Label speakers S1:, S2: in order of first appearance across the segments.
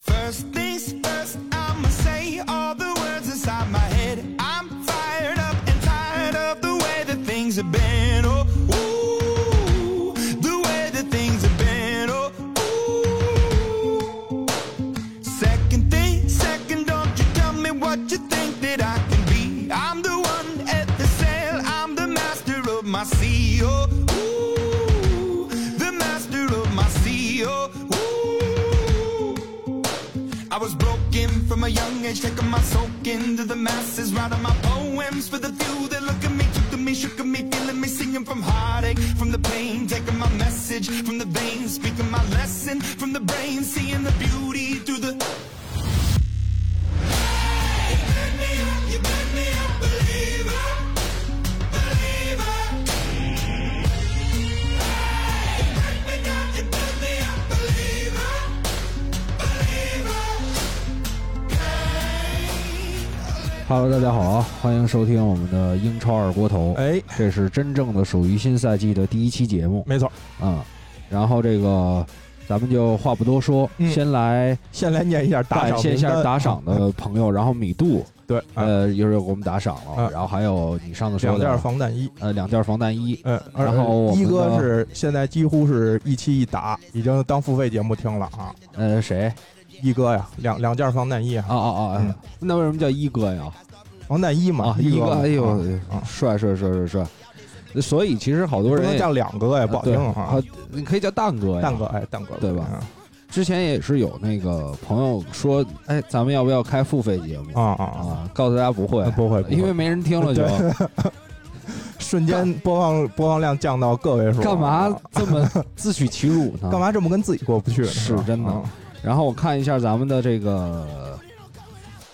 S1: First things first, I'ma say all the words inside my head. I'm fired up and tired of the way that things have been. Oh, ooh, the way that things have been. Oh, ooh. Second thing, second, don't you tell me what you think that I can be. I'm the one at the sail, I'm the master of my sea. Oh, ooh, the master of my sea. Oh, ooh. I was broken from a young age, taking my soak into the masses, writing my poems for the few that look at me, took to me, shook at me, feeling me, singing from heartache, from the pain, taking my message from the veins, speaking my lesson from the brain, seeing the beauty through the. You back me up, believer, believer. You back me down, you back me up, believer, believer.
S2: Hello，大家好啊，欢迎收听我们的英超二锅头，
S3: 哎，
S2: 这是真正的属于新赛季的第一期节目
S3: 没错，
S2: 啊、然后这个咱们就话不多说，
S3: 嗯
S2: 先来
S3: 先来念一下打
S2: 感
S3: 赏，
S2: 谢一下打赏
S3: 啊，
S2: 的朋友，然后米度，
S3: 对，啊
S2: 呃，又是给我们打赏了，
S3: 啊
S2: 然后还有你上次说
S3: 两件
S2: 的
S3: 防弹衣。
S2: 呃两件防弹衣，
S3: 嗯，而
S2: 然后我们
S3: 一
S2: 的
S3: 哥是现在几乎是一期一打，已经当付费节目听了啊。
S2: 呃谁？
S3: 一哥呀，两两件防弹衣啊，
S2: 啊啊啊！
S3: 嗯
S2: 那为什么叫一哥呀？
S3: 防弹衣嘛
S2: 啊，，一哥，
S3: 嘛
S2: 哎呦
S3: 啊，啊
S2: 帅帅帅帅帅！所以其实好多
S3: 不
S2: 人
S3: 能
S2: 也
S3: 叫两哥呀，不好听啊
S2: 啊。，你可以叫蛋哥呀，
S3: 蛋哥，哎，蛋哥，
S2: 对吧？之前也是有那个朋友说，哎，咱们要不要开付费节目
S3: 啊啊啊！
S2: 啊？告诉大家不会，
S3: 不会，不会
S2: 因为没人听了就
S3: 瞬间播放播放量降到个位 数，
S2: 干嘛
S3: 啊
S2: 这么自取其辱呢？
S3: 干？嘛这么跟自己过不去呢？
S2: 是
S3: 吧
S2: 真的
S3: 啊
S2: 然后我看一下咱们的这个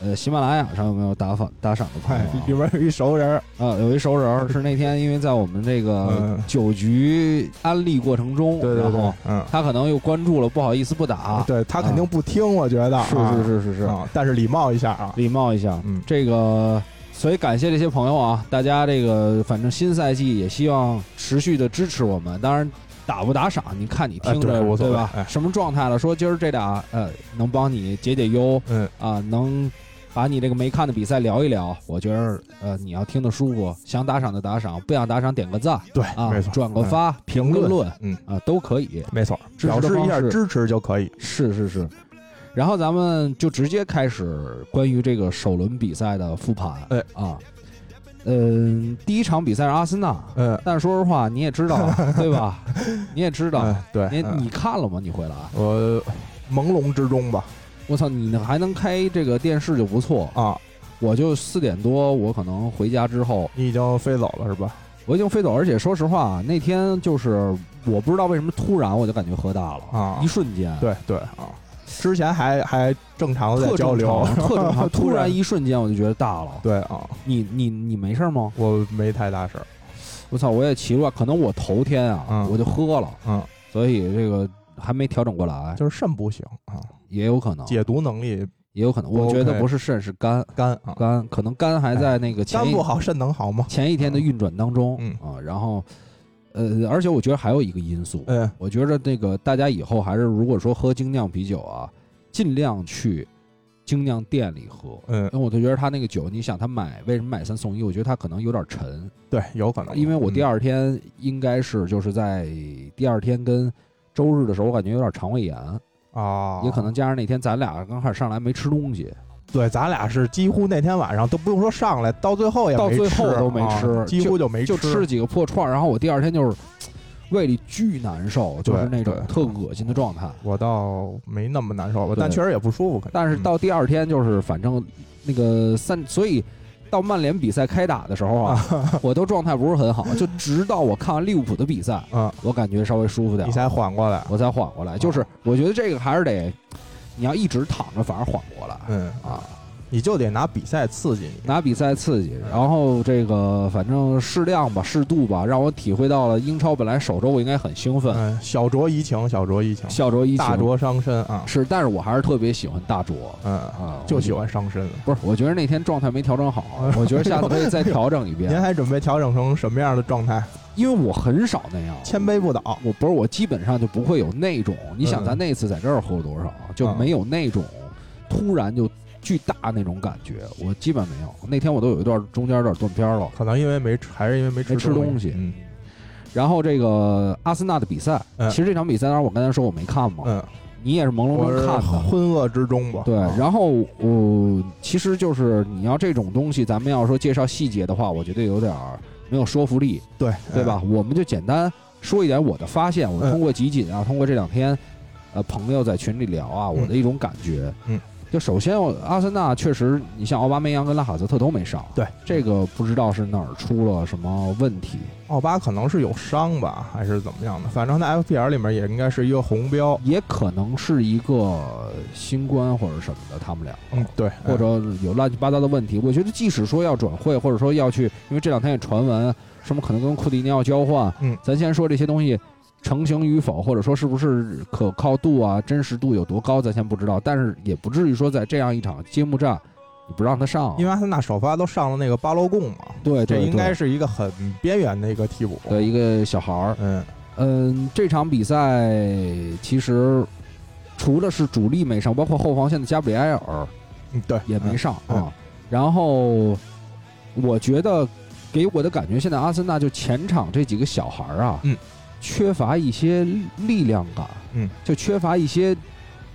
S2: 呃喜马拉雅上有没有打赏打赏的朋
S3: 哎
S2: 友啊
S3: 里边有一熟人儿，
S2: 啊？有一熟人儿是那天因为在我们这个
S3: 嗯
S2: 酒局安利过程中，
S3: 对对
S2: 然
S3: 对
S2: 后，
S3: 嗯，
S2: 他可能又关注了，不好意思不打，
S3: 对他肯定不听，我觉得
S2: 啊是
S3: 啊
S2: 是是是是，
S3: 啊，但是礼貌一下啊，
S2: 礼貌一下。
S3: 嗯
S2: 这个，所以感谢这些朋友啊，大家这个反正新赛季也希望持续的支持我们。当然，打不打赏，你看你听着、
S3: 哎对无所
S2: 对
S3: 谓
S2: 吧、
S3: 哎
S2: 什么状态了？说今儿这俩呃能帮你解解忧
S3: 嗯，
S2: 啊、能把你这个没看的比赛聊一聊。我觉得呃你要听得舒服，想打赏的打赏，不想打赏点个赞
S3: 对，
S2: 啊
S3: 没错，，嗯
S2: 转个发、评个
S3: 评
S2: 论
S3: 论，嗯，
S2: 啊都可以。
S3: 没错，
S2: 支持的
S3: 表示一下
S2: 方式
S3: 支持就可以。
S2: 是是是。然后咱们就直接开始关于这个首轮比赛的复盘。
S3: 哎
S2: 啊，嗯，第一场比赛是阿森纳，
S3: 嗯，
S2: 但说实话你也知道啊对吧？你也知 道，
S3: 嗯对，
S2: 你
S3: 嗯
S2: 啊你看了吗？你回来，
S3: 我朦胧之中吧，
S2: 我操，你还能开这个电视就不错。
S3: 啊，
S2: 我就四点多，我可能回家之后
S3: 你已经飞走了是吧？
S2: 我已经飞走，而且说实话，啊那天就是我不知道为什么突然我就感觉喝大了
S3: 啊
S2: 一瞬间，
S3: 对对啊，之前还还正常的在
S2: 特
S3: 交
S2: 正
S3: 流
S2: 常，，特正 常，
S3: 突
S2: 突然一瞬间我就觉得大了。
S3: 对啊，
S2: 你你你没事吗？
S3: 我没太大事儿，
S2: 我操，我也奇怪，可能我头天啊，
S3: 嗯
S2: 我就喝了，
S3: 嗯，
S2: 所以这个还没调整过来，
S3: 就是肾不行啊，
S2: 也有可能，
S3: 解毒能力
S2: 也有可能，
S3: 不
S2: 我觉得
S3: OK
S2: 不是肾是肝，
S3: 肝啊，
S2: 肝可能肝还在那个前
S3: 肝
S2: 一
S3: 不好，肾能好吗？
S2: 前一天的运转当中
S3: 嗯
S2: 啊，然后呃，而且我觉得还有一个因素，
S3: 嗯，
S2: 我觉得那个大家以后还是如果说喝精酿啤酒啊，尽量去精酿店里喝。
S3: 嗯，
S2: 因为我就觉得他那个酒，你想他买为什么买三送一？我觉得他可能有点沉，
S3: 对，有可能，
S2: 啊因为我第
S3: 嗯
S2: 二天应该是就是在第二天跟周日的时候，我感觉有点肠胃炎，
S3: 啊，
S2: 也可能加上那天咱俩刚开始上来没吃东西，
S3: 对，咱俩是几乎那天晚上都不用说上来，到最后也
S2: 到
S3: 没
S2: 最
S3: 吃
S2: 后都没
S3: 啊
S2: 吃
S3: 几乎就没
S2: 就吃
S3: 吃
S2: 了几个破串儿，然后我第二天就是胃里巨难受，就是那种
S3: 对
S2: 特恶心的状态。
S3: 我倒没那么难受吧，
S2: 对
S3: 但确实也不舒服。肯定嗯
S2: 但是到第二天就是反正那个三，所以到曼联比赛开打的时候啊， 我都状态不是很好，就直到我看完利物浦的比赛，
S3: 嗯，
S2: 我感觉稍微舒服点
S3: 你
S2: 儿，
S3: 才缓过来。
S2: 我才缓过来。
S3: 啊
S2: 就是我觉得这个还是得，你要一直躺着反而缓不过来。
S3: 嗯，
S2: 啊，
S3: 你就得拿比赛刺激你。
S2: 拿比赛刺激，然后这个反正适量吧，适度吧，让我体会到了英超本来首周我应该很兴奋，
S3: 嗯，小酌怡情，小酌怡情，
S2: 小酌怡情，
S3: 大酌伤身啊。
S2: 是，但是我还是特别喜欢大酌
S3: 嗯，
S2: 啊，
S3: 就喜
S2: 欢。
S3: 欢伤身。
S2: 不是，我觉得那天状态没调整 好，我觉得下次可以再调整一
S3: 您
S2: 遍，
S3: 还准备调整成什么样的状态？
S2: 因为我很少那样，
S3: 千杯不倒。
S2: 我不是我基本上就不会有那种，你想啊
S3: 嗯啊
S2: 咱那次在这儿喝多少，就没有那种突然就巨大那种感觉，我基本没有。那天我都有一段中间有点断片了。
S3: 可能因为没吃，还是因为没吃
S2: 没吃东
S3: 西
S2: 西。
S3: 嗯
S2: 然后这个阿森纳的比赛，
S3: 嗯
S2: 其实这场比赛当然我刚才说我没看嘛，
S3: 嗯，
S2: 你也是朦胧
S3: 我
S2: 中
S3: 是
S2: 看的。
S3: 昏噩之中吧。
S2: 对，
S3: 啊
S2: 然后我其实就是你要这种东西，咱们要说介绍细节的话，我觉得有点儿没有说服力，
S3: 对
S2: 对吧？？我们就简单说一点我的发现，我
S3: 嗯
S2: 通过集锦啊，通过这两天，呃，朋友在群里聊啊，我的一种感觉。
S3: 嗯，
S2: 就首先我阿森纳确实，你像奥巴梅扬跟拉卡泽特都没上，
S3: 对
S2: 这个不知道是哪儿出了什么问题，
S3: 嗯奥巴可能是有伤吧，还是怎么样的？反正他 FPL 里面也应该是一个红标。
S2: 也可能是一个新冠或者什么的，他们俩。
S3: 嗯，对，
S2: 或者有乱七八糟的问题。我觉得即使说要转会，或者说要去，因为这两天也传闻什么可能跟库蒂尼奥交换，
S3: 嗯
S2: 咱先说这些东西成型与否，或者说是不是可靠度啊、真实度有多高，咱先不知道，但是也不至于说在这样一场揭幕战你不让他上，
S3: 因
S2: 为
S3: 为阿森纳首发都上了那个巴洛贡嘛，
S2: 对
S3: 这
S2: 对
S3: 应该
S2: 对
S3: 是一个很边缘的一个替补。
S2: 的一个小孩儿。
S3: 嗯，
S2: 嗯，这场比赛其实除了是主力没上，包括后防线的加布里埃尔。
S3: 嗯对，
S2: 也没
S3: 嗯
S2: 上
S3: 嗯
S2: 啊。然后我觉得给我的感觉，现在阿森纳就前场这几个小孩儿啊，
S3: 嗯，
S2: 缺乏一些力量感，
S3: 嗯，
S2: 就缺乏一些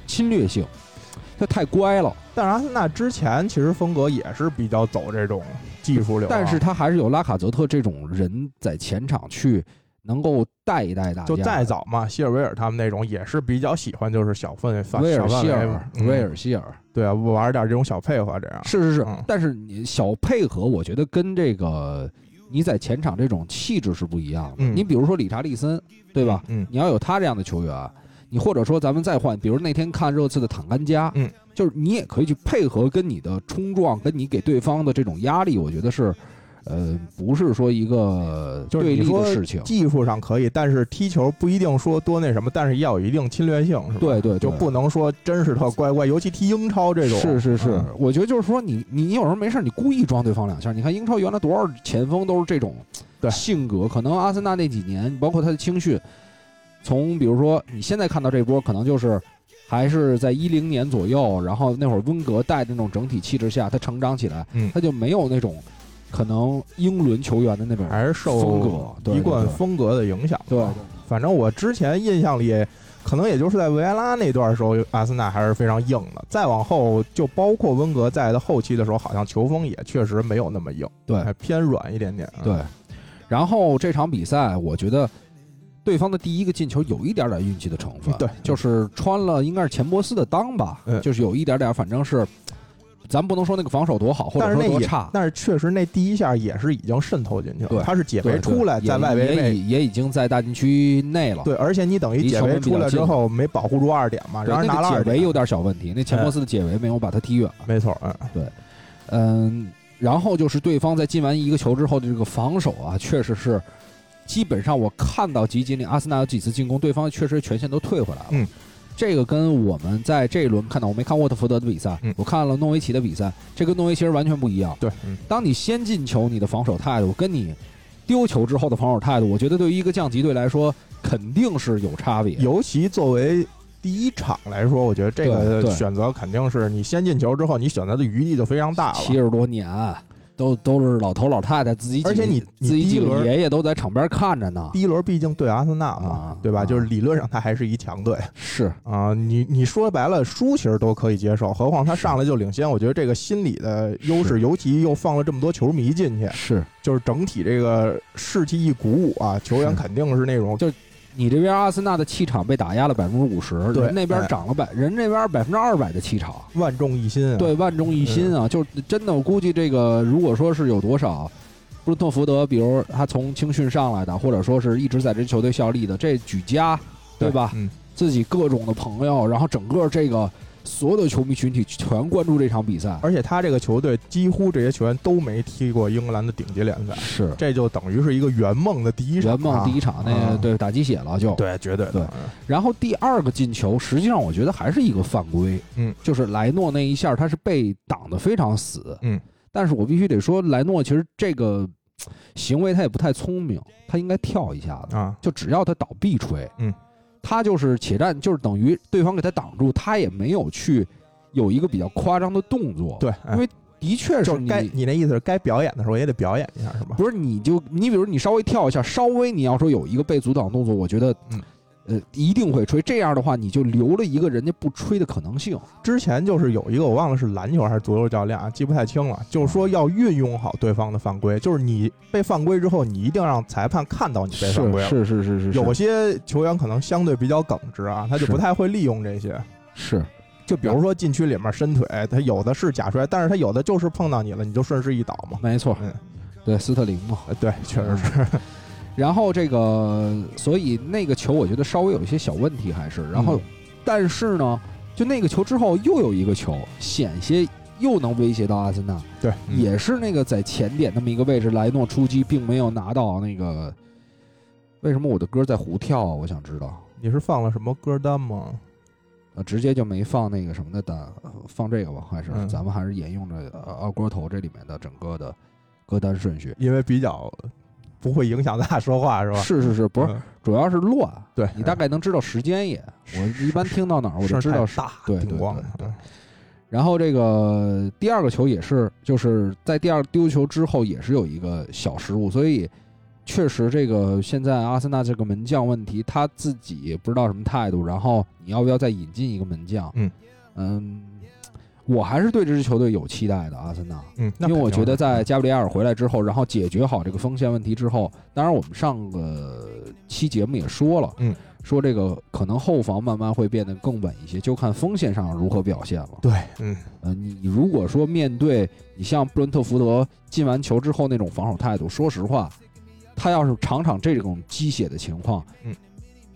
S2: 侵略性，他太乖了。
S3: 但是阿森纳之前其实风格也是比较走这种技术流啊，
S2: 但是他还是有拉卡泽特这种人在前场去能够带一带大家。
S3: 就再早嘛，希尔维尔他们那种也是比较喜欢，就是小范范
S2: 威尔
S3: 小范
S2: 希
S3: 围
S2: 尔，
S3: 嗯
S2: 威尔希尔，
S3: 对啊，玩点这种小配合这样。
S2: 是是是
S3: 嗯，
S2: 但是你小配合，我觉得跟这个你在前场这种气质是不一样的。
S3: 嗯
S2: 你比如说理查利森，对吧？
S3: 嗯，
S2: 你要有他这样的球员，啊你或者说咱们再换，比如那天看热刺的坦甘加，
S3: 嗯，
S2: 就是你也可以去配合跟你的冲撞，跟你给对方的这种压力，我觉得是，呃，不是说一个
S3: 就是
S2: 对
S3: 你
S2: 立
S3: 说
S2: 的事情。
S3: 技术上可以，但是踢球不一定说多那什么，但是也要有一定侵略性，是吧？
S2: 对对对
S3: 啊就不能说真是特乖乖，尤其踢英超这种。
S2: 是是是，
S3: 嗯
S2: 我觉得就是说你你有时候没事儿你故意撞对方两下，你看英超原来多少前锋都是这种
S3: 对
S2: 性格，可能阿森纳那几年，包括他的青训，从比如说你现在看到这波，可能就是还是在一零年左右，然后那会儿温格带的那种整体气质下，他成长起来，
S3: 嗯
S2: 他就没有那种可能英伦球员的那种，
S3: 还是
S2: 风
S3: 受
S2: 格对
S3: 一
S2: 对
S3: 贯
S2: 对
S3: 风格的影响。
S2: 对，
S3: 反正我之前印象里，可能也就是在维埃拉那段时候，阿森纳还是非常硬的。再往后，就包括温格在的后期的时候，好像球风也确实没有那么硬，
S2: 对
S3: 还偏软一点点。嗯
S2: 对，然后这场比赛，我觉得对方的第一个进球有一点点运气的成分
S3: 嗯，对
S2: 就是穿了应该是钱伯斯的裆吧，
S3: 嗯
S2: 就是有一点点，反正是，咱不能说那个防守多好，或
S3: 但
S2: 者说
S3: 是那
S2: 多
S3: 也
S2: 差，
S3: 但是确实那第一下也是已经渗透进去
S2: 对
S3: 了，他是解
S2: 对
S3: 围
S2: 对
S3: 出来，
S2: 也
S3: 在外围
S2: 也
S3: 内。
S2: 已也已经在大禁区内了，
S3: 对，而且你等于
S2: 离
S3: 解
S2: 球
S3: 围
S2: 门比
S3: 出
S2: 较
S3: 来之
S2: 近
S3: 后没保护住二点嘛，
S2: 对，
S3: 然后拿了
S2: 那
S3: 二
S2: 个解围
S3: 点，
S2: 有点小问题，那钱伯斯的解围没有把他踢远，
S3: 没错，嗯，
S2: 嗯，然后就是对方在进完一个球之后的这个防守啊，确实是，基本上我看到集锦里阿森纳有几次进攻，对方确实全线都退回来了。
S3: 嗯，
S2: 这个跟我们在这一轮看到，我没看沃特福德的比赛，
S3: 嗯
S2: 我看了诺维奇的比赛，这跟诺维奇是完全不一样。
S3: 对，嗯，
S2: 当你先进球，你的防守态度跟你丢球之后的防守态度，我觉得对于一个降级队来说，肯定是有差别。
S3: 尤其作为第一场来说，我觉得这
S2: 对
S3: 个
S2: 对
S3: 选择肯定是你先进球之后，你选择的余地就非常大了。
S2: 七十多年，啊都都是老头老太太自己几个，
S3: 而且你你
S2: 自己
S3: 第一
S2: 几个
S3: 轮
S2: 爷爷都在场边看着呢。
S3: 第一轮毕竟对阿森纳嘛
S2: 啊，
S3: 对吧？
S2: 啊
S3: 就是理论上他还是一强队
S2: 是，
S3: 啊。你你说白了，输其实都可以接受，何况他上来就领先，我觉得这个心理的优势，
S2: 是
S3: 尤其又放了这么多球迷进去，
S2: 是
S3: 就是整体这个士气一鼓舞啊，球员
S2: 是
S3: 肯定是那种
S2: 你这边阿森纳的气场被打压了百分之五十，
S3: 对
S2: 人那边
S3: 哎
S2: 涨了百，人那边百分之二百的气场，
S3: 万众一心啊。
S2: 对，万众一心啊！就是真的，我估计这个如果说是有多少布伦特福德，比如他从青训上来的，或者说是一直在这球队效力的，这举家对吧？
S3: 嗯，
S2: 自己各种的朋友，然后整个这个所有的球迷群体全关注这场比赛，
S3: 而且他这个球队几乎这些球员都没踢过英格兰的顶级联赛，
S2: 是
S3: 这就等于是一个圆梦的第一场
S2: 圆
S3: 啊。
S2: 梦第一场那
S3: 啊
S2: 个对打鸡血了就。
S3: 对，绝对的
S2: 对然后第二个进球，实际上我觉得还是一个犯规，
S3: 嗯，
S2: 就是莱诺那一下他是被挡得非常死，
S3: 嗯，
S2: 但是我必须得说，莱诺其实这个嘖行为他也不太聪明，他应该跳一下子，
S3: 啊，
S2: 就只要他倒必吹，
S3: 嗯，
S2: 他就是且战，就是等于对方给他挡住，他也没有去有一个比较夸张的动作，，
S3: 对，哎
S2: 因为的确
S3: 就是是
S2: 你
S3: 该你那意思是该表演的时候也得表演一下，是吧？
S2: 不是你就你比如你稍微跳一下，稍微你要说有一个被阻挡动作，我觉得
S3: 嗯。
S2: 呃，一定会吹。这样的话，你就留了一个人家不吹的可能性。
S3: 之前就是有一个我忘了是篮球还是足球教练啊，记不太清了，就是说要运用好对方的犯
S2: 嗯
S3: 规，就是你被犯规之后，你一定要让裁判看到你被犯规了。
S2: 是是是是
S3: 有
S2: 是
S3: 些球员可能相对比较耿直啊，他就是不太会利用这些。
S2: 是，
S3: 就比如说禁区里面伸腿，他有的是假摔，但是他有的就是碰到你了，你就顺势一倒嘛。
S2: 没错
S3: 嗯，
S2: 对斯特林嘛。
S3: 呃对，确实是。
S2: 然后这个，所以那个球我觉得稍微有一些小问题还是，然后、
S3: 嗯
S2: 但是呢，就那个球之后又有一个球险些又能威胁到阿森纳，
S3: 对，嗯
S2: 也是那个在前点那么一个位置，莱诺出击并没有拿到那个。为什么我的歌在胡跳啊？我想知道。
S3: 你是放了什么歌单吗？
S2: 呃，直接就没放那个什么的单，呃放这个吧，还是、
S3: 嗯
S2: 咱们还是沿用着呃二锅头这里面的整个的歌单顺序。
S3: 因为比较不会影响大家说话是吧？
S2: 是是是，不是，
S3: 嗯
S2: 主要是乱。
S3: 对
S2: 你大概能知道时间也，我一般听到哪儿我
S3: 声
S2: 就
S3: 儿
S2: 知道
S3: 太
S2: 是。
S3: 大，啊
S2: 对
S3: 顶
S2: 对
S3: 光
S2: 对
S3: 的
S2: 对然后这个第二个球也是，就是在第二丢球之后也是有一个小失误，所以确实这个现在阿森纳这个门将问题，他自己不知道什么态度，然后你要不要再引进一个门将？
S3: 嗯
S2: 嗯我还是对这支球队有期待的，阿森纳。
S3: 嗯，那
S2: 因为我
S3: 肯定
S2: 觉得
S3: 是
S2: 在加布里埃尔回来之后，然后解决好这个锋线问题之后，当然我们上个期节目也说了，
S3: 嗯，
S2: 说这个可能后防慢慢会变得更稳一些，就看锋线上如何表现了。
S3: 对，嗯，
S2: 呃，你如果说面对你像布伦特福德进完球之后那种防守态度，说实话，他要是场场这种鸡血的情况，
S3: 嗯，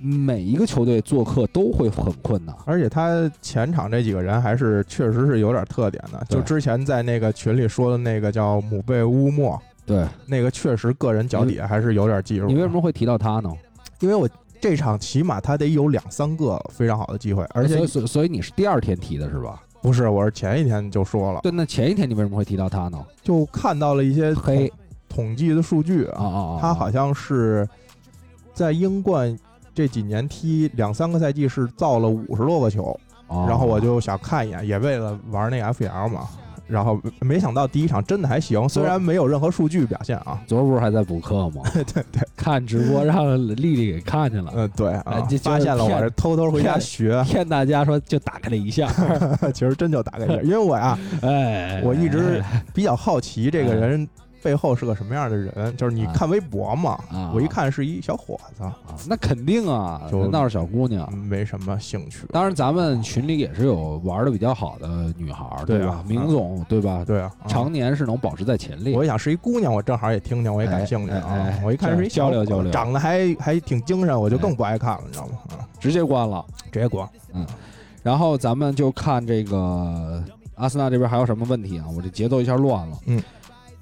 S2: 每一个球队做客都会很困难。
S3: 而且他前场这几个人还是确实是有点特点的。
S2: 对
S3: 就之前在那个群里说的那个叫姆贝乌莫，
S2: 对
S3: 那个确实个人脚底下还是有点技术。
S2: 你为什？么会提到他呢？
S3: 因为我这场起码他得有两三个非常好的机会，而且
S2: 所以所以所以你是第二天提的是吧？
S3: 不是，我是前一天就说了，
S2: 对，那前一天你为什么会提到他呢？
S3: 就看到了一些
S2: 黑
S3: 统统计的数据
S2: 啊
S3: 啊，
S2: 啊啊！
S3: 他好像是在英冠这几年踢两三个赛季是造了五十多个球。
S2: 啊，
S3: 然后我就想看一眼，也为了玩那个 FPL 嘛。然后没想到第一场真的还行，虽然没有任何数据表现啊。
S2: 昨儿不是还在补课吗？
S3: 对对，
S2: 看直播让丽丽给看见了，
S3: 嗯对啊
S2: 哎这，
S3: 发现了我是偷偷回家学，
S2: 骗大家说就打开了一下，
S3: 其实真就打个结，因为我呀
S2: 哎，
S3: 我一直比较好奇这个人背后是个什么样的人，就是你看微博嘛
S2: 啊，
S3: 我一看是一小伙子，
S2: 啊那肯定啊，
S3: 就
S2: 难道是小姑娘？
S3: 没什么兴趣。
S2: 当然，咱们群里也是有玩的比较好的女孩儿，
S3: 对啊
S2: 吧？
S3: 嗯
S2: 明总，对吧？
S3: 对啊，啊
S2: 常年是能保持在前列
S3: 我。一想是一姑娘，我正好也听听，我也感兴趣
S2: 哎哎
S3: 啊
S2: 哎。
S3: 我一看是一小
S2: 交流
S3: 伙子
S2: 交流哎
S3: 长得还还挺精神，我就更不爱看了，你知道吗？啊
S2: 直接关了。
S3: 直接光。
S2: 然后咱们就看这个阿森纳这边还有什么问题啊？我这节奏一下乱了。
S3: 嗯，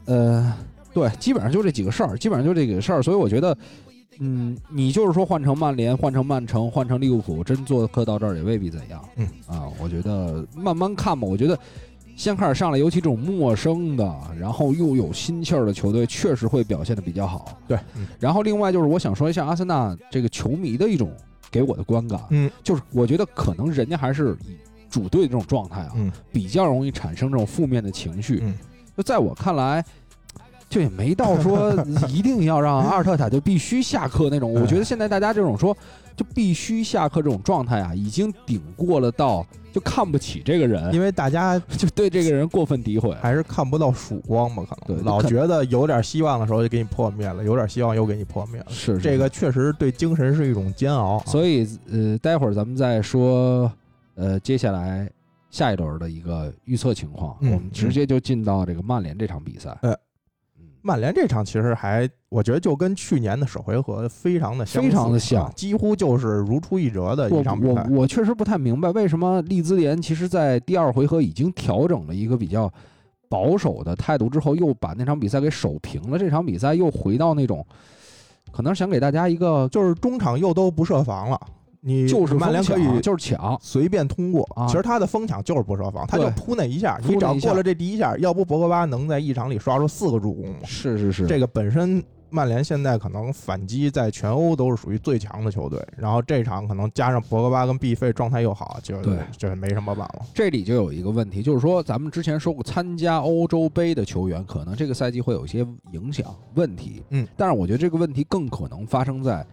S2: 呃，对，基本上就这几个事儿，基本上就这几个事儿。所以我觉得，嗯，你就是说换成曼联、换成曼城、换成利物浦，真做客到这儿也未必怎样。
S3: 嗯
S2: 啊，我觉得慢慢看吧。我觉得先开始上来，尤其这种陌生的，然后又有心气儿的球队，确实会表现的比较好。
S3: 对，嗯
S2: 然后另外就是我想说一下阿森纳这个球迷的一种给我的观感，啊
S3: 嗯，
S2: 就是我觉得可能人家还是以主队的这种状态啊，
S3: 嗯
S2: 比较容易产生这种负面的情绪。
S3: 嗯
S2: 就在我看来。就也没到说一定要让 阿尔特塔就必须下课那种。
S3: 哎
S2: 我觉得现在大家这种说就必须下课这种状态啊，已经顶过了到就看不起这个人，
S3: 因为大家
S2: 就对这个人过分诋毁。
S3: 还是看不到曙光吧，可能
S2: 对
S3: 老
S2: 看
S3: 觉得有点希望的时候就给你破灭了，有点希望又给你破灭了。
S2: 是是
S3: 这个确实对精神是一种煎熬啊。
S2: 所以呃，待会儿咱们再说，呃，接下来下一轮的一个预测情况，
S3: 嗯
S2: 我们直接就进到这个曼联这场比赛。
S3: 呃
S2: 嗯，
S3: 曼联这场其实还，我觉得就跟去年的首回合非常的相似啊
S2: 非常地像
S3: 几乎就是如出一辙的
S2: 我
S3: 一场比
S2: 我
S3: 赛。
S2: 我确实不太明白为什么利兹联其实在第二回合已经调整了一个比较保守的态度之后，又把那场比赛给守平了。这场比赛又回到那种，可能想给大家一个
S3: 就是中场右都不设防了，你
S2: 就是啊
S3: 曼联
S2: 疯
S3: 可以
S2: 抢就是抢，
S3: 随便通过。
S2: 啊
S3: 其实他的疯抢就是不设防，他就
S2: 对
S3: 扑那一下，
S2: 扑
S3: 你
S2: 那
S3: 只要
S2: 一下
S3: 过了这第一下，要不博格巴能在一场里刷出四个助攻吗？
S2: 是是是，
S3: 这个本身曼联现在可能反击在全欧都是属于最强的球队，然后这场可能加上博格巴跟毕费状态又好，就
S2: 对
S3: 就没什么办法。
S2: 这里就有一个问题，就是说咱们之前说过，参加欧洲杯的球员可能这个赛季会有一些影响问题。
S3: 嗯，
S2: 但是我觉得这个问题更可能发生在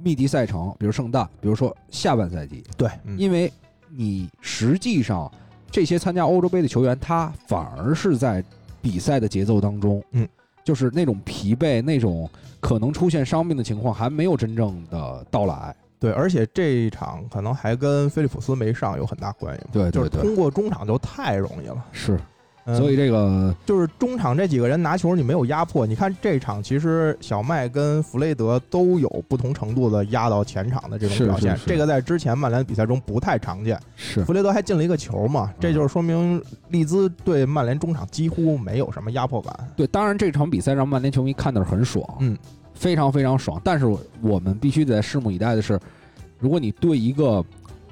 S2: 密集赛程，比如圣诞，比如说下半赛季，
S3: 对，嗯
S2: 因为你实际上这些参加欧洲杯的球员，他反而是在比赛的节奏当中，
S3: 嗯，
S2: 就是那种疲惫、那种可能出现伤病的情况还没有真正的到来。
S3: 对，而且这一场可能还跟菲利普斯没上有很大关系嘛，
S2: 对
S3: 就
S2: 对
S3: 是
S2: 对，
S3: 通过中场就太容易了，
S2: 是，
S3: 嗯
S2: 所以这个
S3: 就是中场这几个人拿球你没有压迫。你看这场其实小麦跟弗雷德都有不同程度的压到前场的这
S2: 是
S3: 种表现，
S2: 是是
S3: 这个在之前曼联比赛中不太常见。
S2: 是
S3: 弗雷德还进了一个球嘛，
S2: 嗯
S3: 这就是说明利兹对曼联中场几乎没有什么压迫感。
S2: 对，当然这场比赛让曼联球迷看的是很爽，
S3: 嗯，
S2: 非常非常爽。但是我我们必须得拭目以待的是，如果你对一个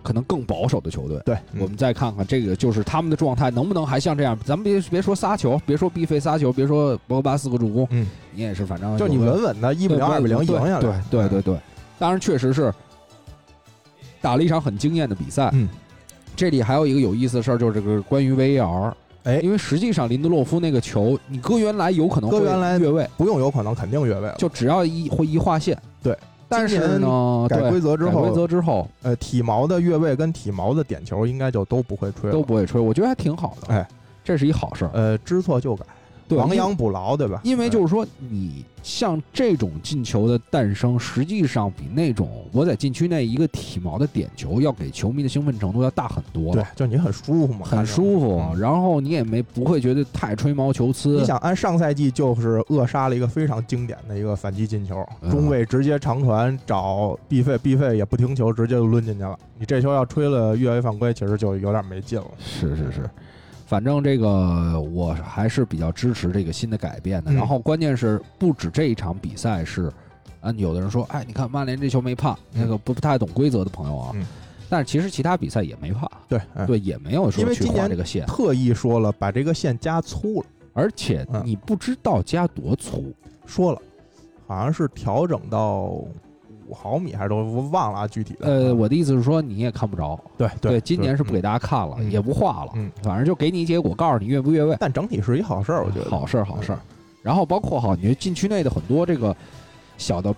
S2: 可能更保守的球队，
S3: 对，
S2: 我们再看看这个就是他们的状态能不能还像这样。咱们别别说仨球，别说必费仨球，别说博格巴四个助攻，
S3: 嗯，
S2: 你也是反正
S3: 就你
S2: 有的
S3: 稳稳的一比
S2: 对
S3: 零、二比零赢下来。
S2: 对对对对，当然确实是打了一场很惊艳的比赛。
S3: 嗯，
S2: 这里还有一个有意思的事儿，就是这个关于 VAR。
S3: 哎
S2: 因为实际上林德洛夫那个球，你搁原来有可能
S3: 搁
S2: 会
S3: 原来
S2: 越位，
S3: 不用有可能肯定越位了。
S2: 就只要一会一划线。
S3: 对，
S2: 但是
S3: 今
S2: 呢，
S3: 改
S2: 对
S3: 规则之
S2: 改规
S3: 后，
S2: 则之后
S3: 呃，体毛的越位跟体毛的点球应该就都不会吹
S2: 都
S3: 了。
S2: 不会吹，我觉得还挺好的。
S3: 哎，
S2: 这是一好事儿。
S3: 呃，知错就改，
S2: 对
S3: 亡
S2: 因为
S3: 羊补牢，对吧？
S2: 因为
S3: 嗯
S2: 就是说，你像这种进球的诞生，实际上比那种我在禁区内一个体毛的点球要给球迷的兴奋程度要大很多
S3: 对
S2: 了，，
S3: 就你很舒服嘛，
S2: 很
S3: 看着
S2: 舒服。
S3: 嗯
S2: 然后你也没不会觉得太吹毛求疵。
S3: 你想，按上赛季就是扼杀了一个非常经典的一个反击进球，
S2: 嗯
S3: 中卫直接长传找毕费，毕费也不停球，直接就抡进去了。你这球要吹了越位犯规，其实就有点没劲了。
S2: 是是是，反正这个我还是比较支持这个新的改变的。
S3: 嗯
S2: 然后关键是，不止这一场比赛是，啊，有的人说，哎，你看曼联这球没判，
S3: 嗯
S2: 那个不不太懂规则的朋友啊
S3: 嗯，
S2: 但是其实其他比赛也没判，
S3: 对，哎、
S2: 对，也没有说
S3: 因为
S2: 去
S3: 今
S2: 画
S3: 年
S2: 这个线。
S3: 特意说了，把这个线加粗了，
S2: 而且
S3: 嗯
S2: 你不知道加多粗，
S3: 说了，好像是调整到五毫米还是多，我忘了啊，具体的。
S2: 呃，我的意思是说你也看不着，
S3: 对
S2: 今年是不给
S3: 嗯
S2: 大家看了，
S3: 嗯
S2: 也不画了，
S3: 嗯
S2: 反正就给你结果，告诉你越不越位，
S3: 但整体是一好事儿，我觉得。
S2: 好事儿好事儿
S3: 嗯。
S2: 然后包括好，你禁区内的很多这个小的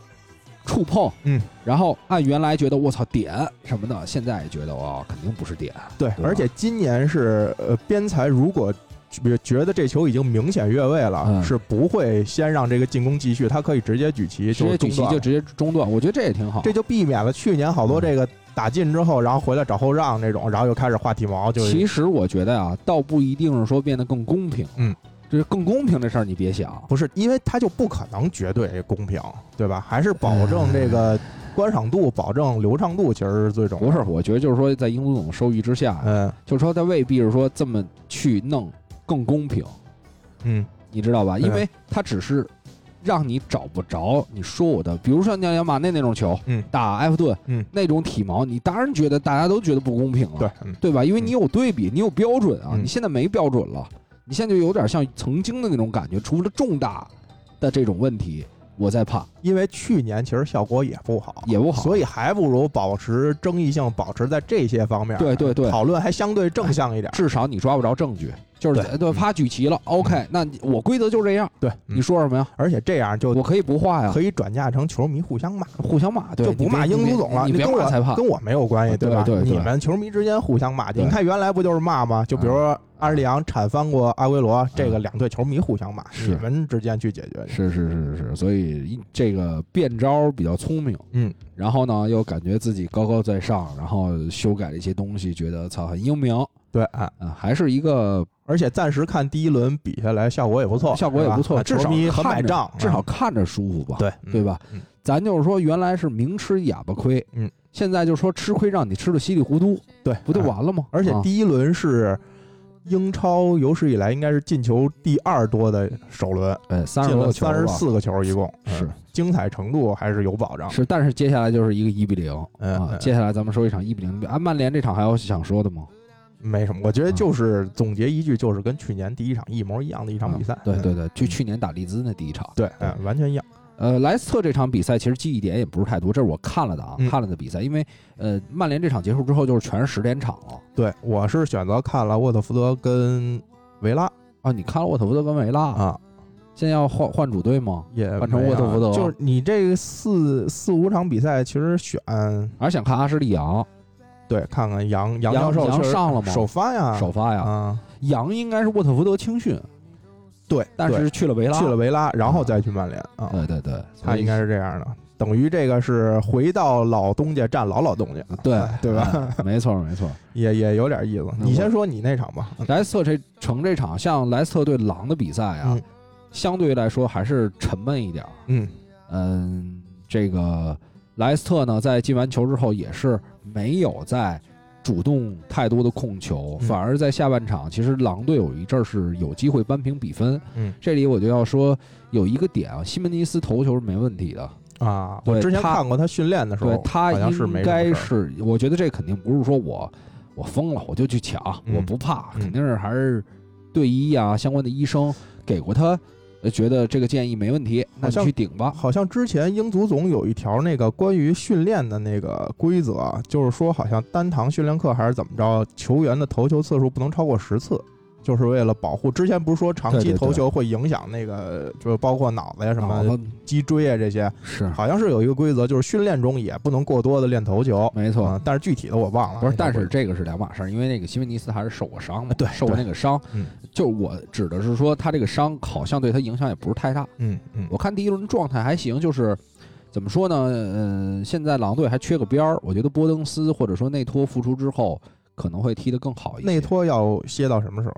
S2: 触碰，
S3: 嗯，
S2: 然后按原来觉得我操点什么的，现在觉得哇肯定不是点，
S3: 对，
S2: 对吧
S3: 而且今年是呃，边裁如果觉觉得这球已经明显越位了，
S2: 嗯
S3: 是不会先让这个进攻继续，他可以直接举旗，
S2: 直接
S3: 就是
S2: 举
S3: 中
S2: 旗
S3: 断
S2: 就
S3: 了
S2: 直接中断，我觉得这也挺好。
S3: 这就避免了去年好多
S2: 嗯
S3: 这个打进之后，然后回来找后让这种，然后又开始画体毛，就
S2: 其实我觉得啊，倒不一定是说变得更公平，
S3: 嗯，
S2: 就是更公平这事儿你别想，
S3: 不是，因为他就不可能绝对公平，对吧？还是保证这
S2: 嗯
S3: 个观赏度，保证流畅度，其实是最重要
S2: 不
S3: 的。
S2: 是，我觉得就是说，在英足总收益之下，
S3: 嗯
S2: 就是说他未必是说这么去弄更公平，
S3: 嗯，
S2: 你知道吧？
S3: 嗯
S2: 因为他只是让你找不着你说我的，比如说像马内那种球，
S3: 嗯
S2: 打埃弗顿，
S3: 嗯
S2: 那种体毛，你当然觉得大家都觉得不公平了，
S3: 对，嗯
S2: 对吧？因为你有对比，你有标准啊，
S3: 嗯
S2: 你现在没标准了，你现在就有点像曾经的那种感觉，除了重大的这种问题，我在怕。
S3: 因为去年其实效果也不好，
S2: 也不好
S3: 所以还不如保持争议性，保持在这些方面，
S2: 对对对
S3: 讨论还相对正向一点。
S2: 至少你抓不着证据，就是
S3: 对
S2: 对，
S3: 嗯
S2: 啪举旗了，OK，那你我规则就这样，
S3: 对，
S2: 你说什么呀？
S3: 嗯而且这样就
S2: 我可以不画呀，
S3: 可以转嫁成球迷互相骂，
S2: 互相骂，对
S3: 就不骂
S2: 你别
S3: 英足总了，
S2: 你别
S3: 跟
S2: 你别
S3: 我
S2: 骂裁判，啊
S3: 跟我没有关系，
S2: 对
S3: 吧？
S2: 对对
S3: 你们球迷之间互相骂街，
S2: 对嗯
S3: 你看原来不就是骂吗？就比如说阿什利杨铲翻过阿圭罗，这个两队球迷互相骂，
S2: 是
S3: 你们之间去解决去。
S2: 是是是是，所以一这个变招比较聪明，
S3: 嗯，
S2: 然后呢又感觉自己高高在上，然后修改了一些东西，觉得操很英明啊、
S3: 对啊，
S2: 还是一个
S3: 而且暂时看第一轮比下来效果也不错，
S2: 效果也不
S3: 是
S2: 错，
S3: 吧啊
S2: 至少
S3: 球迷很
S2: 看
S3: 买
S2: 着
S3: 账，啊
S2: 至少看着舒服吧，
S3: 对
S2: 对？吧？
S3: 嗯
S2: 咱就是说，原来是明吃哑巴亏，
S3: 嗯，
S2: 现在就是说吃亏让你吃的稀里糊涂，
S3: 对，
S2: 不就
S3: 嗯
S2: 完了吗？
S3: 而且
S2: 啊
S3: 第一轮是英超有史以来应该是进球第二多的首轮，
S2: 哎三十
S3: 进
S2: 多
S3: 了
S2: 个球
S3: 三十
S2: 吧
S3: 四个球，一共
S2: 是
S3: 嗯精彩程度还是有保障。
S2: 是，但是接下来就是一个一比零
S3: 嗯
S2: 啊，
S3: 嗯
S2: 接下来咱们说一场一比零，啊，曼联这场还有想说的吗？
S3: 没什么，我觉
S2: 嗯
S3: 得就是总结一句，就是跟去年第一场一模一样的一场比赛
S2: 啊。对
S3: 嗯
S2: 对对，就去年打利兹那第一场，
S3: 对，嗯，完全一样。
S2: 呃，莱斯特这场比赛其实记忆点也不是太多，这是我看了的啊，
S3: 嗯
S2: 看了的比赛，因为呃，曼联这场结束之后就是全是十连场了
S3: 对，我是选择看了沃特福德跟维拉
S2: 啊。你看了沃特福德跟维拉，
S3: 啊，
S2: 现在要换换主队吗？
S3: 也
S2: 换成
S3: 没
S2: 沃特
S3: 啊
S2: 福德
S3: 就是你这四四五场比赛，其实选
S2: 还是想看阿什利杨
S3: 对看看杨杨
S2: 杨
S3: 教授
S2: 杨
S3: 确实
S2: 上了吗
S3: 首发呀，
S2: 首发呀？
S3: 啊，
S2: 杨应该是沃特福德青训，
S3: 对，
S2: 但
S3: 对
S2: 是去了维拉，
S3: 去了维拉，然后再去曼联啊，
S2: 对对对，
S3: 他应该
S2: 是
S3: 是这样的，等于这个是回到老东家占老老东家，
S2: 对
S3: 哎对吧？？
S2: 哎没错没 错。
S3: 也也有点意思。
S2: 那
S3: 你
S2: 我
S3: 先说你那场吧，
S2: 莱斯特这成这场像莱斯特对狼的比赛啊，
S3: 嗯
S2: 相对来说还是沉闷一点儿。
S3: 嗯，
S2: 嗯，这个莱斯特呢，在进完球之后也是没有在主动太多的控球，
S3: 嗯
S2: 反而在下半场，其实狼队有一阵儿是有机会扳平比分。
S3: 嗯
S2: 这里我就要说有一个点啊，西门尼斯头球是没问题的，
S3: 啊，
S2: 对
S3: 我之前
S2: 他
S3: 看过他训练的时候，
S2: 对他
S3: 好像是
S2: 应
S3: 没
S2: 该
S3: 什么事儿
S2: 是，我觉得这肯定不是说我我疯了我就去抢，
S3: 嗯
S2: 我不怕，
S3: 嗯
S2: 肯定是还是队医啊相关的医生给过他，呃觉得这个建议没问题，那
S3: 好
S2: 你
S3: 像
S2: 去顶吧。
S3: 好像之前英足总有一条那个关于训练的那个规则，啊就是说好像单堂训练课还是怎么着，球员的投球次数不能超过十次，就是为了保护。之前不是说长
S2: 对
S3: 期
S2: 对对
S3: 投球会影响那个，就是包括脑子呀什
S2: 脑
S3: 么
S2: 子
S3: 脊椎啊这些，
S2: 是
S3: 好像是有一个规则，就是训练中也不能过多的练投球。
S2: 没错，
S3: 啊，但是具体的我忘了。
S2: 不是，
S3: 那
S2: 但
S3: 个
S2: 是这个是两码事儿，因为那个西门尼斯还是受过伤嘛，
S3: 对
S2: 受过
S3: 对
S2: 那个伤，
S3: 嗯
S2: 就是我指的是说他这个伤好像对他影响也不是太大。
S3: 嗯嗯
S2: 我看第一轮状态还行，就是怎么说呢？嗯、现在狼队还缺个边儿，我觉得波登斯或者说内托复出之后可能会踢得更好一些。
S3: 内托要歇到什么时候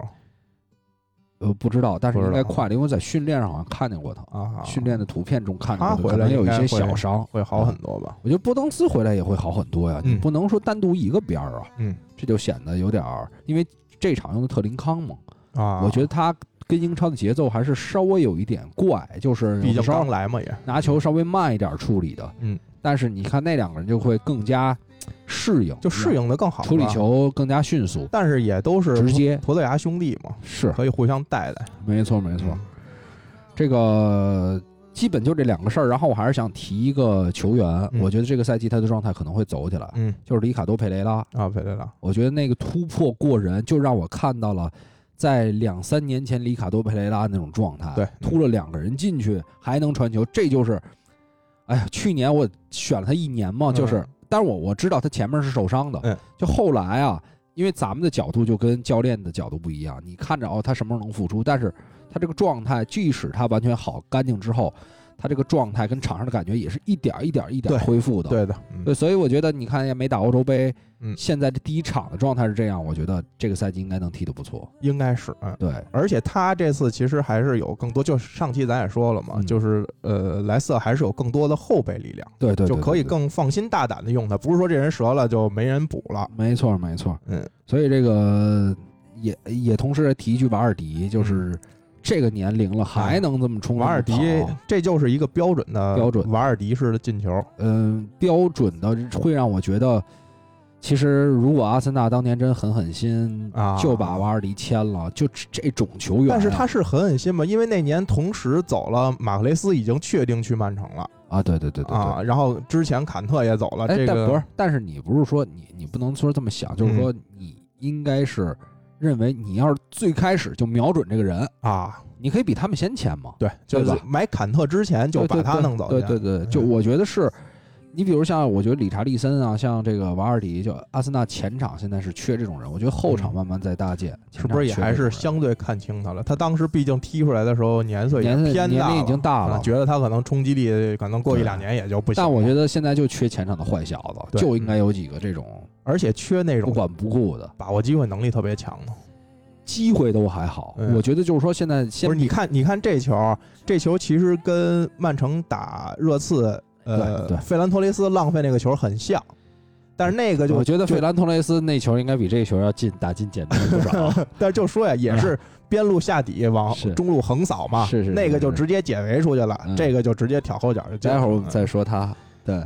S2: 呃不知道，但是
S3: 不知
S2: 应
S3: 道
S2: 该快了，因为在训练上好像看见过他，
S3: 啊？
S2: 训练的嗯图片中看见
S3: 他
S2: 过
S3: 回
S2: 可
S3: 来
S2: 能有
S3: 应
S2: 一
S3: 该
S2: 些
S3: 会
S2: 小伤。
S3: 会好很多吧？
S2: 我觉得波登斯回来也会好很多呀，你
S3: 嗯
S2: 不能说单独一个边儿啊，
S3: 嗯
S2: 这就显得有点儿，因为这场用的特林康嘛。
S3: 啊，
S2: 我觉得他跟英超的节奏还是稍微有一点怪，就是有
S3: 毕竟
S2: 的时候
S3: 刚来嘛也。
S2: 拿球稍微慢一点处理的，
S3: 嗯，
S2: 但是你看那两个人就会更加呃适应，
S3: 就适应的更好，
S2: 处理，球更加迅速，
S3: 但是也都是
S2: 直接
S3: 葡葡萄牙兄弟嘛，
S2: 是
S3: 可以互相带啊带。
S2: 没错没
S3: 没
S2: 错，，这个。基本就这两个事儿，然后我还是想提一个球员，
S3: 嗯
S2: 我觉得这个赛季他的状态可能会走起来，
S3: 嗯
S2: 就是里卡多·佩雷拉。
S3: 啊，佩雷拉，
S2: 我觉得那个突破过人，就让我看到了在两三年前里卡多佩雷拉那种状态，
S3: 对
S2: 突了两个人进去还能传球，这就是，哎呀，去年我选了他一年嘛，
S3: 嗯
S2: 就是，但是我我知道他前面是受伤的
S3: 嗯，
S2: 就后来啊，因为咱们的角度就跟教练的角度不一样，你看着哦，他什么时候能复出，但是他这个状态，即使他完全好干净之后，他这个状态跟场上的感觉也是一点儿一点儿一点儿
S3: 对
S2: 恢复的，
S3: 对的，嗯
S2: 对，所以我觉得你看也没打欧洲杯，
S3: 嗯
S2: 现在这第一场的状态是这样，我觉得这个赛季应该能踢得不错。
S3: 应该是，嗯。
S2: 对，
S3: 而且他这次其实还是有更多，就是上期咱也说了嘛，
S2: 嗯
S3: 就是呃，莱斯特还是有更多的后备力量，
S2: 对对对
S3: 就可以
S2: 对
S3: 更放心大胆的用他，不是说这人折了就没人补了。
S2: 没错没错。
S3: 嗯，
S2: 所以这个也也同时提一句，瓦尔迪就是这个年龄了还能这么冲，
S3: 瓦尔迪
S2: 这么跑，
S3: 这就是一个标准的
S2: 标准
S3: 瓦尔迪式的进球，
S2: 嗯，标准的会让我觉得，其实如果阿森纳当年真狠狠心，
S3: 啊
S2: 就把瓦尔迪签了，就这种球员啊，
S3: 但是他是狠狠心吧，因为那年同时走了马克雷斯，已经确定去曼城了。
S2: 啊，对对对对对，
S3: 啊，然后之前坎特也走了，
S2: 哎，
S3: 啊这
S2: 但
S3: 个嗯
S2: 不是，但是你不是说你你不能说这么想，就是说你应该是认为你要是最开始就瞄准这个人，
S3: 啊，
S2: 你可以比他们先签嘛，
S3: 对，就
S2: 对
S3: 是
S2: 吧
S3: 买坎特之前就
S2: 对
S3: 把
S2: 对
S3: 他
S2: 对
S3: 弄走
S2: 对
S3: 去嗯
S2: 对对，对就我觉得是。你比如像，我觉得理查利森啊，像这个瓦尔迪，就阿森纳前场现在是缺这种人，我觉得后场
S3: 嗯
S2: 慢慢在搭建，前
S3: 是不
S2: 场
S3: 是也
S2: 缺
S3: 还
S2: 这种
S3: 是
S2: 人
S3: 相对看轻他了？他当时毕竟踢出来的时候年岁也
S2: 年岁
S3: 偏
S2: 年
S3: 大
S2: 龄已经大
S3: 啊
S2: 了？
S3: 觉得他可能冲击力可能过一
S2: 对
S3: 两年也就不行了。
S2: 但我觉得现在就缺前场的坏小子，
S3: 对
S2: 就应该有几个这种
S3: 而且缺那
S2: 不
S3: 种
S2: 管不顾的，
S3: 把握机会能力特别强的。
S2: 机会都还好。
S3: 嗯
S2: 我觉得就是说现在先
S3: 不是，你看，你看这球，这球其实跟曼城打热刺，呃
S2: 对对，
S3: 费兰托雷斯浪费那个球很像，但是那个就
S2: 呃我觉得
S3: 就
S2: 费兰托雷斯那球应该比这球要进打进简单不 少。
S3: 但是就说呀，也是边路下底往
S2: 嗯是
S3: 中路横扫嘛，
S2: 是是是
S3: 那个就是直接解围出去了，
S2: 嗯
S3: 这个就直接挑后脚就进了。
S2: 待会儿我们再说他。对，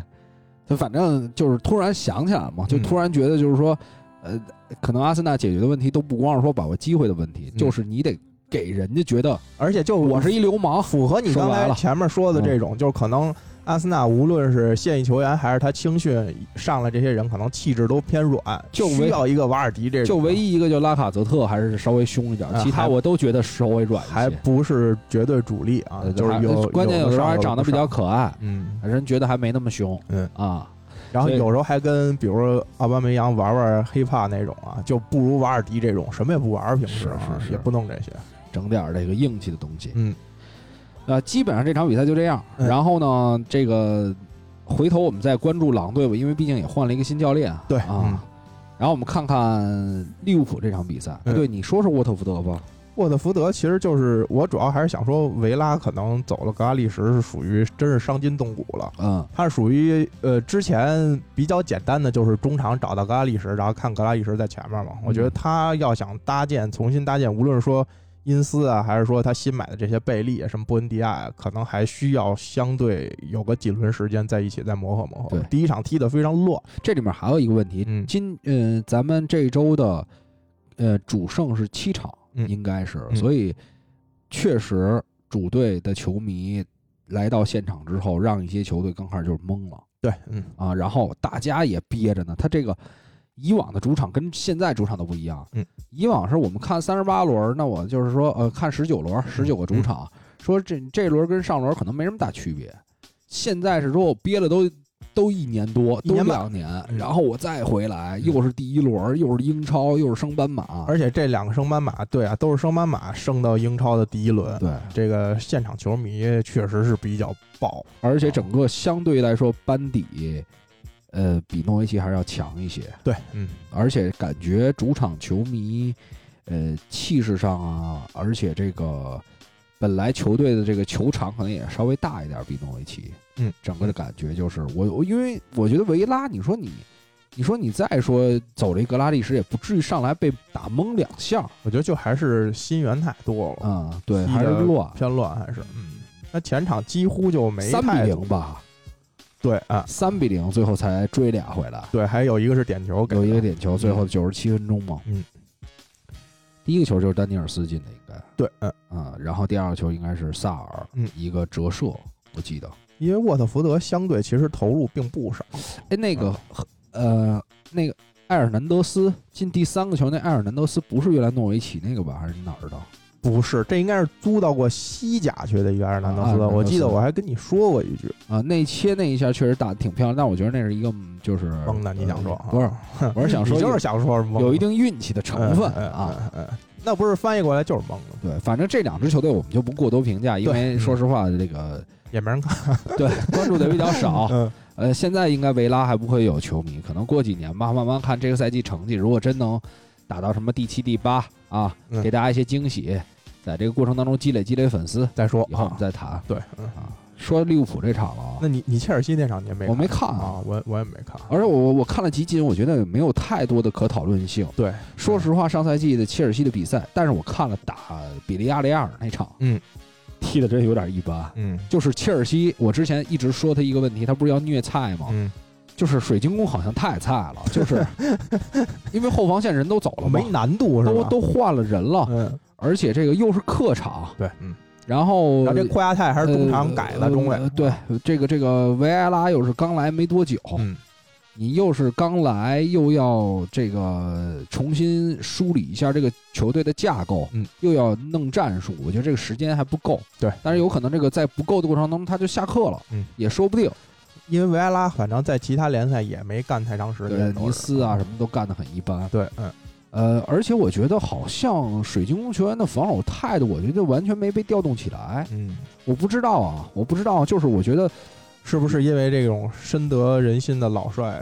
S2: 就反正就是突然想起来嘛，就
S3: 嗯
S2: 突然觉得就是说，呃，可能阿森纳解决的问题都不光是说把握机会的问题，
S3: 嗯
S2: 就是你得给人家觉得
S3: 而且就
S2: 我是一流氓，
S3: 符合你刚
S2: 说白
S3: 才
S2: 了嗯
S3: 前面说的这种，就是可能阿森纳无论是现役球员还是他青训上来这些人，可能气质都偏软，
S2: 就唯
S3: 需要一个瓦尔迪这种，
S2: 就唯一一个就拉卡泽特还是稍微凶一点，
S3: 啊
S2: 其他
S3: 还
S2: 我都觉得稍微软
S3: 还
S2: 一些。
S3: 不是绝对主力啊
S2: 呃，
S3: 就是
S2: 还
S3: 有
S2: 关键
S3: 有
S2: 有时候还
S3: 上
S2: 长得比较可爱，
S3: 嗯，
S2: 人觉得还没那么凶。
S3: 嗯
S2: 啊，
S3: 然后
S2: 所以
S3: 有时候还跟比如说奥巴梅扬玩玩 hiphop 那种啊，就不如瓦尔迪这种什么也不玩，平时啊
S2: 是是是
S3: 也不弄这些，
S2: 整点儿这个硬气的东西。
S3: 嗯，
S2: 呃，基本上这场比赛就这样。
S3: 嗯
S2: 然后呢，这个回头我们再关注狼队吧，因为毕竟也换了一个新教练啊。
S3: 对
S2: 啊。
S3: 嗯
S2: 然后我们看看利物浦这场比赛。
S3: 嗯
S2: 对，你说说沃特福德吧。
S3: 沃特福德其实就是我主要还是想说，维拉可能走了格拉利什是属于真是伤筋动骨了。
S2: 嗯
S3: 它是属于呃之前比较简单的，就是中场找到格拉利什，然后看格拉利什在前面
S2: 嗯
S3: 嘛。我觉得他要想搭建重新搭建，无论是说因斯啊，还是说他新买的这些贝利啊，什么布恩迪亚啊，可能还需要相对有个几轮时间在一起再磨合磨合
S2: 对。
S3: 第一场踢得非常乱，
S2: 这里面还有一个问题，
S3: 嗯
S2: 今呃，咱们这周的呃主胜是七场，
S3: 嗯
S2: 应该是，
S3: 嗯
S2: 所以确实主队的球迷来到现场之后，让一些球队刚开始就是懵了
S3: 对，嗯，
S2: 啊，然后大家也憋着呢。他这个以往的主场跟现在主场都不一样，
S3: 嗯，
S2: 以往是我们看三十八轮，那我就是说呃看十九轮，十九个
S3: 嗯
S2: 主场，说这这轮跟上轮可能没什么大区别。现在是说我憋了都都一年多，
S3: 一
S2: 都
S3: 年半
S2: 两年，
S3: 嗯
S2: 然后我再回来，
S3: 嗯
S2: 又是第一轮，又是英超，又是升班马，
S3: 而且这两个升班马，对啊，都是升班马升到英超的第一轮。
S2: 对，
S3: 这个现场球迷确实是比较爆，
S2: 而且整个相对来说班底，呃，比诺维奇还是要强一些，
S3: 对，嗯，
S2: 而且感觉主场球迷，呃，气势上啊，而且这个本来球队的这个球场可能也稍微大一点，比诺维奇，
S3: 嗯，
S2: 整个的感觉就是我我因为我觉得维拉，你说你。你说你再说走这格拉利什也不至于上来被打懵两下儿
S3: 我觉得就还是新援太多了。
S2: 啊、对，
S3: 踢
S2: 还是
S3: 哦得
S2: 乱，
S3: 嗯偏乱还是嗯。那前场几乎就没
S2: 三
S3: 太啊
S2: 比零吧，
S3: 对啊，
S2: 三比零，最后才追俩回来，
S3: 对，还有一个是点球给的，
S2: 有一个点球，最后九十七分钟嘛，
S3: 嗯，
S2: 第一个球就是丹尼尔斯进的，应该
S3: 对，嗯，
S2: 啊、然后第二个球应该是萨尔，
S3: 嗯
S2: 一个折射，我记得，
S3: 因为沃特福德相对其实投入并不少，
S2: 哎，那个、
S3: 嗯
S2: 呃，那个埃尔南德斯进第三个球，那埃尔南德斯不是原来诺维奇那个吧，还是哪儿的？
S3: 不是，这应该是租到过西甲去的一个埃尔南德
S2: 啊埃尔
S3: 斯，
S2: 南德斯
S3: 我记得我还跟你说过一句，
S2: 啊，内切那一下确实打的挺漂亮，但我觉得那是一个嗯就是
S3: 蒙的，你想说啊
S2: 不 是，我是想说
S3: 你
S2: 有
S3: 就是想说是蒙的
S2: 有一定运气的成分
S3: 嗯嗯
S2: 啊。
S3: 嗯嗯嗯那不是翻译过来就是蒙的，
S2: 对，反正这两支球队我们就不过多评价，因为
S3: 对
S2: 说实话，这 个
S3: 也没人看，
S2: 对关注的比较 少。
S3: 嗯，
S2: 呃，现在应该维拉还不会有球迷，可能过几年吧，慢慢看这个赛季成绩，如果真能打到什么第七、第八啊，
S3: 嗯
S2: 给大家一些惊喜，在这个过程当中积累积累粉丝，
S3: 再说
S2: 以后我们
S3: 啊
S2: 再谈
S3: 对，嗯，
S2: 啊。说利物浦这场了啊，
S3: 那你你切尔西那场你也没
S2: 我
S3: 看
S2: 没看啊，
S3: 啊，我我也没看，
S2: 而且我我看了集锦，我觉得也没有太多的可讨论性。
S3: 对，
S2: 说实话，上赛季的切尔西的比赛，但是我看了打比利亚雷亚尔那场，
S3: 嗯，
S2: 踢的真有点一般。
S3: 嗯
S2: 就是切尔西，我之前一直说他一个问题，他不是要虐菜吗？
S3: 嗯，
S2: 就是水晶宫好像太菜 了，就是因为后防线人都走了嘛
S3: 没，难度是
S2: 都
S3: 吧？
S2: 都换了人了，
S3: 嗯，
S2: 而且这个又是客场，
S3: 对，嗯。
S2: 然后
S3: 然后这库亚泰还是中场改的中卫啊
S2: 呃，呃对，哦这个这个维埃拉又是刚来没多久，
S3: 嗯，
S2: 你又是刚来，又要这个重新梳理一下这个球队的架构，
S3: 嗯，
S2: 又要弄战术，我觉得这个时间还不够。
S3: 对，
S2: 但是有可能这个在不够的过程当中，他就下课了，
S3: 嗯，
S2: 也说不定。
S3: 因为维埃拉反正在其他联赛也没干太长时
S2: 对，
S3: 间，
S2: 尼斯啊什么都干得很一般。
S3: 对，嗯，
S2: 呃，而且我觉得好像水晶宫球员的防守态度，我觉得完全没被调动起来。
S3: 嗯，
S2: 我不知道啊，我不知道，就是我觉得
S3: 是不是因为这种深得人心的老帅？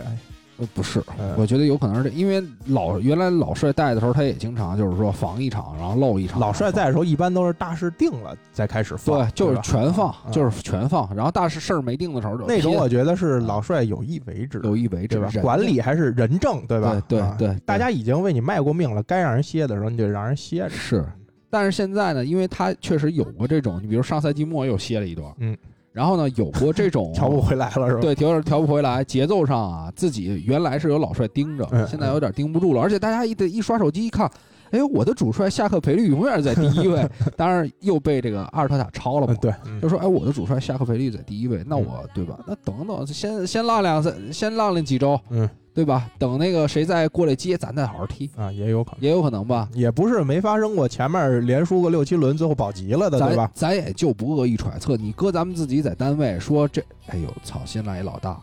S2: 呃不是，
S3: 嗯
S2: 我觉得有可能是这因为老原来老帅带的时候，他也经常就是说防一场，然后漏一场。
S3: 老帅在的时候一般都是大势定了再开始放，
S2: 对，就是
S3: 吧
S2: 全放，
S3: 嗯
S2: 就是全放。然后大事事儿没定的时候就
S3: 那种
S2: 贴
S3: 我觉得是老帅有意为之，
S2: 啊有意为之
S3: 对吧
S2: 人？
S3: 管理还是人政，对吧？
S2: 对
S3: 啊
S2: 对对
S3: 大家已经为你卖过命了，该让人歇的时候你就让人歇着，
S2: 是，但是现在呢，因为他确实有过这种，你比如上赛季末又歇了一段，
S3: 嗯，
S2: 然后呢有过这 种
S3: 调不回来了是吧？，
S2: 对，调调不回来，节奏上啊，自己原来是有老帅盯着，
S3: 嗯
S2: 现在有点盯不住了。而且大家一得一刷手机一看，哎，我的主帅下课赔率永远在第一 位，当然又被这个阿尔特塔超了嘛
S3: 嗯，。对，嗯
S2: 就说哎，我的主帅下课赔率在第一位，那我对吧？那等等，先先浪两三，先浪两几周，
S3: 嗯
S2: 对吧？等那个谁再过来接，咱再好好踢，
S3: 啊，也有可能，
S2: 也有可能吧。
S3: 也不是没发生过，前面连输个六七轮，最后保级了的，对
S2: 咱
S3: 吧？
S2: 咱也就不恶意揣测，你搁咱们自己在单位说这，哎呦操，新来一老大，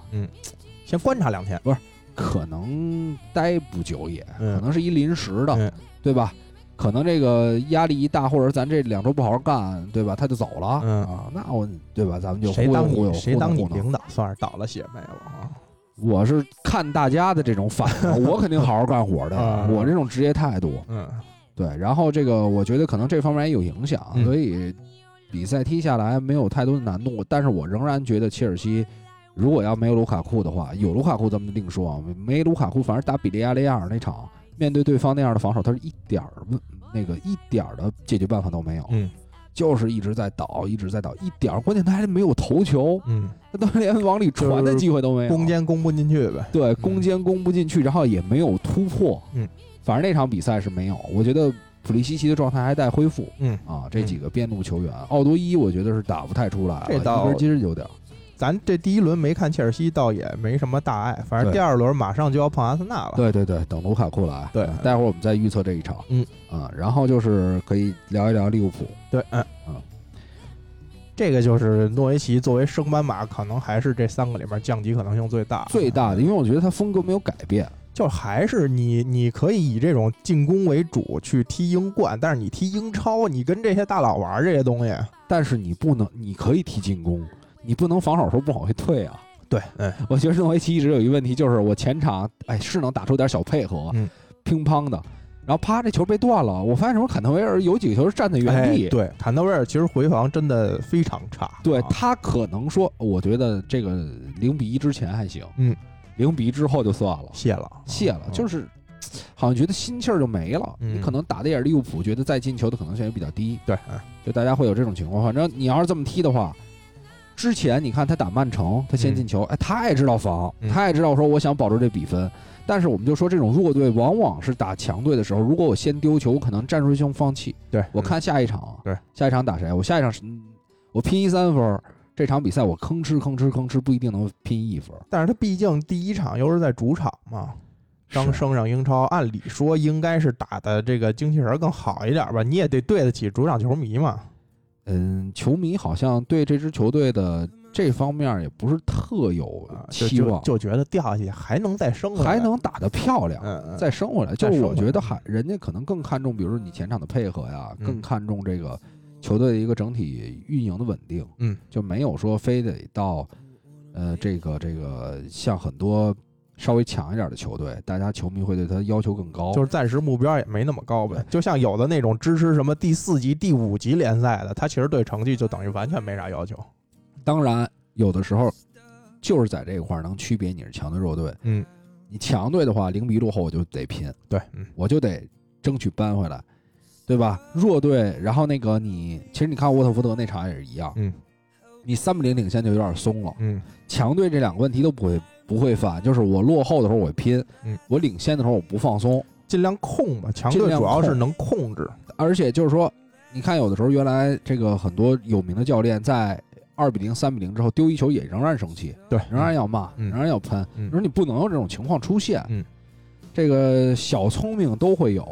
S3: 先观察两天，
S2: 可能待不久也，
S3: 嗯
S2: 可能是一临时的，
S3: 嗯
S2: 对吧？可能这个压力一大，或者咱这两周不好好干，对吧？他就走了、
S3: 嗯
S2: 啊，那我对吧？咱们就
S3: 谁
S2: 忽悠
S3: 当
S2: 忽悠，
S3: 你谁
S2: 糊弄
S3: 当你
S2: 糊弄
S3: 领导，算是倒了血霉了啊！
S2: 我是看大家的这种反应，我肯定好好干活的，
S3: 啊
S2: 我这种职业态度。
S3: 嗯
S2: 对，然后这个我觉得可能这方面也有影响，
S3: 嗯
S2: 所以比赛踢下来没有太多的难度，但是我仍然觉得切尔西如果要没有卢卡库的话，有卢卡库咱们另说啊，没卢卡库，反正打比利亚雷亚尔那场，面对对方那样的防守，他是一点儿问那个一点儿的解决办法都没有，
S3: 嗯
S2: 就是一直在倒，一直在倒，一点儿，关键他还没有头球，
S3: 嗯，
S2: 他都连往里传的机会都没有，
S3: 攻坚攻不进去呗。
S2: 对，攻坚攻不进去，然后也没有突破。
S3: 嗯，
S2: 反正那场比赛是没有。我觉得普利西奇的状态还待恢复
S3: 嗯，
S2: 啊。这几个边路球员，奥多伊我觉得是打不太出来了，
S3: 这倒啊
S2: 一根筋儿有点儿。
S3: 咱这第一轮没看切尔西，倒也没什么大碍，反正
S2: 对
S3: 第二轮马上就要碰阿森纳了。
S2: 对对对，等卢卡库来。
S3: 对
S2: 啊待会儿我们再预测这一场。
S3: 嗯
S2: 啊，然后就是可以聊一聊利物浦。
S3: 对，嗯
S2: 嗯
S3: 这个就是诺维奇作为升班马，可能还是这三个里面降级可能性最大，
S2: 最大的，因为我觉得他风格没有改变。
S3: 就还是你你可以以这种进攻为主去踢英冠，但是你踢英超，你跟这些大佬玩这些东西，
S2: 但是你不能，你可以踢进攻，你不能防守的时候不往回退啊。
S3: 对，嗯，
S2: 我觉得诺维奇一直有一个问题，就是我前场哎是能打出点小配合，
S3: 嗯
S2: 乒乓的，然后啪这球被断了。我发现什么？坎特维尔有几个球是站在原地，
S3: 哎对，坎特维尔其实回防真的非常差，
S2: 对
S3: 啊
S2: 他可能说，我觉得这个零比一之前还行，
S3: 嗯，
S2: 零比一之后就算了，
S3: 谢了，啊
S2: 谢了，就是是好像觉得心气儿就没了。
S3: 嗯
S2: 你可能打的也是利物浦，觉得再进球的可能性也比较低，
S3: 对，嗯
S2: 就大家会有这种情况。反正你要是这么踢的话。之前你看他打曼城，他先进球，哎，他也知道防，
S3: 嗯
S2: 他也知道说我想保住这比分。但是我们就说，这种弱队往往是打强队的时候，如果我先丢球，我可能战术性放弃。
S3: 对，
S2: 我
S3: 嗯
S2: 看下一场，啊
S3: 对，
S2: 下一场打谁？我下一场是，嗯我拼一三分儿，这场比赛我吭哧吭哧吭哧不一定能拼一分儿。
S3: 嗯但是他毕竟第一场又是在主场嘛，刚
S2: 是
S3: 升上英超，按理说应该是打的这个精气神儿更好一点吧，你也得对得起主场球迷嘛。
S2: 嗯，球迷好像对这支球队的这方面儿也不是特有
S3: 啊就
S2: 期
S3: 就
S2: 望，
S3: 就觉得掉下去还能再升回来，
S2: 还能打得漂亮，
S3: 嗯嗯
S2: 再升回来。
S3: 再
S2: 就是
S3: 升
S2: 我
S3: 回
S2: 觉
S3: 来
S2: 得还人家可能更看重，比如说你前场的配合呀，
S3: 嗯
S2: 更看重这个球队的一个整体运营的稳定，
S3: 嗯，
S2: 就没有说非得到呃这个这个像很多稍微强一点的球队，大家球迷会对他要求更高，
S3: 就是暂时目标也没那么高呗。就像有的那种支持什么第四级、第五级联赛的，他其实对成绩就等于完全没啥要求。
S2: 当然，有的时候就是在这一块儿能区别你是强队弱队。
S3: 嗯，
S2: 你强队的话，零比一落后我就得拼，
S3: 对，嗯
S2: 我就得争取扳回来，对吧？弱队，然后那个你，其实你看沃特福德那场也是一样，
S3: 嗯
S2: 你三比零领先就有点松了。
S3: 嗯
S2: 强队这两个问题都不会不会犯，就是我落后的时候我会拼，
S3: 嗯
S2: 我领先的时候我不放松，
S3: 尽量控吧，强
S2: 尽
S3: 队
S2: 量
S3: 主要是
S2: 控
S3: 能控制。
S2: 而且就是说，你看有的时候原来这个很多有名的教练在二比零、三比零之后丢一球也仍然生气，
S3: 对，
S2: 仍然要骂，
S3: 嗯
S2: 仍然要喷。
S3: 嗯
S2: 你说你不能有这种情况出现。
S3: 嗯，
S2: 这个小聪明都会有，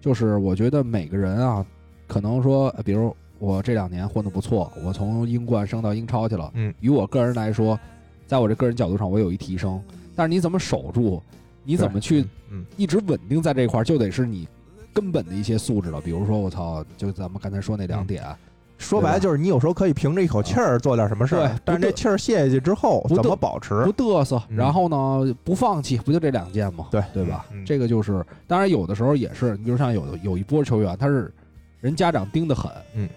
S2: 就是我觉得每个人啊，可能说，呃比如我这两年混得不错，我从英冠升到英超去了。
S3: 嗯，
S2: 于我个人来说，在我这个人角度上，我有一提升，但是你怎么守住？你
S3: 你
S2: 怎么去？
S3: 嗯
S2: 一直稳定在这块儿，就得是你根本的一些素质了。比如说，我操，就咱们刚才说那
S3: 嗯
S2: 两点，
S3: 说白了就是，你有时候可以凭着一口气儿做点什么事
S2: 对
S3: 儿，但是
S2: 不
S3: 这
S2: 得
S3: 气儿泄下去之后
S2: 不
S3: 怎么
S2: 得
S3: 保持？
S2: 不嘚瑟，
S3: 嗯
S2: 然后呢不放弃，不就这两件吗？
S3: 对
S2: 对吧？
S3: 嗯嗯
S2: 这个就是，当然有的时候也是，你比如像有的有一波球员，他是人家长盯得很，
S3: 嗯，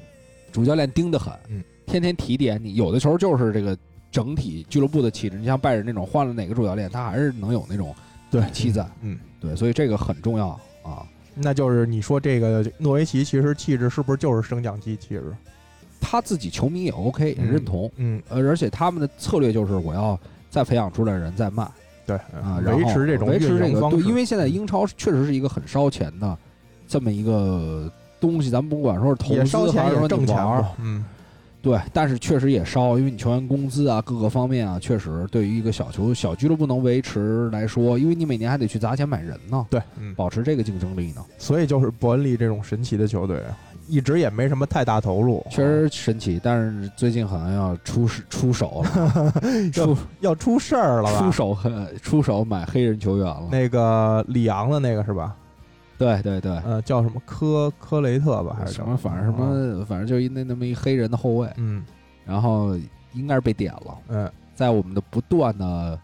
S2: 主教练盯得很，
S3: 嗯，
S2: 天天提点你。有的球就是这个整体俱乐部的气质，你像拜仁那种换了哪个主教练，他还是能有那种
S3: 对
S2: 底气在，
S3: 嗯，
S2: 对，所以这个很重要啊。
S3: 那就是你说这个诺维奇其实气质是不是就是升降机气质？
S2: 他自己球迷也 OK，也
S3: 嗯
S2: 认同，
S3: 嗯，
S2: 呃，而且他们的策略就是我要再培养出来人再卖
S3: 对，嗯
S2: 啊，然
S3: 维
S2: 后
S3: 持这种
S2: 维持
S3: 运
S2: 这
S3: 营
S2: 个
S3: 方式，
S2: 对，因为现在
S3: 嗯
S2: 英超确实是一个很烧钱的这么一个东西，咱们不管说是投
S3: 也烧
S2: 资
S3: 钱
S2: 还是
S3: 也
S2: 说
S3: 挣
S2: 你
S3: 钱
S2: 玩儿
S3: 嘛，，嗯，
S2: 对，但是确实也烧，因为你球员工资啊，各个方面啊，确实对于一个小球小俱乐部能维持来说，因为你每年还得去砸钱买人呢，
S3: 对，嗯，
S2: 保持这个竞争力呢，
S3: 所以就是伯恩利这种神奇的球队，一直也没什么太大投入，
S2: 确实神奇。但是最近好像要出事出手了， 出
S3: 要出事儿了吧？
S2: 出手很出手买黑人球员了。
S3: 那个里昂的那个是吧？
S2: 对对对，
S3: 呃，叫什么科科雷特吧，还是嗯
S2: 什
S3: 叫啊
S2: 么反正什？么反正就一那那么一黑人的后卫，
S3: 嗯
S2: 然后应该是被点了。
S3: 嗯，
S2: 在我们的不断的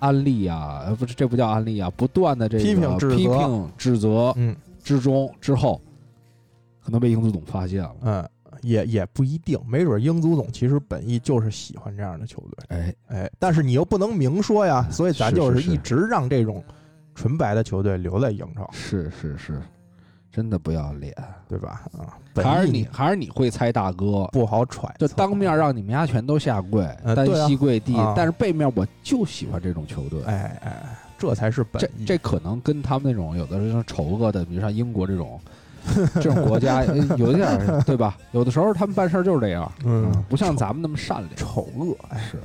S2: 安利啊，呃不是这不叫安利啊，不断的这个
S3: 批评指责
S2: 批评指责
S3: 嗯
S2: 之中之后，可能被英足总发现了。
S3: 嗯，也也不一定，没准英足总其实本意就是喜欢这样的球队，
S2: 哎，
S3: 哎，但是你又不能明说呀，所以咱
S2: 是
S3: 就是
S2: 是
S3: 一直让这种纯白的球队留在英超，
S2: 是是是，真的不要脸，
S3: 对吧？啊，本意
S2: 还是你还是你会猜大哥。
S3: 不好揣
S2: 就
S3: 测，
S2: 当面让你们家全都下跪，
S3: 呃
S2: 单
S3: 对啊
S2: 膝跪地，
S3: 啊
S2: 但是背面我就喜欢这种球队。
S3: 哎哎，这才是本
S2: 这
S3: 意。
S2: 这可能跟他们那种有的是丑恶的，比如像英国这 种这种国家，呃有点儿对吧？有的时候他们办事儿就是这样，
S3: 嗯
S2: 不像咱们那么善良。
S3: 丑恶，哎，
S2: 是。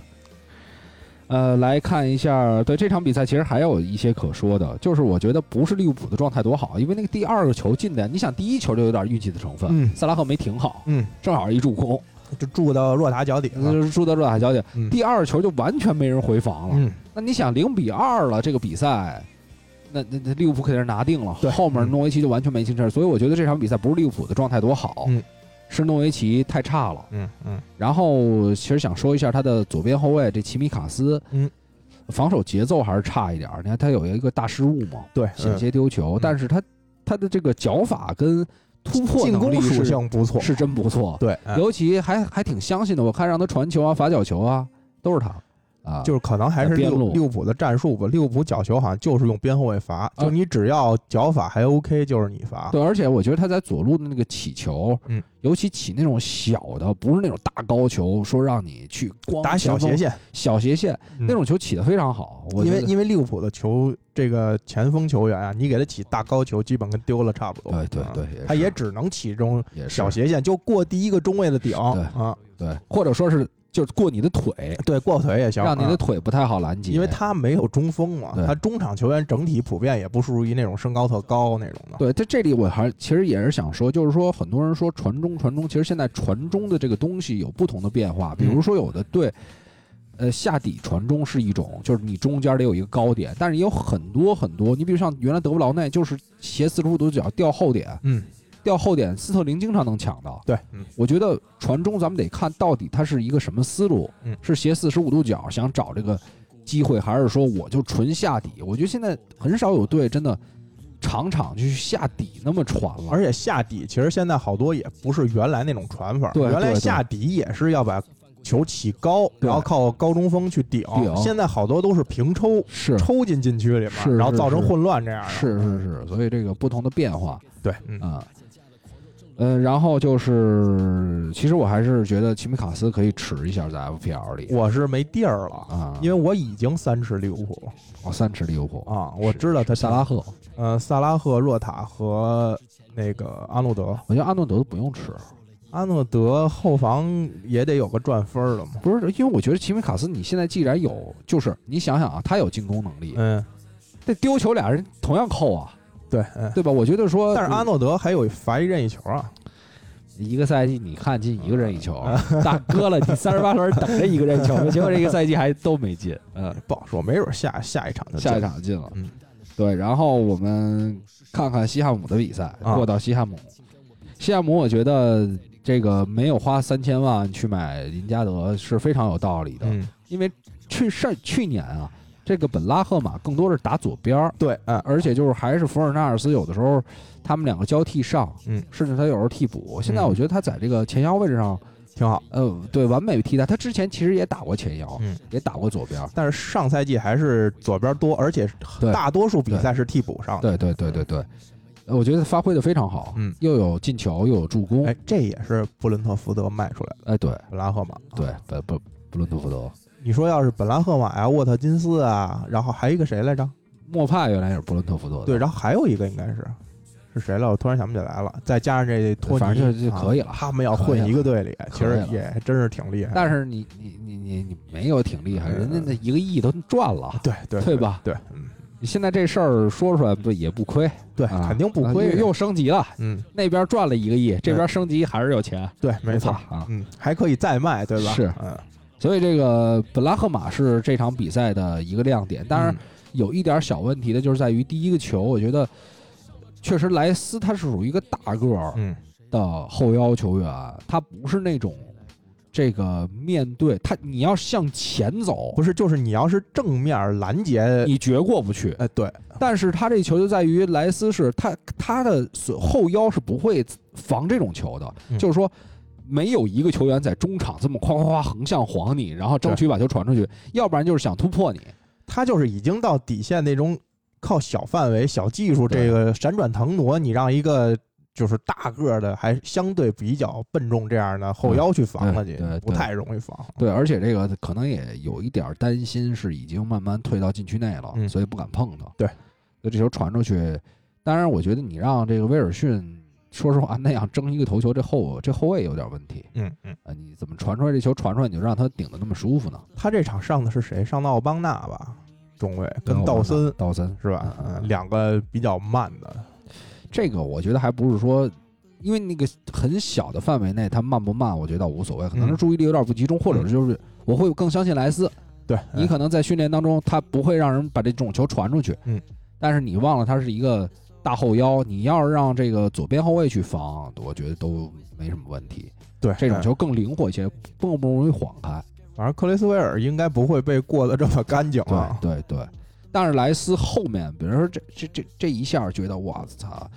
S2: 呃，来看一下，对这场比赛其实还有一些可说的，就是我觉得不是利物浦的状态多好，因为那个第二个球进的，你想第一球就有点运气的成分，
S3: 嗯
S2: 萨拉赫没停好，
S3: 嗯，
S2: 正好一助攻，
S3: 就住到若塔脚底了，
S2: 就是输得热海小姐，
S3: 啊嗯
S2: 第二球就完全没人回防了。
S3: 嗯，
S2: 那你想零比二了，这个比赛，那那那利物浦肯定是拿定了
S3: 对，
S2: 后面
S3: 嗯
S2: 诺维奇就完全没进事儿，所以我觉得这场比赛不是利物浦的状态多好，
S3: 嗯
S2: 是诺维奇太差了。
S3: 嗯嗯
S2: 然后其实想说一下他的左边后卫这齐米卡斯，
S3: 嗯，
S2: 防守节奏还是差一点儿。你看他有一个大失误嘛，
S3: 对，
S2: 险些丢球，
S3: 嗯
S2: 但是他他的这个脚法跟突
S3: 嗯
S2: 破
S3: 进
S2: 能力
S3: 攻属
S2: 是
S3: 性不错，
S2: 是真不错，
S3: 对，哎
S2: 尤其还还挺相信的。我看让他传球啊、罚角球啊，都是他啊，
S3: 就是可能还是
S2: 边
S3: 利物
S2: 路啊
S3: 利物浦的战术吧。利物浦角球好像就是用边后卫罚，就你只要脚法还 OK，就是你罚。
S2: 对，而且我觉得他在左路的那个起球，
S3: 嗯，
S2: 尤其起那种小的，不是那种大高球，说让你去光
S3: 打小斜、线，
S2: 小斜线、
S3: 嗯
S2: 那种球起得非常好。我
S3: 因
S2: 觉
S3: 为
S2: 得
S3: 因为利物浦的球这个前锋球员啊，你给他起大高球，基本跟丢了差不多。
S2: 对对对
S3: 啊，
S2: 也
S3: 他
S2: 是
S3: 也只能起这种
S2: 也是
S3: 小斜线，就过第一个中卫的顶
S2: 对
S3: 啊，
S2: 对，或者说是就是过你的腿，
S3: 对，过腿也行，
S2: 让你的
S3: 啊
S2: 腿不太好拦截，
S3: 因为他没有中锋嘛，
S2: 对
S3: 他中场球员整体普遍也不属于那种身高特高那种的。
S2: 对，在这里我还其实也是想说，就是说很多人说传中传中，其实现在传中的这个东西有不同的变化，比如说有的对，呃下底传中是一种，就是你中间得有一个高点，但是也有很多很多，你比如像原来德布劳内就是斜四十五度角掉后点，
S3: 嗯，
S2: 掉后点，斯特林经常能抢到。
S3: 对，嗯
S2: 我觉得传中咱们得看到底他是一个什么思路，
S3: 嗯
S2: 是斜四十五度角想找这个机会，还是说我就纯下底？我觉得现在很少有队真的场场去下底那么传了。
S3: 而且下底其实现在好多也不是原来那种传法，
S2: 对
S3: 原来
S2: 对对
S3: 下底也是要把球起高，
S2: 对
S3: 然后靠高中锋去顶
S2: 顶。
S3: 现在好多都是平抽，
S2: 是
S3: 抽进禁区里面，
S2: 是
S3: 然后
S2: 是
S3: 造成
S2: 是
S3: 混乱这样的。
S2: 是是是，所以这个不同的变化
S3: 对，嗯，
S2: 啊。呃，然后就是，其实我还是觉得齐米卡斯可以持一下在 FPL 里
S3: 我是没地儿了，
S2: 啊，
S3: 因为我已经三持利物浦
S2: 我三持利物浦，
S3: 啊，我知道他
S2: 萨拉，赫，
S3: 呃，萨拉赫、若塔和那个阿诺德，
S2: 我觉得阿诺德都不用持，
S3: 阿诺德后防也得有个赚分儿的嘛。
S2: 不是，因为我觉得齐米卡斯，你现在既然有，就是你想想啊，他有进攻能力，
S3: 嗯，
S2: 这丢球俩人同样扣啊，
S3: 对，嗯。
S2: 对吧？我觉得说，
S3: 但是阿诺德还有罚一任意球啊，
S2: 一个赛季你看进一个任意球，大哥了， 你三十八轮等着一个任意球，结果这个赛季还都没进，嗯，
S3: 不好说，没准下下一场就
S2: 下一
S3: 进
S2: 场进了，
S3: 嗯，
S2: 对，然后我们看看西汉姆的比赛，
S3: 啊
S2: 过到西汉姆，西汉姆我觉得这个没有花三千万去买林加德是非常有道理的，
S3: 嗯，
S2: 因为去上去年啊，这个本拉赫马更多是打左边儿。
S3: 对，嗯
S2: 而且就是还是福尔纳尔斯有的时候他们两个交替上，
S3: 嗯
S2: 甚至他有时候替补。现在
S3: 嗯
S2: 我觉得他在这个前腰位置上，
S3: 挺好。
S2: 呃，对，完美替代。他之前其实也打过前腰，
S3: 嗯
S2: 也打过左边。
S3: 但是上赛季还是左边多，而且
S2: 对
S3: 大多数比赛是替补上的。
S2: 对对对对对，呃我觉得发挥的非常好，
S3: 嗯
S2: 又有进球又有助攻，
S3: 哎，这也是布伦特福德卖出来的
S2: 哎，对
S3: 本拉赫马。
S2: 对，本本布伦特福德，
S3: 你说要是本拉赫马呀、沃特金斯啊，然后还有一个谁来着？
S2: 莫帕原来也是布伦特福德的，
S3: 对，然后还有一个应该是是谁了？我突然想不起来了。再加上这托尼，
S2: 反正就就
S3: 啊
S2: 可以了
S3: 他们要
S2: 可以
S3: 混一
S2: 了
S3: 个队里，其
S2: 可以
S3: 实
S2: 了
S3: 也真是挺厉害的。
S2: 但是你你你你你没有挺厉害，
S3: 嗯
S2: 人家那一个亿都赚了，
S3: 对对
S2: 对吧
S3: 对，嗯，
S2: 你现在这事儿说出来不也不亏，
S3: 对，
S2: 啊
S3: 肯定不亏
S2: 啊
S3: 的。
S2: 又又升级了，
S3: 嗯，
S2: 那边赚了一个亿，这边升级还是有钱，
S3: 对，没错
S2: 我。操啊。
S3: 嗯，还可以再卖，对吧？
S2: 是
S3: 嗯，
S2: 所以这个本拉赫马是这场比赛的一个亮点，当然
S3: 嗯，
S2: 有一点小问题的就是在于第一个球，我觉得确实莱斯他是属于一个大个儿
S3: 嗯，
S2: 的后腰球员，他不是那种这个面对他你要向前走
S3: 不，是，就是你要是正面拦截，
S2: 你绝过不去。
S3: 哎，对，
S2: 但是他这球就在于莱斯是他他的所后腰是不会防这种球的，
S3: 嗯
S2: 就是说。没有一个球员在中场这么夸夸夸横向晃你，然后争取把球传出去，要不然就是想突破你。
S3: 他就是已经到底线那种靠小范围、小技术
S2: 对
S3: 这个闪转腾挪，你让一个就是大个儿的，还相对比较笨重这样的后腰去防了
S2: 嗯对
S3: 去
S2: 对对，
S3: 不太容易防。
S2: 对，而且这个可能也有一点儿担心，是已经慢慢退到禁区内了，
S3: 嗯
S2: 所以不敢碰它。
S3: 对，
S2: 所以这球传出去，当然我觉得你让这个威尔逊，说实话那样争一个头球，这后这后卫有点问题
S3: 嗯嗯，
S2: 啊！你怎么传出来这球传出来，你就让他顶得那么舒服呢？
S3: 他这场上的是谁？上的奥邦纳吧，中卫跟
S2: 我看
S3: 道
S2: 看
S3: 森
S2: 道森
S3: 是吧？
S2: 嗯
S3: 嗯两个比较慢的，
S2: 这个我觉得还不是说。因为那个很小的范围内，他慢不慢，我觉得倒无所谓，可能是
S3: 嗯
S2: 注意力有点不集中，或者就是我会更相信莱斯，
S3: 对，
S2: 你
S3: 嗯
S2: 可能在训练当中，他不会让人把这种球传出去，
S3: 嗯，
S2: 但是你忘了他是一个大后腰，你要是让这个左边后卫去防，我觉得都没什么问题。
S3: 对
S2: 这种。
S3: 嗯
S2: 球更灵活一些，更不容易晃开。
S3: 反正克雷斯维尔应该不会被过得这么干净啊。
S2: 对对对，但是莱斯后面，比如说这这这这一下，觉得我操，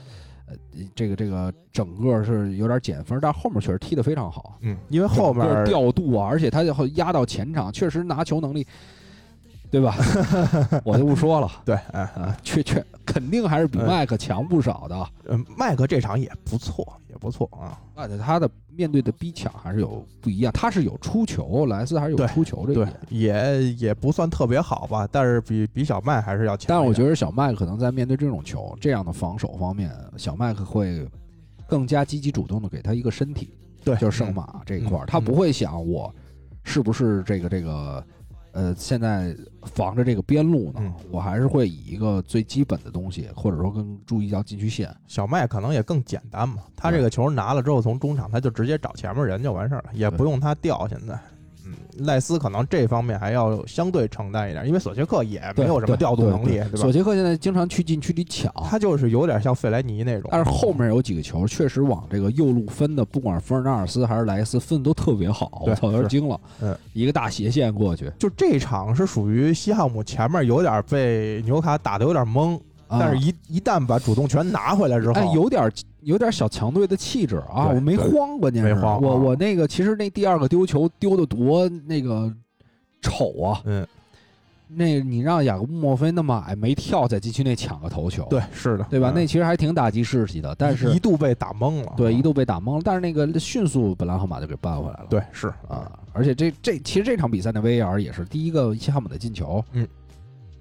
S2: 呃，这个这个整个是有点减分，但是后面确实踢得非常好。
S3: 嗯，因为后面
S2: 整个调度啊，而且他后压到前场，确实拿球能力，对吧？ 我就不说 了，
S3: 对，哎，
S2: 啊，确确肯定还是比
S3: 嗯
S2: 麦克强不少的。
S3: 嗯，麦克这场也不错，也不错啊。
S2: 那他的面对的逼抢还是有不一样，他是有出球，莱斯还是有
S3: 对
S2: 出球这一
S3: 对
S2: 点。，
S3: 也也不算特别好吧，但是比比小麦还是要强一点。
S2: 但是我觉得小麦可能在面对这种球、这样的防守方面，小麦克会更加积极主动的给他一个身体，
S3: 对，
S2: 就是圣
S3: 嗯
S2: 马这一块儿，
S3: 嗯
S2: 他不会想我是不是这个这个呃，现在防着这个边路呢
S3: 嗯，
S2: 我还是会以一个最基本的东西，或者说更注意到禁区线。
S3: 小麦可能也更简单嘛，他这个球拿了之后，从中场他就直接找前面人就完事儿了，也
S2: 对
S3: 不用他调。现在，嗯，赖斯可能这方面还要相对承担一点，因为索切克也没有什么
S2: 对
S3: 调度
S2: 对
S3: 能力，对
S2: 索
S3: 吧？
S2: 切克现在经常去禁区里抢，
S3: 他就是有点像费莱尼那种，
S2: 但是后面有几个球确实往这个右路分的，不管是福尔纳尔斯还是莱斯分得都特别好，
S3: 对
S2: 我操，有点
S3: 是
S2: 惊了，
S3: 嗯
S2: 一个大斜线过去，
S3: 就这场是属于西汉姆前面有点被纽卡打得有点懵，
S2: 啊
S3: 但是一一旦把主动权拿回来之后，
S2: 哎，有点有点小强队的气质啊！
S3: 对
S2: 我没
S3: 对
S2: 慌，关键是
S3: 没慌
S2: 我
S3: 啊
S2: 我那个其实那第二个丢球丢的多那个丑啊！
S3: 嗯，
S2: 那你让雅各布莫菲那么矮没跳在禁区内抢个头球，
S3: 对，是的，
S2: 对吧？
S3: 嗯
S2: 那其实还挺打击士气的，但
S3: 一啊
S2: 是
S3: 度被打懵了，
S2: 对一度被打懵了，但是那个迅速本拉赫马就给扳回来了。
S3: 对是啊，
S2: 啊，而且这这其实这场比赛的 VAR 也是第一个西汉姆的进球，
S3: 嗯，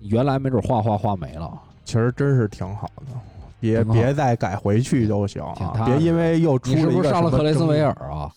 S2: 原来没准哗哗哗没了，
S3: 其实真是挺好的，别
S2: 挺好
S3: 别再改回去就行
S2: 挺
S3: 啊
S2: 踏，实
S3: 别因为又出
S2: 你是
S3: 了一
S2: 不
S3: 个
S2: 是上了
S3: 什么
S2: 克雷斯维尔
S3: 争议？
S2: 啊？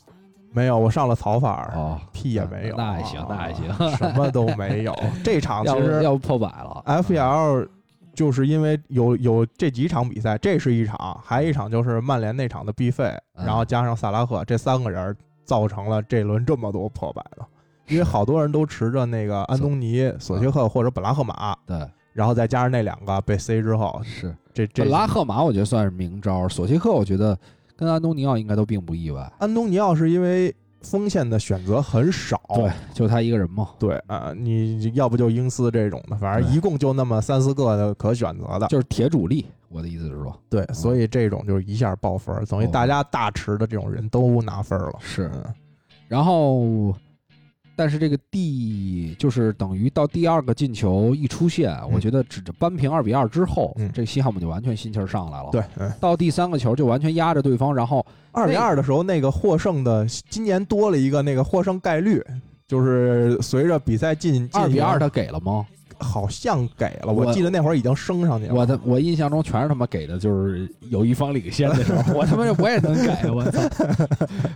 S3: 没有，我上了曹法尔，
S2: 哦，
S3: 屁也没有，
S2: 那还行
S3: 啊
S2: 那还行
S3: 什么都 没有。这场啊其
S2: 要不
S3: 实 E
S2: 要不破百了啊
S3: FPL 就是因为有有这几场比赛，这是一场，还一场就是曼联那场的必费，
S2: 嗯
S3: 然后加上萨拉赫这三个人，造成了这轮这么多破百了。因为好多人都持着那个安东尼、索切克或者本拉赫马，
S2: 对，
S3: 然后再加上那两个被塞之后，
S2: 是
S3: 这哦这
S2: 本拉赫马，我觉得算是明招。索切克，我觉得跟安东尼奥应该都并不意外。
S3: 安东尼奥是因为锋线的选择很少，
S2: 对，就他一个人嘛，
S3: 对啊、你要不就英斯这种的，反正
S2: 对
S3: 一共就那么三四个的可选择的，
S2: 就是铁主力。我的意思是说，
S3: 对，所以这种就是一下爆分，等于
S2: 嗯哦
S3: 大家大池的这种人都拿分了，
S2: 是
S3: 嗯
S2: 然后，但是这个第就是等于到第二个进球一出现，我觉得指着扳平二比二之后，
S3: 嗯
S2: 这西汉姆就完全心气儿上来了。，
S3: 对，嗯，
S2: 到第三个球就完全压着对方，然后
S3: 二比二的时候，那个获胜的今年多了一个那个获胜概率，就是随着比赛进
S2: 二比二
S3: 的
S2: 他给了吗？
S3: 好像给了，
S2: 我
S3: 我记得那会儿已经升上去了。
S2: 我的我印象中全是他妈给的，就是有一方领先的时候，我他妈我也能给，我操，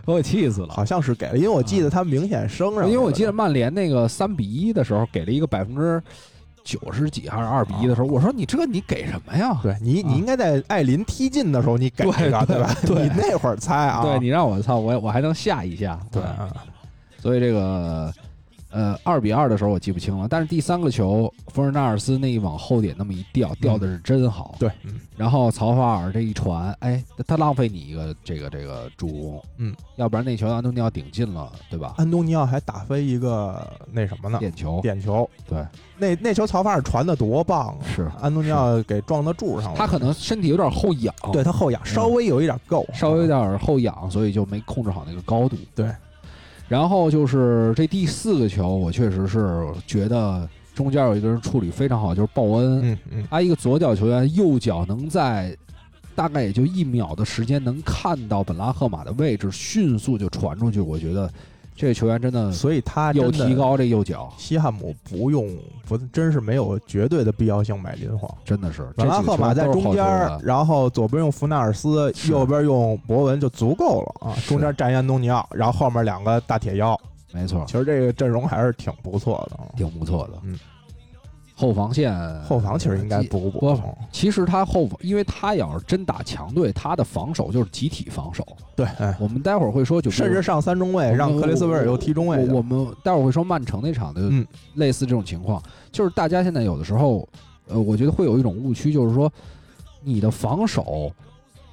S2: 把我气死了。
S3: 好像是给了，因为我记得他明显升上去了，
S2: 嗯因为我记得曼联那个三比一的时候，给了一个百分之九十几还是二比一的时候，我说你这个你给什么呀？
S3: 对你，你应该在艾琳踢进的时候你给
S2: 嗯对
S3: 一个，
S2: 对
S3: 吧？
S2: 对
S3: 你那会儿猜啊，
S2: 对你让我操，我我还能下一下。啊
S3: 对，啊
S2: 所以这个呃二比二的时候我记不清了，但是第三个球，冯尔纳尔斯那一往后点那么一吊，吊的是真好。
S3: 嗯对，嗯
S2: 然后曹法尔这一传，哎，他他浪费你一个这个这个助攻，
S3: 嗯，
S2: 要不然那球安东尼奥顶进了，对吧？
S3: 安东尼奥还打飞一个那什么呢？
S2: 点球，
S3: 点球，
S2: 对，
S3: 那那球曹法尔传的多棒啊！
S2: 是
S3: 安东尼奥给撞到柱上了，
S2: 他可能身体有点后仰，
S3: 对，他后仰稍微有一点够，啊
S2: 稍微有点后仰，所以就没控制好那个高度。
S3: 对，
S2: 然后就是这第四个球，我确实是觉得中间有一个人处理非常好，就是鲍恩，
S3: 嗯嗯，
S2: 他一个左脚球员，右脚能在大概也就一秒的时间能看到本拉赫马的位置，迅速就传出去。我觉得这个球员真的
S3: 所以他
S2: 嗯有
S3: 真的
S2: 提。高这右脚，
S3: 西汉姆不用不真是没有绝对的必要性买林皇，
S2: 真的是。
S3: 本拉
S2: 这几个
S3: 赫马
S2: 球员
S3: 在
S2: 都是
S3: 中
S2: 好球
S3: 间
S2: 员
S3: 儿，然后左边用福纳尔斯，
S2: 是
S3: 右边用博文就足够了啊。
S2: 是
S3: 中间站一安东尼奥，然后后面两个大铁腰，
S2: 没错，
S3: 其实这个阵容还是挺不错的啊。
S2: 挺不错的。
S3: 嗯，
S2: 后防线
S3: 后防其实应该
S2: 不。
S3: 补补
S2: 不
S3: 充，
S2: 其实他后防，因为他要是真打强队，他的防守就是集体防守。
S3: 对，哎
S2: 我们待会儿会说，就比如
S3: 甚至上三中卫，
S2: 我
S3: 哎让克里斯维尔又踢中卫去
S2: 我我们待会儿会说曼城那场的
S3: 嗯
S2: 类似这种情况，就是大家现在有的时候，呃，我觉得会有一种误区，就是说你的防守，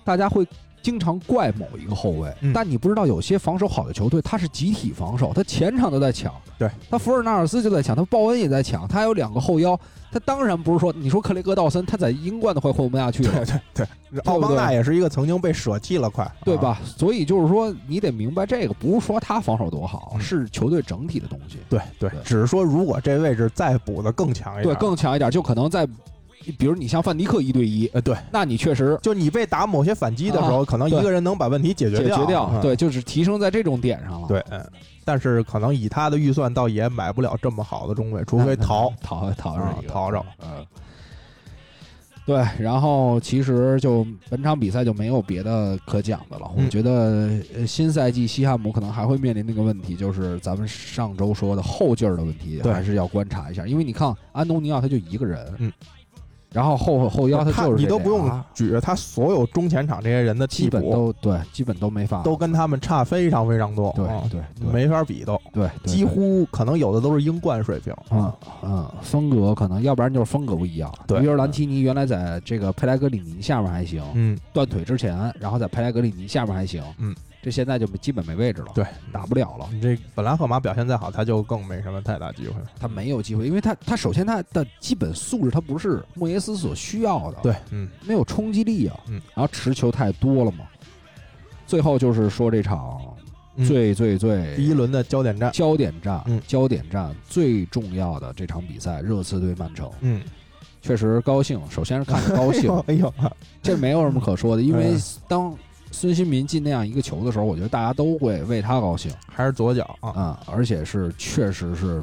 S2: 大家会经常怪某一个后卫，
S3: 嗯
S2: 但你不知道有些防守好的球队，他是集体防守，他前场都在抢，
S3: 对
S2: 他福尔纳尔斯就在抢，他鲍恩也在抢，他有两个后腰，他当然不是说你说克雷格道森，他在英冠都快混不下去了
S3: 对。对对，奥邦纳也是一个曾经被舍弃了，快
S2: 对？
S3: 啊
S2: 吧？所以就是说，你得明白这个，不是说他防守多好，
S3: 嗯
S2: 是球队整体的东西。
S3: 对对
S2: 对，
S3: 只是说如果这位置再补的更强一
S2: 对
S3: 点，，
S2: 更强一点，就可能在，比如你像范迪克一对一，
S3: 呃对，
S2: 那你确实
S3: 就你被打某些反击的时候，可能一
S2: 啊对
S3: 个人能把问题解决
S2: 解决
S3: 掉，嗯
S2: 掉，对，就是提升在这种点上了。
S3: 对，嗯，但是可能以他的预算，倒也买不了这么好的中卫，除
S2: 那，
S3: 非
S2: 那
S3: 逃。
S2: 逃逃
S3: 啊
S2: 着一个
S3: 逃着，
S2: 嗯。对，然后其实就本场比赛就没有别的可讲的了。
S3: 嗯
S2: 我觉得呃新赛季西汉姆可能还会面临那个问题，就是咱们上周说的后劲儿的问题，
S3: 对
S2: 还是要观察一下。因为你看安东尼奥他就一个人，
S3: 嗯，
S2: 然后后后腰
S3: 他
S2: 就是
S3: 你
S2: 这
S3: 都不
S2: 俩
S3: 用举着他所有中前场这些人的
S2: 基
S3: 替
S2: 本
S3: 补，
S2: 都对，基本都没法
S3: 都跟他们差非常非常多，
S2: 对
S3: 啊
S2: 对对
S3: 没法比都，
S2: 对，对
S3: 几乎可能有的都是英冠水平。
S2: 嗯嗯，风格可能要不然就是风格不一样。
S3: 对
S2: 比如兰奇尼原来在这个佩莱格里尼下面还行，
S3: 嗯，
S2: 断腿之前，然后在佩莱格里尼下面还行，
S3: 嗯，
S2: 这现在就基本没位置了，，
S3: 对，
S2: 打不了了，
S3: 你这本拉赫马表现再好，他就更没什么太大机会。
S2: 他没有机会，因为他他首先他的基本素质他不是莫耶斯所需要的，，
S3: 对，嗯，
S2: 没有冲击力啊，
S3: 嗯，
S2: 然后持球太多了嘛，最后就是说这场
S3: 嗯
S2: 最最最
S3: 第一轮的焦点战，
S2: 焦点战，
S3: 嗯
S2: 焦点战最重要的这场比赛，热刺对曼城，
S3: 嗯，
S2: 确实高兴，首先是看着高 兴，
S3: 哎呦，哎呦
S2: 这没有什么可说的，因为
S3: 嗯
S2: 当孙兴民进那样一个球的时候，我觉得大家都会为他高兴
S3: 还是左脚啊，
S2: 啊、而且是确实是，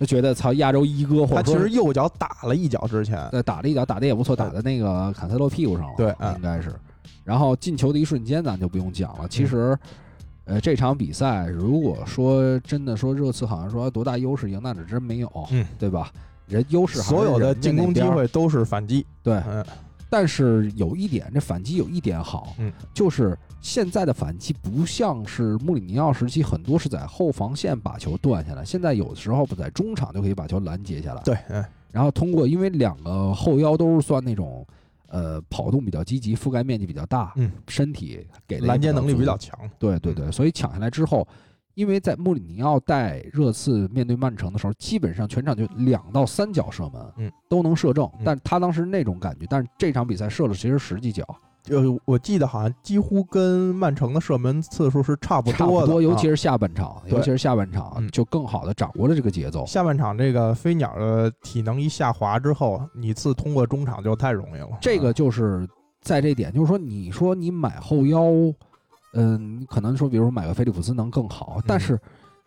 S2: 就觉得操亚洲一哥或
S3: 他
S2: 者
S3: 其
S2: 说
S3: 实右脚打了一脚之前，
S2: 呃打了一脚，打的也不错，打在那个坎塞洛屁股上了，
S3: 对嗯
S2: 应该是。然后进球的一瞬间，咱就不用讲了。其实，呃，这场比赛如果说真的说热刺好像说多大优势赢，那只真没有，
S3: 嗯
S2: 对吧？人优势还是
S3: 所有的
S2: 人家
S3: 进攻
S2: 那
S3: 机
S2: 边儿哎
S3: 会都是反击。
S2: 对，
S3: 嗯，
S2: 但是有一点，这反击有一点好，
S3: 嗯，
S2: 就是现在的反击不像是穆里尼奥时期，很多是在后防线把球断下来，现在有的时候不在中场就可以把球拦截下来，
S3: 对，嗯，
S2: 然后通过因为两个后腰都是算那种呃跑动比较积极，覆盖面积比较大，
S3: 嗯，
S2: 身体给的也
S3: 拦截能力比
S2: 足
S3: 较强。
S2: 对对
S3: 嗯
S2: 对，所以抢下来之后，因为在穆里尼奥带热刺面对曼城的时候，基本上全场就两到三脚射门，
S3: 嗯，
S2: 都能射正
S3: 嗯。
S2: 但他当时那种感觉，但是这场比赛射了其实十几脚，
S3: 呃，我记得好像几乎跟曼城的射门次数是差不
S2: 差不
S3: 的，
S2: 多，尤
S3: 啊
S2: 其是下半场，尤
S3: 对
S2: 其是下半场
S3: 嗯啊
S2: 就更好的掌握了这个节奏。
S3: 下半场这个飞鸟的体能一下滑之后，你次通过中场就太容易了。啊
S2: 这个就是在这点，就是说，你说呃你买后腰，嗯，可能说，比如说买个菲利普斯能更好，但
S3: 嗯
S2: 是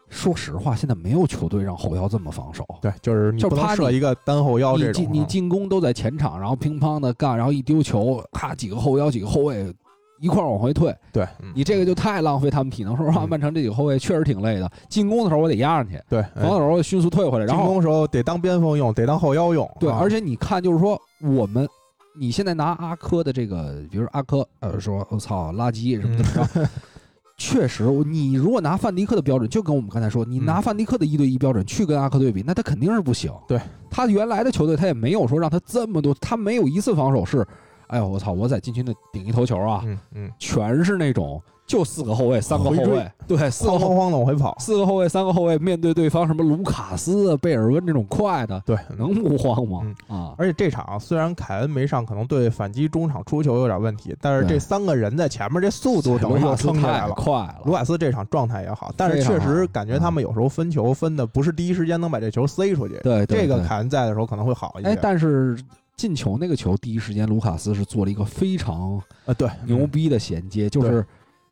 S2: 说实话，现在没有球队让后腰这么防守。
S3: 对，就是你
S2: 就是
S3: 不能
S2: 怕
S3: 设
S2: 你
S3: 一个单后腰
S2: 你
S3: 这
S2: 进
S3: 种。
S2: 你
S3: 啊
S2: 进攻都在前场，然后乒乓的干，然后一丢球，咔几个后腰几个后卫一块儿往回退，
S3: 对，嗯
S2: 你这个就太浪费他们体能。说实话，
S3: 嗯
S2: 曼城这几个后卫确实挺累的，进攻的时候我得压上去，
S3: 对，
S2: 防守
S3: 嗯
S2: 的时候迅速退回来，然
S3: 进
S2: 后
S3: 攻时候得当边锋用，得当后腰用。
S2: 对，
S3: 啊
S2: 而且你看，就是说我们。你现在拿阿科的这个，比如说阿科，呃，说我操垃圾什么怎么
S3: 嗯
S2: 着，确实，你如果拿范迪克的标准，就跟我们刚才说，你拿
S3: 嗯
S2: 范迪克的一对一标准去跟阿科对比，那他肯定是不行。
S3: 对，
S2: 他原来的球队他也没有说让他这么多，他没有一次防守是，哎呦我操，我在禁区内顶一头球啊，
S3: 嗯嗯，
S2: 全是那种就四个后卫，三个后
S3: 回追哦
S2: 卫，对，四个
S3: 慌
S2: 后
S3: 慌慌的往回跑。啊
S2: 四个后卫，三个后卫面对对方什么卢卡斯、贝尔温这种快的，
S3: 对，嗯
S2: 能不慌吗？啊，
S3: 而且这场虽然凯恩没上，可能对反击中场出球有点问题，但是
S2: 对
S3: 这三个人在前面这速度等
S2: 卢
S3: 于
S2: 卡
S3: 又
S2: 斯
S3: 撑起来
S2: 太
S3: 了。
S2: 快了，
S3: 卢卡斯这场状态也好，但
S2: 非
S3: 是
S2: 常
S3: 确实
S2: 好嗯
S3: 感觉他们有时候分球分的不是第一时间能把这球塞出去。
S2: 对对
S3: 这个
S2: 对
S3: 凯恩在的时候可能会好一些。
S2: 哎，但是进球那个球，第一时间卢卡斯是做了一个非常
S3: 啊，对，
S2: 牛
S3: 嗯
S2: 逼的衔接，就是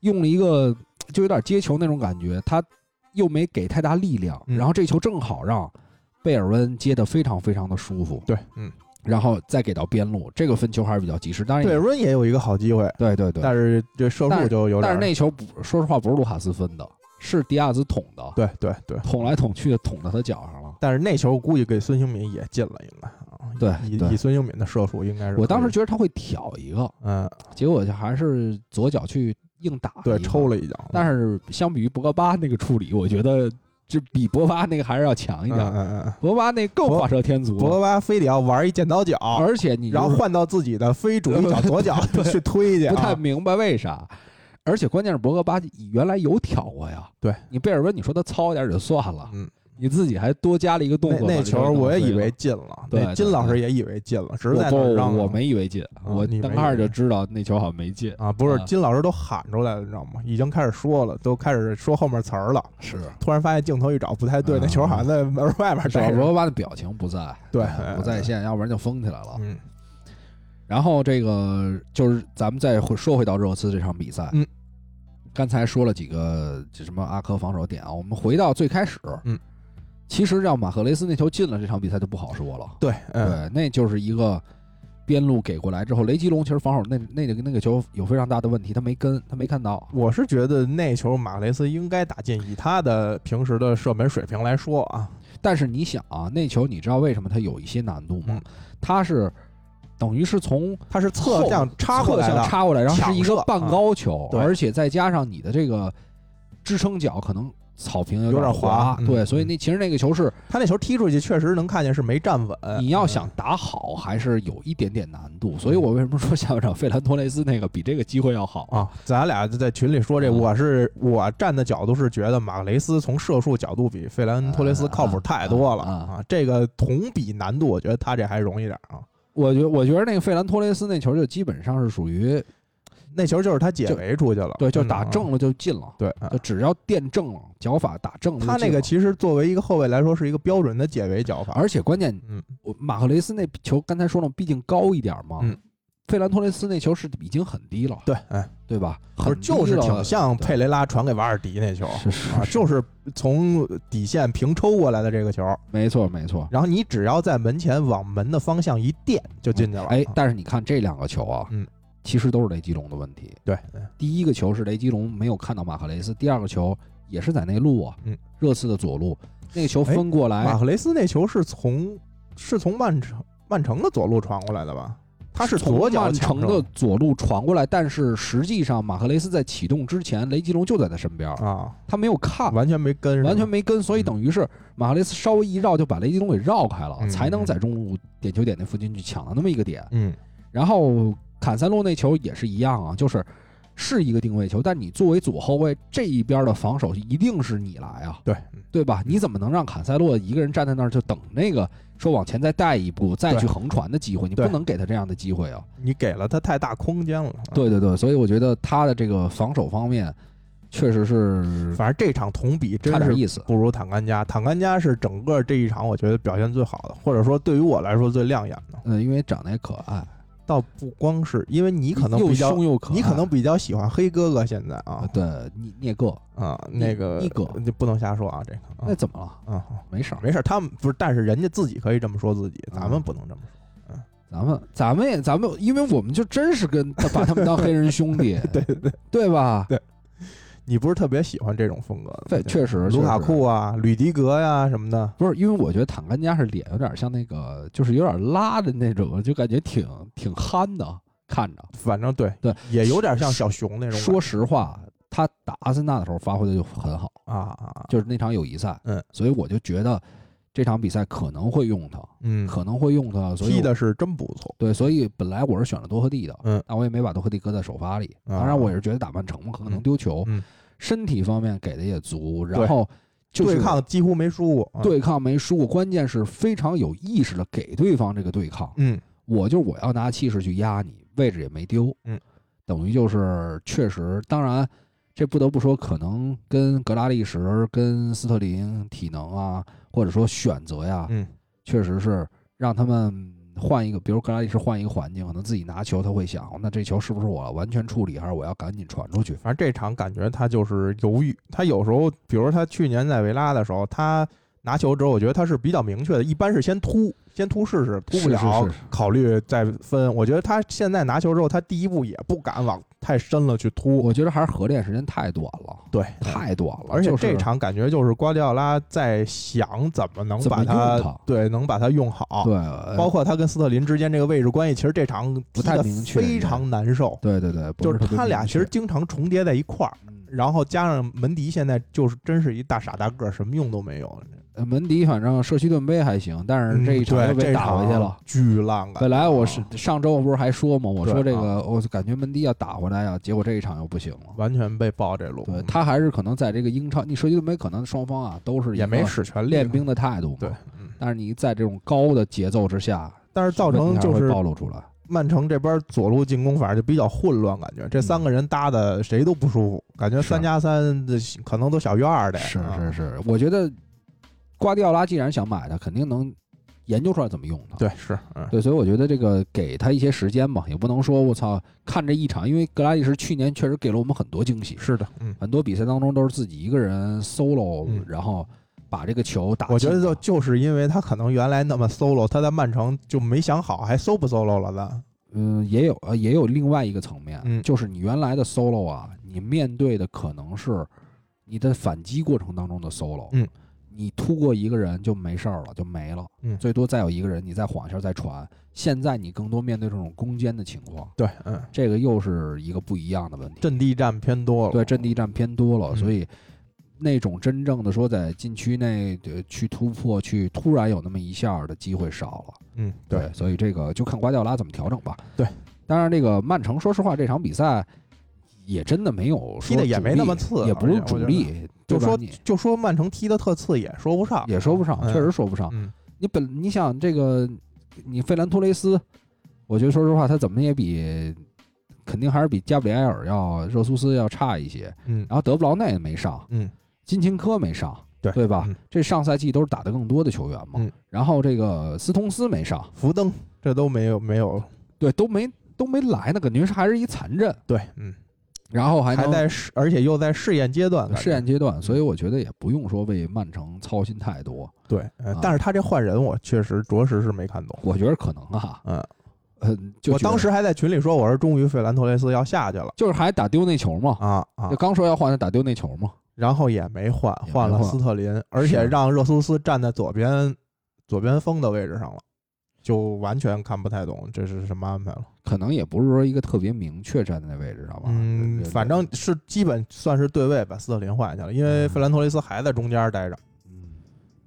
S2: 用了一个就有点接球那种感觉，他又没给太大力量，
S3: 嗯
S2: 然后这球正好让贝尔温接的非常非常的舒服，
S3: 对，嗯，
S2: 然后再给到边路，这个分球还是比较及时，当然
S3: 贝
S2: 也
S3: 尔温也有一个好机会，
S2: 对哎对对，
S3: 但是这射
S2: 但
S3: 术
S2: 是
S3: 就有点
S2: 但
S3: 儿。
S2: 是那球不，说实话不是卢卡斯分的，是迪亚兹捅的，
S3: 对哦对对，
S2: 捅来捅去的捅到他脚上了。
S3: 但是那球估计给孙兴慜也进了，应该啊。
S2: 对
S3: 以
S2: 哎对
S3: 以孙兴慜的射术应该是可以。
S2: 我当时觉得他会挑一个，
S3: 嗯，
S2: 结果就还是左脚去硬打，
S3: 对，抽。了一脚，
S2: 但是相比于博格巴那个处理，我觉得这比博巴那个还是要强一
S3: 嗯
S2: 点。
S3: 嗯嗯嗯，
S2: 博巴那更
S3: 博
S2: 画蛇添足
S3: 博
S2: 了，
S3: 格巴非得要玩一剪刀脚，
S2: 而且你就
S3: 然后
S2: 是
S3: 换到自己的非主力脚 左脚去推去
S2: 不太
S3: 啊。
S2: 明白为啥。而且关键是博格巴原来有挑过呀，
S3: 对
S2: 你贝尔温，你说他糙一点也就算了，
S3: 嗯，
S2: 你自己还多加了一个动
S3: 那
S2: 作把这
S3: 那
S2: 个
S3: 球
S2: 弄
S3: 我也
S2: 碎
S3: 以
S2: 了
S3: 为进了，
S2: 对
S3: 那金
S2: 对
S3: 老师
S2: 对
S3: 也以为进了，只是
S2: 我
S3: 在
S2: 不
S3: 那儿嚷，
S2: 我没以为进，我
S3: 你没
S2: 刚
S3: 以
S2: 开始
S3: 为
S2: 就知道那球好像没进。
S3: 啊，不是
S2: 啊
S3: 金老师都喊出来了，你知道吗？已经开始说了，都开始说后面词儿了。
S2: 是，
S3: 突然发现镜头一找不太对，
S2: 啊
S3: 那球好像在门外面
S2: 主
S3: 待
S2: 要
S3: 着。
S2: 罗巴的表情不在，
S3: 对
S2: 不在线，要不然就疯起来了。
S3: 嗯
S2: 然后这个就是咱们再回说回到热刺这场比赛，
S3: 嗯，
S2: 刚才说了几个这什么阿科防守点啊，我们回到最开始，
S3: 嗯，
S2: 其实让马赫雷斯那球进了，这场比赛就不好说了。
S3: 对，嗯，
S2: 对，那就是一个边路给过来之后，雷吉隆其实防守那那个那个球有非常大的问题，他没跟，他没看到。
S3: 我是觉得那球马雷斯应该打进，以他的平时的射门水平来说啊，
S2: 但是你想啊，那球你知道为什么它有一些难度吗
S3: 嗯？
S2: 它是等于是从
S3: 他是侧向插过
S2: 侧
S3: 来
S2: 向
S3: 的，
S2: 插过来，然后是
S3: 抢
S2: 一个
S3: 射
S2: 半高球，
S3: 嗯对
S2: 而且再加上你的这个支撑脚可能草坪
S3: 有
S2: 点
S3: 点滑嗯
S2: 对，所以那其实那个球是
S3: 他那球踢出去确实能看见是没站稳。
S2: 你要
S3: 嗯
S2: 想打好还是有一点点难度。所以我为什么说下半场费兰托雷斯那个比这个机会要好？
S3: 啊，咱俩就在群里说这，
S2: 嗯
S3: 我是我站的角度是觉得马克雷斯从射术角度比费兰托雷斯靠谱太多了
S2: 啊啊啊
S3: 啊，这个同比难度，我觉得他这还容易点儿啊。
S2: 我觉得我觉得那个费兰托雷斯那球就基本上是属于
S3: 那球就是他解围出去了，
S2: 对，就
S3: 真的
S2: 打
S3: 啊
S2: 正了就进了。
S3: 对，啊
S2: 就只要垫正了，脚法打正了就
S3: 他那
S2: 进
S3: 个
S2: 了
S3: 其实作为一个后卫来说是一个标准的解围脚法，
S2: 而且关键，
S3: 嗯，
S2: 我马赫雷斯那球刚才说了，毕竟高一点嘛，
S3: 嗯，
S2: 费兰托雷斯那球是已经很低了，
S3: 对，哎，
S2: 对吧？
S3: 不是
S2: 很低了
S3: 就是挺像佩雷拉传给瓦尔迪那球。
S2: 是是
S3: 啊，就是从底线平抽过来的这个球，
S2: 没错没错，
S3: 然后你只要在门前往门的方向一垫就进去了。啊
S2: 哎，但是你看这两个球啊，
S3: 嗯，
S2: 其实都是雷吉隆的问题。
S3: 对，
S2: 第一个球是雷吉隆没有看到马赫雷斯，第二个球也是在内路啊，
S3: 嗯，
S2: 热刺的左路那个球
S3: 哎
S2: 分过
S3: 马
S2: 来，
S3: 赫雷斯那球是从是从曼城曼城的左路传过来的吧？他是
S2: 从
S3: 左脚
S2: 曼
S3: 抢
S2: 城
S3: 射
S2: 的左路传过来，但是实际上马赫雷斯在启动之前，雷吉隆就在他身边儿，
S3: 啊，
S2: 他没有看，
S3: 完全没跟，是吧
S2: 完全没跟，所以
S3: 嗯
S2: 等于是马赫雷斯稍微一绕就把雷吉隆给绕开了，
S3: 嗯
S2: 才能在中路点球点那附近去抢到那么一个点。
S3: 嗯
S2: 然后坎塞洛那球也是一样啊，就是是一个定位球，但你作为左后卫这一边的防守一定是你来啊，
S3: 对嗯
S2: 对吧？你怎么能让坎塞洛一个人站在那儿就等那个说往前再带一步再
S3: 对
S2: 去横传的机会？你不
S3: 对
S2: 能给他这样的机会啊！
S3: 你给了他太大空间了。，啊
S2: 对对对，所以我觉得他的这个防守方面确实是
S3: 反正这场同比真
S2: 差点
S3: 是
S2: 意思。
S3: 不如坦甘加，坦甘加是整个这一场我觉得表现最好的，或者说对于我来说最亮眼的。
S2: 嗯，因为长得也可爱，
S3: 倒不光是因为你可能
S2: 又
S3: 比较
S2: 凶，又可爱，
S3: 你可能比较喜欢黑哥哥现在啊
S2: 啊，对你聂哥，
S3: 啊，那个
S2: 呃一个
S3: 就不能瞎说啊，这个
S2: 那
S3: 啊
S2: 怎么了？
S3: 啊好
S2: 没事儿，
S3: 没事，他们不是，但是人家自己可以这么说自己，
S2: 嗯
S3: 咱们不能这么说。
S2: 咱们咱们也咱们，因为我们就真是跟他把他们当黑人兄 弟，对对对，对吧？
S3: 你不是特别喜欢这种风格的，
S2: 对，确实，
S3: 卢卡
S2: 确实
S3: 库啊、吕迪格呀、什么的，
S2: 不是，因为我觉得坦甘加是脸有点像那个，就是有点拉的那种，就感觉挺挺憨的，看着。
S3: 反正对
S2: 对，
S3: 也有点像小熊那种感觉
S2: 说实话，他打阿森纳的时候发挥的就很好，
S3: 啊啊，啊
S2: 就是那场友谊赛，
S3: 嗯，
S2: 所以我就觉得这场比赛可能会用他，
S3: 嗯，
S2: 可能会用他，所以
S3: 踢
S2: 我
S3: 的是真不错。
S2: 对，所以本来我是选了多赫蒂的，
S3: 嗯，
S2: 但我也没把多赫蒂搁在首发里，
S3: 啊
S2: 当然我也是觉得打曼城嘛，可能
S3: 嗯
S2: 丢球，
S3: 嗯
S2: 身体方面给的也足，然
S3: 对
S2: 后就是
S3: 对抗几乎没输过。啊，
S2: 对抗没输过，关键是非常有意识的给对方这个对抗。
S3: 嗯
S2: 我就是我要拿气势去压你，位置也没丢，
S3: 嗯，
S2: 等于就是确实，当然这不得不说，可能跟格拉利什、跟斯特林体能啊，或者说选择呀，
S3: 嗯，
S2: 确实是让他们换一个，比如格拉利什换一个环境，可能自己拿球他会想，那这球是不是我完全处理，还是我要赶紧传出去？
S3: 反正这场感觉他就是犹豫。他有时候，比如他去年在维拉的时候，他拿球之后，我觉得他是比较明确的，一般是先突，先突试试，突不了
S2: 是是是
S3: 考虑再分。我觉得他现在拿球之后，他第一步也不敢往太深了去突。
S2: 我觉得还是合练时间太短了，
S3: 对，
S2: 太短了，
S3: 嗯而且
S2: 就是
S3: 这场感觉就是瓜迪奥拉在想怎么能
S2: 怎么
S3: 把
S2: 用
S3: 他
S2: 它
S3: 对能把他用好，
S2: 对，呃
S3: 包括他跟斯特林之间这个位置关系，其实这场呃
S2: 不太明确
S3: 非常难受。
S2: 对对对，不
S3: 就是是
S2: 特别
S3: 他俩
S2: 明
S3: 其实
S2: 确
S3: 经常重叠在一块儿，
S2: 嗯
S3: 然后加上门迪现在就是真是一大傻大个儿，什么用都没有。
S2: 呃，门迪反正社区盾杯还行，但是这一场又
S3: 嗯对
S2: 被
S3: 这
S2: 打回去了
S3: 场。巨浪啊！
S2: 本来我是上周不是还说嘛，我
S3: 对
S2: 说这
S3: 啊
S2: 个我感觉门迪要打回来呀，结果这一场又不行了。
S3: 完全被爆这路，
S2: 对他还是可能在这个英超，你社区盾杯可能双方啊都是一
S3: 也没
S2: 个
S3: 使全力
S2: 练兵。的态度嘛
S3: 对，，嗯
S2: 但是你在这种高的节奏之下，
S3: 但是造成
S2: 问题还
S3: 就
S2: 会
S3: 是
S2: 暴露出来。
S3: 曼城这边左路进攻反正就比较混乱，感觉这三个人搭的谁都不舒服，感觉
S2: 嗯是
S3: 三加三的可能都小于二得。
S2: 是
S3: 啊
S2: 是是，我觉得瓜迪奥拉既然想买他，肯定能研究出来怎么用他。
S3: 对是，嗯
S2: 对，所以我觉得这个给他一些时间吧，也不能说我操看这一场，因为格拉利什去年确实给了我们很多惊喜，
S3: 是的，嗯。
S2: 很多比赛当中都是自己一个人 solo，、
S3: 嗯
S2: 然后把这个球打进。
S3: 我觉得就就是因为他可能原来那么 solo，他在曼城就没想好还 solo 不 solo 了呢。
S2: 嗯，也有呃也有另外一个层面，
S3: 嗯
S2: 就是你原来的 solo 啊，你面对的可能是你的反击过程当中的 solo，
S3: 嗯，
S2: 你突过一个人就没事儿了，就没了，
S3: 嗯
S2: 最多再有一个人你再晃一下再传。现在你更多面对这种攻坚的情况，
S3: 对，嗯，
S2: 这个又是一个不一样的问题。
S3: 阵地战偏多了。
S2: 对，阵地战偏多了，
S3: 哦嗯
S2: 所以那种真正的说在禁区内呃去突破、去突然有那么一下儿的机会少了。
S3: 嗯，
S2: 对，
S3: 对，
S2: 所以这个就看瓜迪奥拉怎么调整吧。
S3: 对，
S2: 当然这个曼城，说实话，这场比赛也真的没有
S3: 踢
S2: 说
S3: 得也
S2: 主
S3: 没那
S2: 力
S3: 么次
S2: 也
S3: 而
S2: 不是
S3: 且我
S2: 主
S3: 觉得
S2: 力，对
S3: 就
S2: 吧
S3: 说
S2: 你
S3: 就说曼城踢的特次也说不上，
S2: 也说不上，
S3: 嗯
S2: 确实说不上。
S3: 嗯，
S2: 你本你想这个，你费兰托雷斯，我觉得说实话，他怎么也比肯定还是比加布里埃尔要热苏斯要差一些。
S3: 嗯
S2: 然后德布劳内也没上，
S3: 嗯，
S2: 金琴科没上，
S3: 对
S2: 对吧？
S3: 嗯
S2: 这上赛季都是打得更多的球员嘛。
S3: 嗯
S2: 然后这个斯通斯没上，
S3: 福登这都没有没有，
S2: 对，都没都没来呢，感觉是还是一残阵。
S3: 对，嗯，
S2: 然后还
S3: 还
S2: 能
S3: 在试，而且又在试验阶段，感觉
S2: 试验阶段，所以我觉得也不用说为曼城操心太多。
S3: 对，呃
S2: 啊
S3: 但是他这换人我确实着实是没看懂。
S2: 我觉得可能啊，
S3: 嗯，
S2: 嗯，就
S3: 我
S2: 觉得
S3: 当时还在群里说，我说终于费兰托雷斯要下去了
S2: 就是还打丢那球嘛，
S3: 啊啊
S2: 就，刚说要换他打丢那球嘛。
S3: 然后也没换，
S2: 也没
S3: 换了
S2: 换
S3: 斯特林，而且让热苏斯站在左边左边锋的位置上了，就完全看不太懂这是什么安排了。
S2: 可能也不是说一个特别明确站在那位置上吧，
S3: 嗯，
S2: 对
S3: 反正是基本算是对位把斯特林换下去了，因为
S2: 嗯
S3: 费兰托雷斯还在中间待着，
S2: 嗯，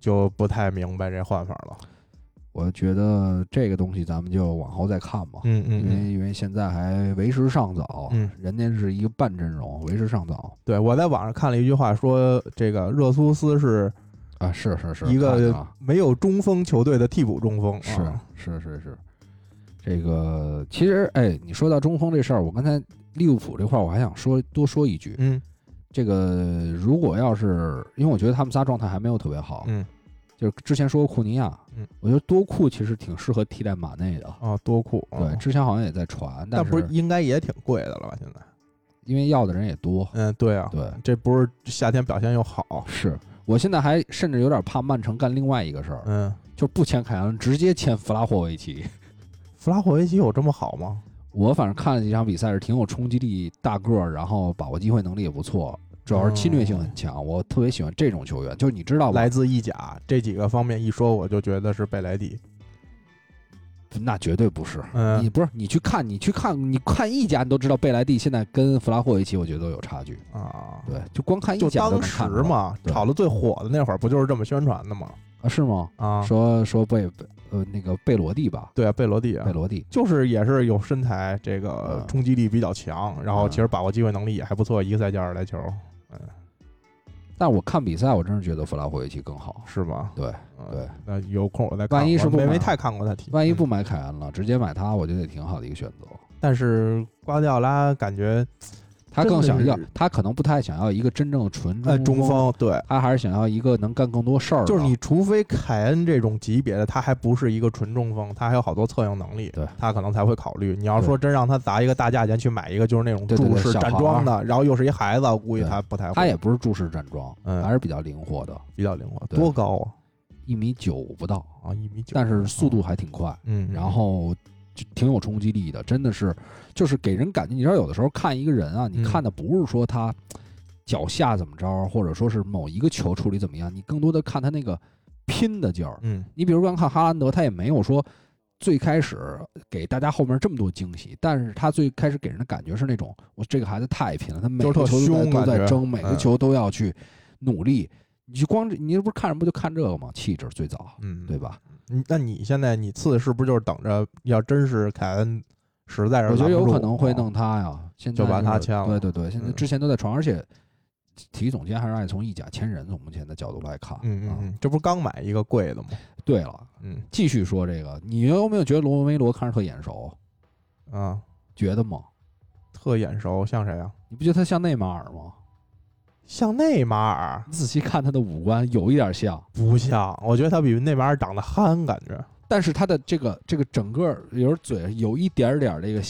S3: 就不太明白这换法了。
S2: 我觉得这个东西咱们就往后再看吧，
S3: 嗯
S2: 因
S3: 嗯嗯，
S2: 为因为现在还为时尚早，
S3: 嗯
S2: 人家是一个半阵容，为时尚早
S3: 对我在网上看了一句话说，这个热苏斯是
S2: 啊，是是是，
S3: 一
S2: 看着
S3: 个
S2: 啊
S3: 没有中锋球队的替补中锋，
S2: 是
S3: 啊
S2: 是是是，这个其实哎，你说到中锋这事儿，我刚才利物浦这块儿我还想说多说一句，
S3: 嗯
S2: 这个如果要是因为我觉得他们仨状态还没有特别好，
S3: 嗯
S2: 就是之前说过库尼亚，
S3: 嗯，
S2: 我觉得多库其实挺适合替代马内的。
S3: 啊，多库，啊
S2: 对，之前好像也在传，
S3: 但
S2: 是
S3: 不是应该也挺贵的了吧？现在，
S2: 因为要的人也多，
S3: 嗯，对啊，
S2: 对，
S3: 这不是夏天表现又好，
S2: 是我现在还甚至有点怕曼城干另外一个事儿，
S3: 嗯，
S2: 就不签凯恩，直接签弗拉霍维奇。
S3: 弗拉霍维奇有这么好吗？
S2: 我反正看了几场比赛是挺有冲击力，大个儿，然后把握机会能力也不错，主要是侵略
S3: 哦
S2: 性很强。我特别喜欢这种球员，就是你知道吧
S3: 来？自意甲这几个方面一说，我就觉得是贝莱迪，
S2: 那绝对不是。你
S3: 嗯
S2: 不是你去看，你去看，你看意甲，你都知道贝莱蒂现在跟弗拉霍维奇，我觉得都有差距。
S3: 啊，
S2: 对，就光看意
S3: 就
S2: 甲都能
S3: 当时
S2: 看出来
S3: 嘛，
S2: 对
S3: 炒的最火的那会儿，不就是这么宣传的吗？
S2: 啊？是吗？
S3: 啊，
S2: 说说贝呃那个贝罗蒂吧，
S3: 对啊，贝罗蒂啊
S2: 贝，罗蒂，
S3: 就是也是有身材，这个
S2: 嗯
S3: 冲击力比较强，然后
S2: 嗯
S3: 其实把握机会能力也还不错，一个赛季二十来球，
S2: 但我看比赛，我真是觉得弗拉霍维奇更好。
S3: 是吧？
S2: 对
S3: 嗯
S2: 对，
S3: 那有空我再看。
S2: 万一是
S3: 我
S2: 不
S3: 没
S2: 买
S3: 没
S2: 啊
S3: 太看过他踢，
S2: 万一不
S3: 嗯，
S2: 买凯恩了，直接买他，我觉得也挺好的一个选择。
S3: 但是瓜迪奥拉感觉
S2: 他更想要
S3: 真的是，
S2: 他可能不太想要一个真正的纯
S3: 呃
S2: 中
S3: 中锋对，
S2: 他还是想要一个能干更多事儿的。
S3: 就是你除非凯恩这种级别的，他还不是一个纯中锋，他还有好多策应能力，
S2: 对
S3: 他可能才会考虑。你要说真让他砸一个大价钱去买一个就是那种
S2: 对对
S3: 注
S2: 对
S3: 式
S2: 小
S3: 站
S2: 孩儿
S3: 桩的，然后又是一孩子，估计
S2: 对
S3: 他不太会，
S2: 他也不是注式站桩，
S3: 嗯
S2: 还是比较灵活的，
S3: 比较灵活，
S2: 对
S3: 多高啊？
S2: 一米九不到，
S3: 啊，一米九，
S2: 但是速度还挺快，
S3: 嗯，
S2: 然后就挺有冲击力的，真的是就是给人感觉，你知道有的时候看一个人啊，你
S3: 嗯
S2: 看的不是说他脚下怎么着，或者说是某一个球处理怎么样，你更多的看他那个拼的劲儿。
S3: 嗯
S2: 你比如刚看哈兰德，他也没有说最开始给大家后面这么多惊喜，但是他最开始给人的感觉是那种，我这个孩子太拼了，他每
S3: 就
S2: 个
S3: 是特
S2: 球都在
S3: 凶
S2: 都
S3: 感觉
S2: 在争，每个
S3: 嗯
S2: 球都要去努力。你就光这，你这不是看着不就看这个吗？气质最早，
S3: 嗯，
S2: 对？吧？
S3: 你那你现在你次是不是就是等着要真是凯恩实在是
S2: 我觉得
S3: 拦不
S2: 有
S3: 住啊
S2: 可能会弄他呀，现在
S3: 就把
S2: 是
S3: 他签
S2: 对
S3: 了
S2: 对对，现在
S3: 嗯
S2: 之前都在传，而且体育总监还是爱从意甲签人，从目前的角度来看，
S3: 嗯嗯
S2: 啊。
S3: 嗯，这不是刚买一个贵的吗？
S2: 对了，
S3: 嗯
S2: 继续说这个，你有没有觉得罗梅罗看着特眼熟？
S3: 啊，
S2: 觉得吗？
S3: 特眼熟，像谁啊？
S2: 你不觉得他像内马尔吗？
S3: 像内马尔
S2: 你仔细看他的五官有一点像，
S3: 不像，我觉得他比内马尔长得憨，感觉
S2: 但是他的这个这个整个儿，有时候嘴有一点点儿这个，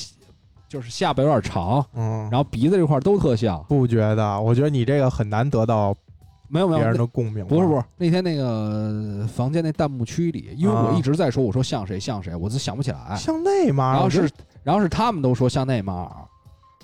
S2: 就是下巴有点长，
S3: 嗯
S2: 然。后鼻子这块儿都特像。
S3: 不觉得，我觉得你这个很难得到
S2: 没有没
S3: 别
S2: 有
S3: 人
S2: 那，
S3: 的共鸣啊吧。
S2: 不是不是，那天那个房间那弹幕区里，因为我
S3: 啊
S2: 一直在说，我说像谁像谁，我就想不起来。
S3: 像啊内马尔，
S2: 然后
S3: 我觉得
S2: 是然后是他们都说像内马尔，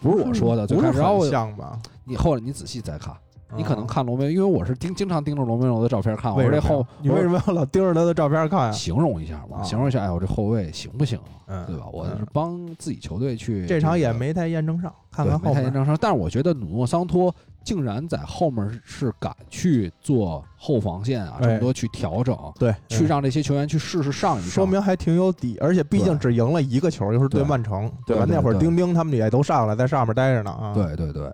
S2: 不是我说的。最
S3: 不是
S2: 开始，然后
S3: 很
S2: 我
S3: 像吧？
S2: 你后来你仔细再看，你
S3: 嗯
S2: 可能看罗梅，因为我是盯经常盯着罗梅罗的照片看，我
S3: 为
S2: 说这
S3: 什么
S2: 后
S3: 呀你为什
S2: 么
S3: 么要老盯着他的照片看呀？
S2: 形容一下嘛？
S3: 啊
S2: 形容一下，哎呦，这后卫行不行啊？
S3: 嗯，
S2: 对吧？我
S3: 嗯
S2: 是帮自己球队去
S3: 这场
S2: 个
S3: 也没太验证上，看
S2: 对
S3: 看
S2: 没
S3: 后
S2: 太严
S3: 面。
S2: 重伤，但是我觉得努诺桑托竟然在后面是敢去做后防线啊，
S3: 哎
S2: 这么多去调整，
S3: 对，
S2: 去
S3: 嗯
S2: 让这些球员去试试上一上，
S3: 说明还挺有底，而且毕竟
S2: 对
S3: 只赢了一个球，又是对
S2: 对
S3: 曼城，
S2: 对
S3: 吧？
S2: 对
S3: 那会儿
S2: 对
S3: 丁丁他们也都上来，在上面待着呢啊。，
S2: 对对对，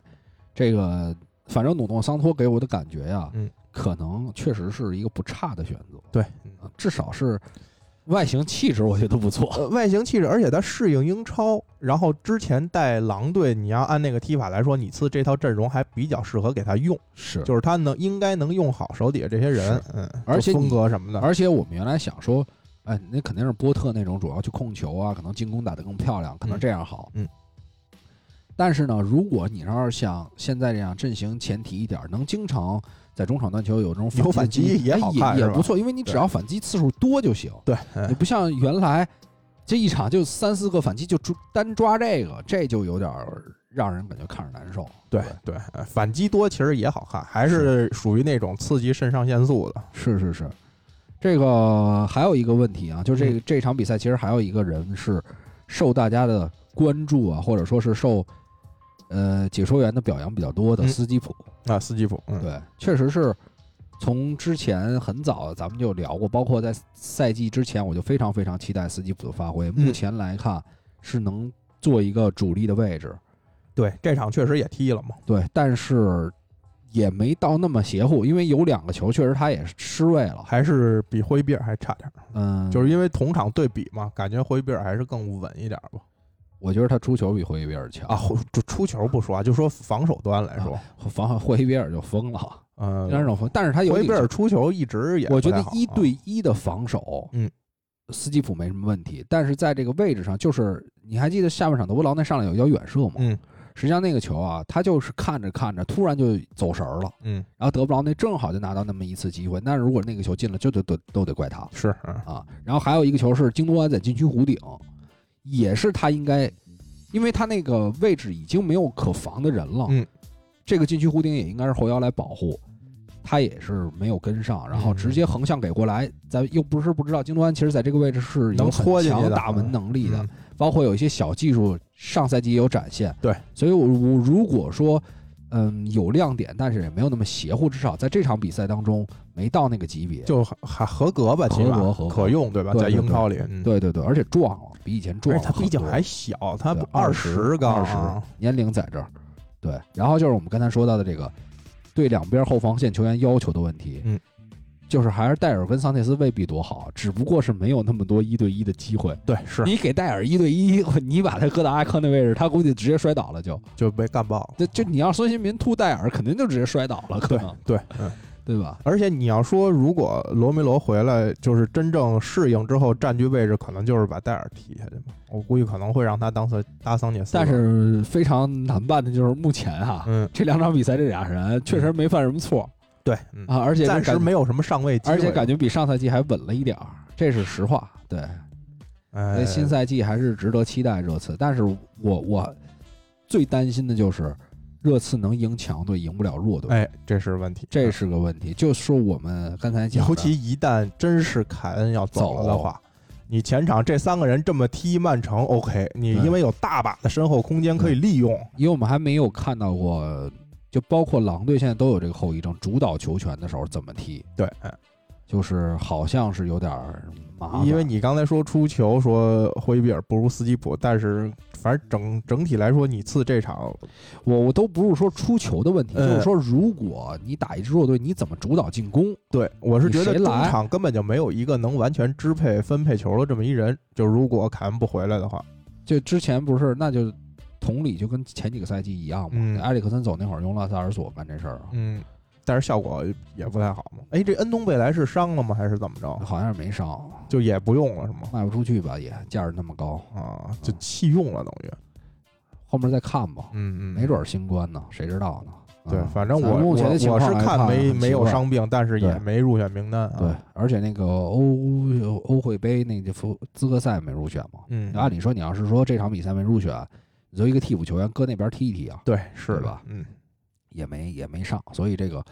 S2: 这个反正努诺桑托给我的感觉呀、
S3: 嗯
S2: 可能确实是一个不差的选择，
S3: 对，
S2: 啊至少是外形气质我觉得不错，
S3: 呃，外形气质，而且他适应英超，然后之前带狼队，你要按那个踢法来说，你次这套阵容还比较适合给他用，
S2: 是
S3: 就是他能应该能用好手底下这些人
S2: 是，
S3: 嗯，
S2: 而且
S3: 就风
S2: 你
S3: 格什么的，
S2: 而且我们原来想说，哎，那肯定是波特那种主要去控球啊，可能进攻打得更漂亮，可能
S3: 嗯
S2: 这样好。
S3: 嗯
S2: 但是呢，如果你要是像现在这样阵型前提一点儿，能经常在中场端球有这种
S3: 有
S2: 反
S3: 反
S2: 击
S3: 击
S2: 的机
S3: 也
S2: 哎
S3: 好看
S2: 也
S3: 是
S2: 也
S3: 吧
S2: 不错，因为你只
S3: 对
S2: 要反击次数多就行。
S3: 对，
S2: 你
S3: 嗯
S2: 不像原来这一场就三四个反击就抓单抓这个，这就有点儿让人感觉看着难受。
S3: 对对，呃反击多其实也好看，还是属于那种刺激肾上腺素的。
S2: 是是是，这个还有一个问题啊，就
S3: 嗯
S2: 这个、这场比赛其实还有一个人是受大家的关注啊，或者说是受呃解说员的表扬比较多的
S3: 嗯
S2: 斯基普，
S3: 啊，斯基普，嗯，
S2: 对，确实是。从之前很早咱们就聊过，包括在赛季之前，我就非常非常期待斯基普的发挥。
S3: 嗯
S2: 目前来看是能做一个主力的位置，
S3: 对，这场确实也踢了嘛，
S2: 对，但是也没到那么邪乎，因为有两个球确实他也失位了。
S3: 还是比灰比尔还差点儿，
S2: 嗯，
S3: 就是因为同场对比嘛，感觉灰比尔还是更稳一点儿吧。
S2: 我觉得他出球比
S3: 啊
S2: 霍伊比尔强
S3: 啊，后就出球不说啊，就说防守端来说，
S2: 防霍伊比尔就疯了，
S3: 呃，
S2: 让这种风，但是他有
S3: 回
S2: 几
S3: 贝尔
S2: 个，
S3: 出球一直也
S2: 我觉
S3: 不太
S2: 得
S3: 好
S2: 一
S3: 啊
S2: 对一的防守，
S3: 嗯，
S2: 斯基普没什么问题，但是在这个位置上，就是你还记得下半场德布劳内上来有一脚远射吗？
S3: 嗯
S2: 实际上那个球啊，他就是看着看着，突然就走神儿了，
S3: 嗯
S2: 然后德布劳内正好就拿到那么一次机会，但是如果那个球进了，就得都都得怪他
S3: 是嗯
S2: 啊。然后还有一个球是京多安在禁区弧顶，也是他应该，因为他那个位置已经没有可防的人了，
S3: 嗯，
S2: 这个禁区弧顶也应该是后腰来保护，他也是没有跟上，
S3: 嗯
S2: 然后直接横向给过来，咱又不是不知道京多安其实在这个位置是有
S3: 能
S2: 很
S3: 戳进去
S2: 强
S3: 的
S2: 打门能力的，
S3: 嗯
S2: 包括有一些小技术，上赛季也有展现。
S3: 对，
S2: 所以我我如果说，嗯，有亮点，但是也没有那么邪乎，至少在这场比赛当中没到那个级别。
S3: 就还还合格吧，
S2: 合
S3: 起码
S2: 格合格
S3: 可用对吧？
S2: 对
S3: 在
S2: 对
S3: 英
S2: 对
S3: 超里，嗯，
S2: 对对对，而且壮了，比以前壮
S3: 而
S2: 了
S3: 且
S2: 很
S3: 他
S2: 多。
S3: 毕竟还小，他
S2: 对
S3: 二
S2: 20
S3: 十刚
S2: 20
S3: 啊
S2: 年龄在这儿，对。然后就是我们刚才说到的这个对两边后防线球员要求的问题，
S3: 嗯，
S2: 就是还是戴尔跟桑切斯未必多好，啊只不过是没有那么多一对一的机会。
S3: 对是
S2: 你给戴尔一对一， 你把他搁到阿康那位置，他估计直接摔倒了就。
S3: 就被干爆了。
S2: 就就你要孙兴民突戴尔，肯定就直接摔倒了，可
S3: 对
S2: 能
S3: 对，嗯，
S2: 对吧？
S3: 而且你要说，如果罗梅罗回来，就是真正适应之后占据位置，可能就是把戴尔踢下去嘛。我估计可能会让他当桑搭桑切斯吧。
S2: 但是非常难办的就是目前哈、
S3: 嗯，
S2: 这两场比赛这俩人确实没犯什么错
S3: 对，嗯，
S2: 啊，而且
S3: 暂
S2: 感
S3: 时
S2: 觉
S3: 没有什么上位机会，
S2: 而且感觉比上赛季还稳了一点儿，这是实话。对，所
S3: 哎
S2: 以，新赛季还是值得期待热刺。但是我我最担心的就是热刺能赢强队，赢不了弱队，
S3: 哎，这是问题，嗯
S2: 这是个问题。就是我们刚才讲的，
S3: 尤其一旦真是凯恩要走了的话，你前场这三个人这么踢曼城，OK，你
S2: 嗯
S3: 因为有大把的身后空间可以利用，
S2: 因为我们还没有看到过，就包括狼队现在都有这个后遗症，主导球权的时候怎么踢，
S3: 对，哎
S2: 就是好像是有点儿麻烦。
S3: 因为你刚才说出球说霍伊比尔不如斯基普，但是反正整整体来说，你次这场
S2: 我我都不是说出球的问题，就
S3: 嗯
S2: 是说如果你打一支弱队，你怎么主导进攻？
S3: 对，我是觉得
S2: 你谁
S3: 中
S2: 来
S3: 场根本就没有一个能完全支配分配球的这么一人。就如果凯恩不回来的话，
S2: 就之前不是，那就同理就跟前几个赛季一样嘛。
S3: 嗯
S2: 埃里克森走那会儿用拉塞尔索干这事儿啊，
S3: 嗯，但是效果也不太好嘛。哎，这恩东贝莱是伤了吗？还是怎么着？
S2: 好像是没伤，
S3: 就也不用了是吗？
S2: 卖不出去吧，也价儿那么高，
S3: 啊，就弃用了等于。
S2: 后面再看吧，
S3: 嗯嗯，
S2: 没准儿新冠呢，谁知道呢？啊
S3: 对，反正我
S2: 咱目前
S3: 我
S2: 的情
S3: 我
S2: 况
S3: 是
S2: 来看
S3: 没
S2: 很奇
S3: 没有
S2: 怪
S3: 伤病，但是也
S2: 对
S3: 没入选名单啊。
S2: 对，而且那个欧欧会杯那个资格赛没入选嘛，
S3: 嗯，
S2: 按理说你要是说这场比赛没入选，你作为一个替补球员搁那边踢一踢啊，
S3: 对是
S2: 对
S3: 的
S2: 吧？
S3: 嗯，
S2: 也没也没上，所以这个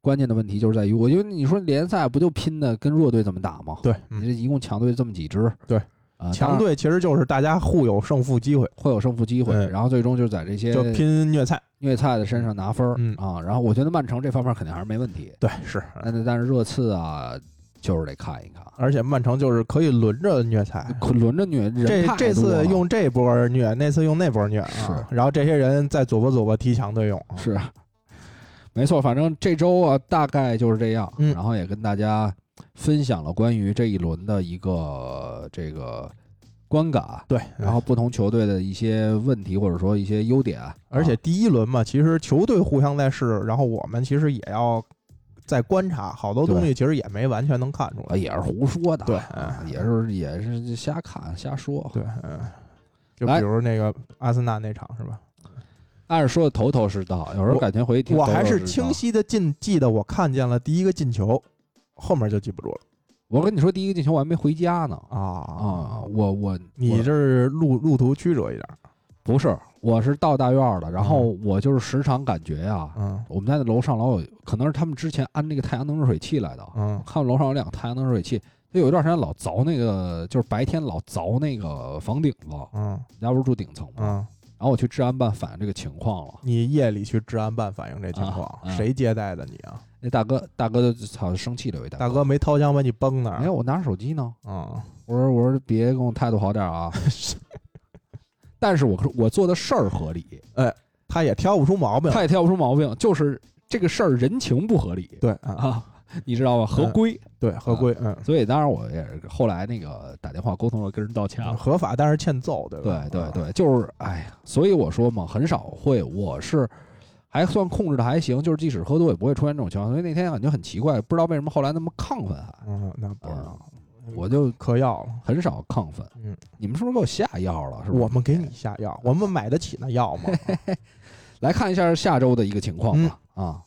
S2: 关键的问题就是在于，我觉得你说联赛不就拼的跟弱队怎么打吗？
S3: 对，
S2: 你
S3: 嗯
S2: 这一共强队这么几支，
S3: 对
S2: 呃，当
S3: 强
S2: 然
S3: 队其实就是大家互有胜负机会，
S2: 会有胜负机会，
S3: 嗯
S2: 然后最终就在这些
S3: 就拼虐菜。
S2: 虐菜的身上拿分儿、
S3: 嗯
S2: 啊。然后我觉得曼城这方面肯定还是没问题，
S3: 对，是。
S2: 但是但是热刺啊，就是得看一看，
S3: 而且曼城就是可以轮着虐菜，
S2: 轮着虐人
S3: 哎这
S2: 太
S3: 这
S2: 多了
S3: 次用这波儿虐，那次用那波儿虐啊，
S2: 是
S3: 然后这些人再左吧左吧踢强队用啊，
S2: 是。没错，反正这周啊大概就是这样，
S3: 嗯
S2: 然后也跟大家分享了关于这一轮的一个这个观感，
S3: 对，
S2: 然后不同球队的一些问题或者说一些优点，
S3: 而且
S2: 啊
S3: 第一轮嘛，其实球队互相在试，然后我们其实也要再观察，好多东西其实也没完全能看出
S2: 啊
S3: 来。
S2: 也是胡说的，
S3: 对
S2: 啊也是也是瞎看瞎说。啊
S3: 对，嗯，就
S2: 来
S3: 比如那个阿森纳那场是吧？
S2: 按说的头头是道，有时候
S3: 我
S2: 感觉回去听
S3: 我
S2: 头头
S3: 还是
S2: 道
S3: 清。晰的进记得我看见了第一个进球，后面就记不住了
S2: 我跟你说，第一个进球我还没回家呢啊！
S3: 啊。
S2: 我我
S3: 你
S2: 我
S3: 这是路路途曲折一点儿，
S2: 不是，我是到大院儿了，然后我就是时常感觉啊呀、
S3: 嗯
S2: 我们家那楼上老有，可能是他们之前安那个太阳能热水器来的，啊
S3: 嗯
S2: 看楼上有两个太阳能热水器，它有一段时间老凿那个，就是白天老凿那个房顶子，
S3: 嗯
S2: 我们家不是住顶层吗？
S3: 嗯，
S2: 然后我去治安办反映这个情况了，
S3: 你夜里去治安办反映这情
S2: 啊
S3: 况，
S2: 啊
S3: 谁接待的你啊？
S2: 那大哥大哥就好像生气了，有一大
S3: 大哥没掏枪把你崩那
S2: 哎没
S3: 儿
S2: 有，我拿着手机呢，
S3: 啊？
S2: 我说我说别跟我态度好点啊，但是我我做的事儿合理，
S3: 他也挑不出毛病来。
S2: 他也挑不出毛病，就是这个事儿人情不合理
S3: 对啊，
S2: 啊，你知道吗？
S3: 嗯
S2: 合规，
S3: 对合规，嗯，
S2: 所以当然我也后来那个打电话沟通了，跟人道歉了。
S3: 嗯合法，但是欠揍，对吧
S2: 啊对？对
S3: 啊，
S2: 对，就是哎呀，所以我说嘛，很少会，我是还算控制的还行，就是即使喝多也不会出现这种情况。所以那天感觉很奇怪，不知道为什么后来那么亢奋还，
S3: 嗯，那不知
S2: 啊
S3: 道，
S2: 我就
S3: 嗑药了。
S2: 很少亢奋。
S3: 嗯，
S2: 你们是不是给我下药了？是哎吧？
S3: 我们给你下药，我们买得起那药吗？
S2: 来看一下下周的一个情
S3: 嗯
S2: 况吧。啊，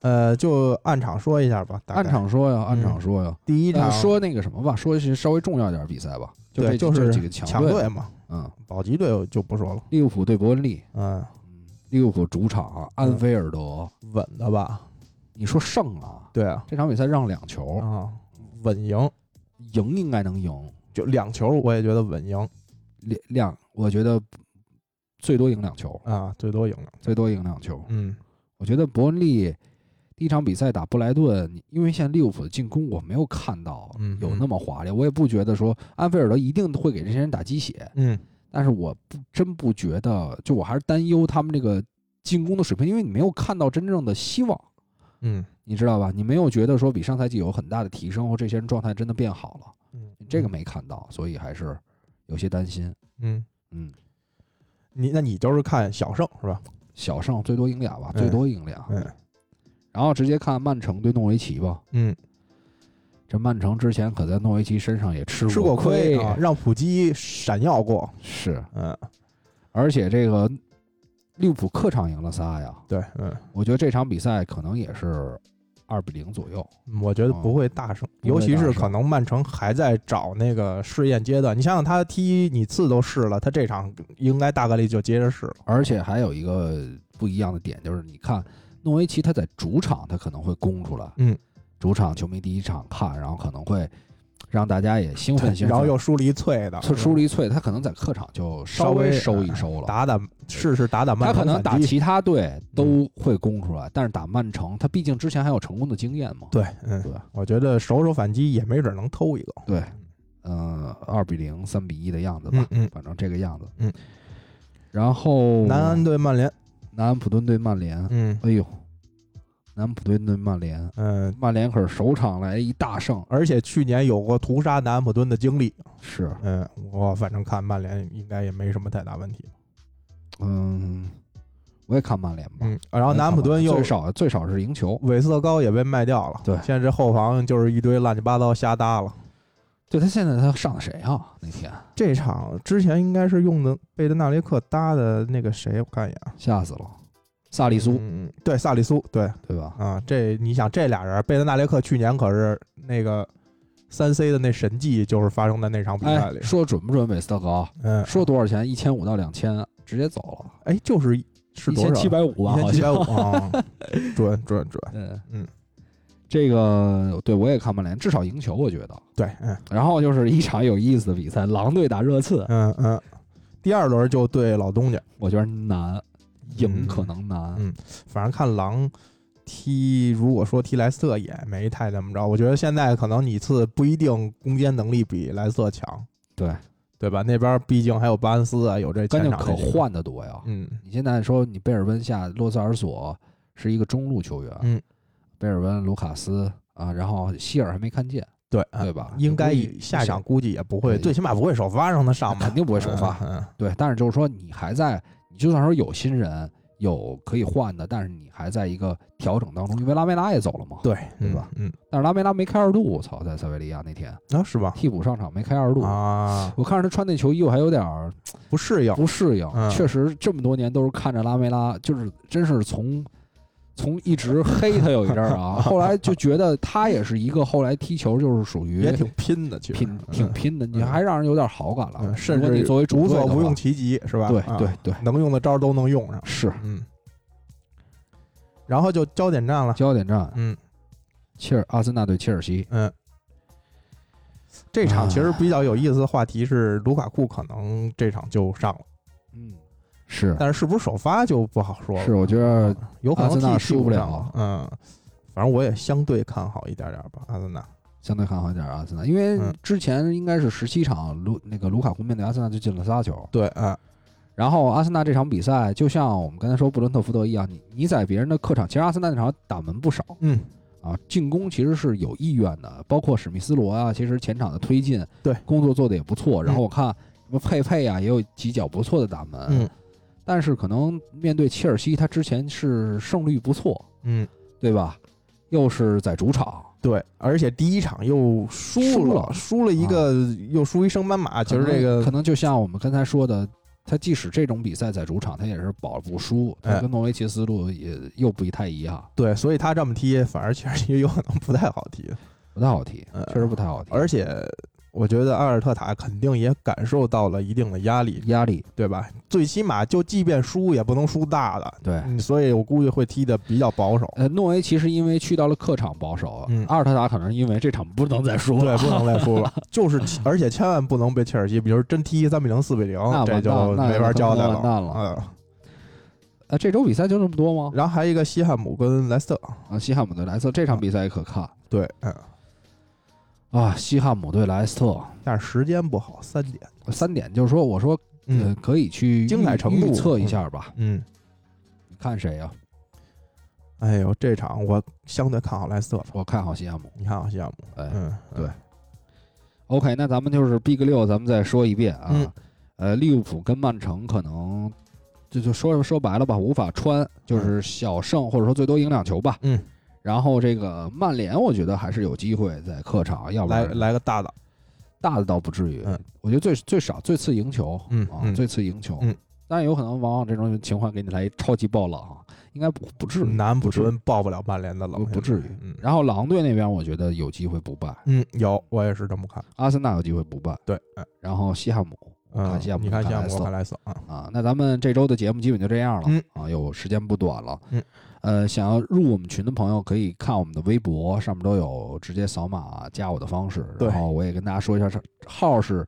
S3: 呃，就按场说一下吧。大概
S2: 按场说呀，按场说呀。
S3: 第一
S2: 呃
S3: 场
S2: 说那个什么吧，说一些稍微重要点的比赛吧，就这
S3: 对，就
S2: 这
S3: 是
S2: 几个
S3: 强
S2: 队，
S3: 嘛，
S2: 嗯，
S3: 保级队我就不说了。
S2: 利物浦对伯恩利，
S3: 嗯，
S2: 嗯，利物浦主场安菲尔德，
S3: 稳的吧？
S2: 你说胜啊？
S3: 对啊，
S2: 这场比赛让两球，
S3: 啊，稳赢
S2: 赢应该能赢，
S3: 就两球，我也觉得稳赢
S2: 两两，我觉得最多赢两球，
S3: 啊，最多赢了。
S2: 最多赢两球。
S3: 嗯，
S2: 我觉得伯恩利第一场比赛打布莱顿，你因为现在利物浦的进攻我没有看到
S3: 嗯
S2: 有那么华丽，我也不觉得说安菲尔德一定会给这些人打鸡血，
S3: 嗯，
S2: 但是我不真不觉得，就我还是担忧他们这个进攻的水平，因为你没有看到真正的希望，
S3: 嗯，
S2: 你知道吧？你没有觉得说比上赛季有很大的提升，或这些人状态真的变好了，
S3: 嗯，
S2: 这个没看到，所以还是有些担心。
S3: 嗯，
S2: 嗯，
S3: 你那你就是看小胜是吧？
S2: 小胜最多赢俩吧，
S3: 嗯
S2: 最多赢俩。
S3: 嗯
S2: 然后直接看曼城对诺维奇吧。
S3: 嗯，
S2: 这曼城之前可在诺维奇身上也吃
S3: 吃过
S2: 过
S3: 亏啊，让普基闪耀过。
S2: 是，
S3: 嗯，
S2: 而且这个利物浦客场赢了仨呀，
S3: 对，嗯，
S2: 我觉得这场比赛可能也是二比零左右。
S3: 我觉得不会大胜，
S2: 哦不会
S3: 尤其
S2: 大
S3: 是
S2: 胜
S3: 可能曼城还在找那个试验阶段。你想想，他踢你次都试了，他这场应该大概率就接着试了。
S2: 而且还有一个不一样的点就是，你看诺维奇他在主场他可能会攻出来，
S3: 嗯，
S2: 主场球迷第一场看，然后可能会让大家也兴奋兴奋，
S3: 然后又输了一脆的，
S2: 他输了一脆，他可能在客场就稍微
S3: 稍
S2: 收
S3: 微哎
S2: 一收了。
S3: 打打试试打打曼
S2: 他
S3: 城
S2: 可能打
S3: 反击嗯
S2: 其他队都会攻出来，但是打曼城，他毕竟之前还有成功的经验嘛。
S3: 对，嗯，
S2: 对，
S3: 我觉得守守反击也没准能偷一个。
S2: 对，呃，二比零、三比一的样子吧，哦
S3: 嗯嗯
S2: 反正这个样子。
S3: 嗯。
S2: 然后
S3: 南安对曼联，
S2: 南安普顿对曼联，
S3: 嗯
S2: 哎呦，南安普顿对曼联，
S3: 嗯，
S2: 曼联可是首场来一大胜，
S3: 而且去年有过屠杀南安普顿的经历，
S2: 是，
S3: 嗯，我反正看曼联应该也没什么太大问题。
S2: 嗯，我也看曼联吧。
S3: 嗯，然后南安普顿又
S2: 最少最少是赢球，
S3: 韦斯特高也被卖掉了，
S2: 对
S3: 现在这后防就是一堆乱七八糟瞎搭了。
S2: 对他现在他上的谁啊？那天
S3: 这场之前应该是用的贝德纳列克搭的那个谁，我看一眼啊，
S2: 吓死了，萨利苏、
S3: 嗯，嗯对，萨里苏，对，
S2: 对吧？
S3: 啊，这你想这俩人，贝德纳列克去年可是那个三 C 的那神迹，就是发生在那场比赛
S2: 哎
S3: 里，。
S2: 说准不准韦斯特高？
S3: 嗯，
S2: 说多少钱？一千五到两千，直接走了，
S3: 哎，就是是
S2: 一
S3: 多
S2: 千
S3: 少？
S2: 七百五吧，好
S3: 一千七百
S2: 像
S3: 五。啊， 准准准，
S2: 嗯
S3: 嗯，
S2: 这个对我也看曼联，至少赢球，我觉得。
S3: 对，嗯
S2: 然后就是一场有意思的比赛，狼队打热刺，
S3: 嗯嗯。第二轮就对老东家，
S2: 我觉得难，赢
S3: 嗯
S2: 可能难。
S3: 嗯反正看狼踢，如果说踢莱斯特也没太怎么着，我觉得现在可能你次不一定攻坚能力比莱斯特强，
S2: 对，
S3: 对吧？那边毕竟还有巴恩斯啊，有这
S2: 关
S3: 前
S2: 键
S3: 场
S2: 可
S3: 这几个，
S2: 换的多呀。
S3: 嗯
S2: 你现在说你贝尔温下洛塞尔索是一个中路球员，
S3: 嗯，
S2: 贝尔温、卢卡斯啊，然后希尔还没看见，
S3: 对啊
S2: 对吧
S3: 应该
S2: 也不会
S3: 下一场估计也不会，
S2: 对
S3: 最起码不会首发让他上吧？
S2: 肯定不会首发。
S3: 嗯，嗯
S2: 对，但是就是说你还在，你就算说有新人有可以换的，但是你还在一个调整当中，因为拉梅拉也走了嘛。，
S3: 对，
S2: 对吧
S3: 嗯？
S2: 但是拉梅拉没开二度，我操，在塞维利亚那天
S3: 嗯，啊，是吧？
S2: 替补上场没开二度。
S3: 啊，
S2: 我看着他穿那球衣，我还有点儿
S3: 不适应，
S2: 不适应。
S3: 嗯
S2: 确实，这么多年都是看着拉梅拉，就是真是从从一直黑他有一阵儿啊， 后来就觉得他也是一个后来踢球就是属于
S3: 也挺拼的，其实
S2: 挺挺拼的，你
S3: 嗯
S2: 还让人有点好感了
S3: 嗯，。甚
S2: 如果你
S3: 至
S2: 作为主
S3: 无
S2: 队
S3: 所
S2: 的
S3: 不
S2: 话
S3: 用其极，是吧？
S2: 对
S3: 啊
S2: 对，对，
S3: 能用的招儿都能用上，
S2: 是
S3: 嗯。然后就焦点战了，
S2: 焦点战，
S3: 嗯
S2: 切尔阿森纳对切尔西，
S3: 嗯。这场其实比较有意思的话题是，卢卡库可能这场就上了，
S2: 嗯，是
S3: 但是是不是首发就不好说了。
S2: 是，我嗯觉得
S3: 有可能
S2: 阿森纳
S3: 替替
S2: 输不
S3: 补
S2: 了
S3: 上嗯，反正我也相对看好一点点吧，阿森纳。
S2: 相对看好一点阿森纳，因为
S3: 嗯
S2: 之前应该是十七场卢那个卢卡库面对阿森纳就进了仨球，
S3: 对，啊，
S2: 然后阿森纳这场比赛，就像我们刚才说布伦特福德一样，你你在别人的客场，其实阿森纳那场打门不少
S3: 嗯，
S2: 啊，进攻其实是有意愿的，包括史密斯罗啊，其实前场的推进，
S3: 对
S2: 工作做得也不错。然后
S3: 嗯
S2: 我看什么佩佩啊，也有几脚不错的打门，
S3: 嗯
S2: 但是可能面对切尔西，他之前是胜率不错，
S3: 嗯，
S2: 对吧？又是在主场，
S3: 对，而且第一场又输
S2: 输
S3: 了，
S2: 了啊
S3: 输了一个，又输一升斑马，其实这
S2: 可能可
S3: 个
S2: 能就像我们刚才说的，他即使这种比赛在主场，他也是保不输，
S3: 哎
S2: 他跟诺维奇思路也又不太一样，
S3: 对，所以他这么踢，反而切尔西有可能不太好踢，
S2: 不太好踢
S3: 嗯，
S2: 确实不太好踢，
S3: 而且我觉得阿尔特塔肯定也感受到了一定的压力，
S2: 压力
S3: 对吧？最起码就即便输也不能输大的，
S2: 对。
S3: 嗯所以我估计会踢的比较保守，
S2: 呃，诺维奇是因为去到了客场保守，
S3: 嗯
S2: 阿尔特塔可能是因为这场不能再输
S3: 对
S2: 了，，
S3: 不能再输 了，就是而且千万不能被切尔西，比如真踢三比零、四比零
S2: 那，
S3: 这
S2: 完蛋
S3: 就
S2: 那
S3: 没法交代
S2: 完蛋了
S3: 嗯，
S2: 呃，这周比赛就这么多吗？
S3: 然后还有一个西汉姆跟莱斯特，
S2: 啊，西汉姆对莱斯特这场比赛也可看
S3: 对，嗯，
S2: 啊，西汉姆对莱斯特
S3: 但是时间不好，三点，
S2: 三点，就是说，我说，呃
S3: 嗯，
S2: 可以去
S3: 精彩
S2: 预
S3: 程度
S2: 预测一下吧，
S3: 嗯，
S2: 你看谁啊呀、
S3: 哎呦，这场我相对看好莱斯特了，
S2: 我看好西汉姆，
S3: 你看好西汉姆，
S2: 哎，
S3: 嗯，
S2: 对 OK，那咱们就是 Big 六，咱们再说一遍啊。
S3: 嗯
S2: 呃，利物浦跟曼城可能就就说说白了吧，无法穿，就是小胜或者说最多赢两球吧。
S3: 嗯。
S2: 然后这个曼联，我觉得还是有机会在客场，要不
S3: 来
S2: 然
S3: 来个大的，
S2: 大的倒不至于。
S3: 嗯
S2: 我觉得最最少最次赢球，
S3: 嗯
S2: 啊，
S3: 嗯
S2: 最次赢球。
S3: 嗯
S2: 当然有可能往往这种情况给你来一超级爆冷啊，应该不不至于。
S3: 南
S2: 嗯
S3: 普
S2: 不至于
S3: 敦爆不了曼联的冷，
S2: 不不至于
S3: 嗯
S2: 然后狼队那边，我觉得有机会不败，
S3: 嗯，有，我也是这么看，
S2: 阿森纳有机会不败，
S3: 对，哎
S2: 然后西汉姆，我
S3: 嗯
S2: 看西汉，姆，
S3: 你看
S2: 我
S3: 西
S2: 看
S3: 汉
S2: 莱
S3: 姆，
S2: 斯
S3: 我
S2: 特
S3: 看莱斯特啊，
S2: 啊，那咱们这周的节目基本就这样了、
S3: 嗯
S2: 啊，有时间不短了。
S3: 嗯，
S2: 呃，想要入我们群的朋友可以看我们的微博，上面都有直接扫码加我的方式。
S3: 对
S2: 然后我也跟大家说一下，这号是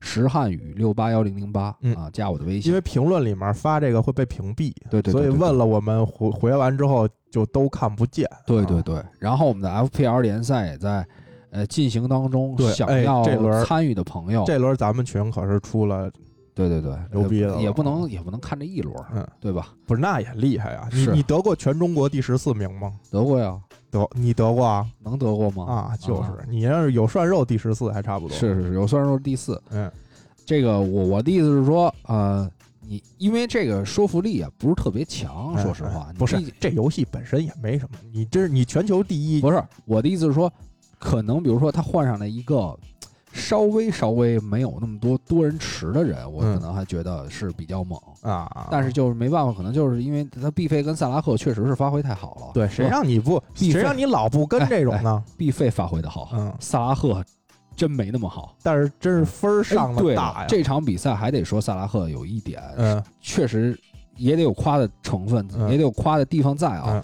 S2: 石汉语六八幺零零八
S3: 嗯
S2: 啊，加我的微
S3: 因
S2: 信。
S3: 为评论里面发这个会被屏蔽，
S2: 对对对
S3: 所以
S2: 对对
S3: 问了我们回回完之后就都看不见，
S2: 对
S3: 啊
S2: 对对，然后我们的 FPL 联赛也在呃进行当中
S3: 对，
S2: 想
S3: 哎
S2: 要
S3: 这轮儿
S2: 参与的朋友，
S3: 这轮咱们群可是出了，
S2: 对对对，
S3: 牛
S2: 呃
S3: 逼了啊
S2: 也不能也不能看这一轮儿，
S3: 嗯，
S2: 对吧？
S3: 不是那也厉害啊！你
S2: 啊是
S3: 你得过全中国第十四名吗？
S2: 德国呀，
S3: 得你得过啊
S2: 能得过吗？
S3: 啊，就是你要是有涮肉第十四还差不多，
S2: 是是是，有虽然说是第四，
S3: 嗯
S2: 这个我我的意思是说，呃，你因为这个说服力啊不是特别强，
S3: 哎
S2: 说实话，
S3: 哎
S2: 你
S3: 不是
S2: 毕
S3: 这游戏本身也没什么，你这是你全球第一，
S2: 不是我的意思是说，可能比如说他换上了一个稍微稍微没有那么多多人持的人，我
S3: 嗯
S2: 可能还觉得是比较猛，
S3: 啊，
S2: 但是就是没办法，可能就是因为他毕费跟萨拉赫确实是发挥太好了，
S3: 对谁让 你不哎
S2: 必
S3: 谁
S2: 费
S3: 让你老不跟这种呢？
S2: 毕费发挥的好，
S3: 嗯，
S2: 萨拉赫真没那么好。
S3: 但是真是分儿上
S2: 哎对
S3: 了大呀，
S2: 这场比赛还得说萨拉赫有一点
S3: 嗯
S2: 确实也得有夸的成分，
S3: 嗯
S2: 也得有夸的地方在啊。
S3: 嗯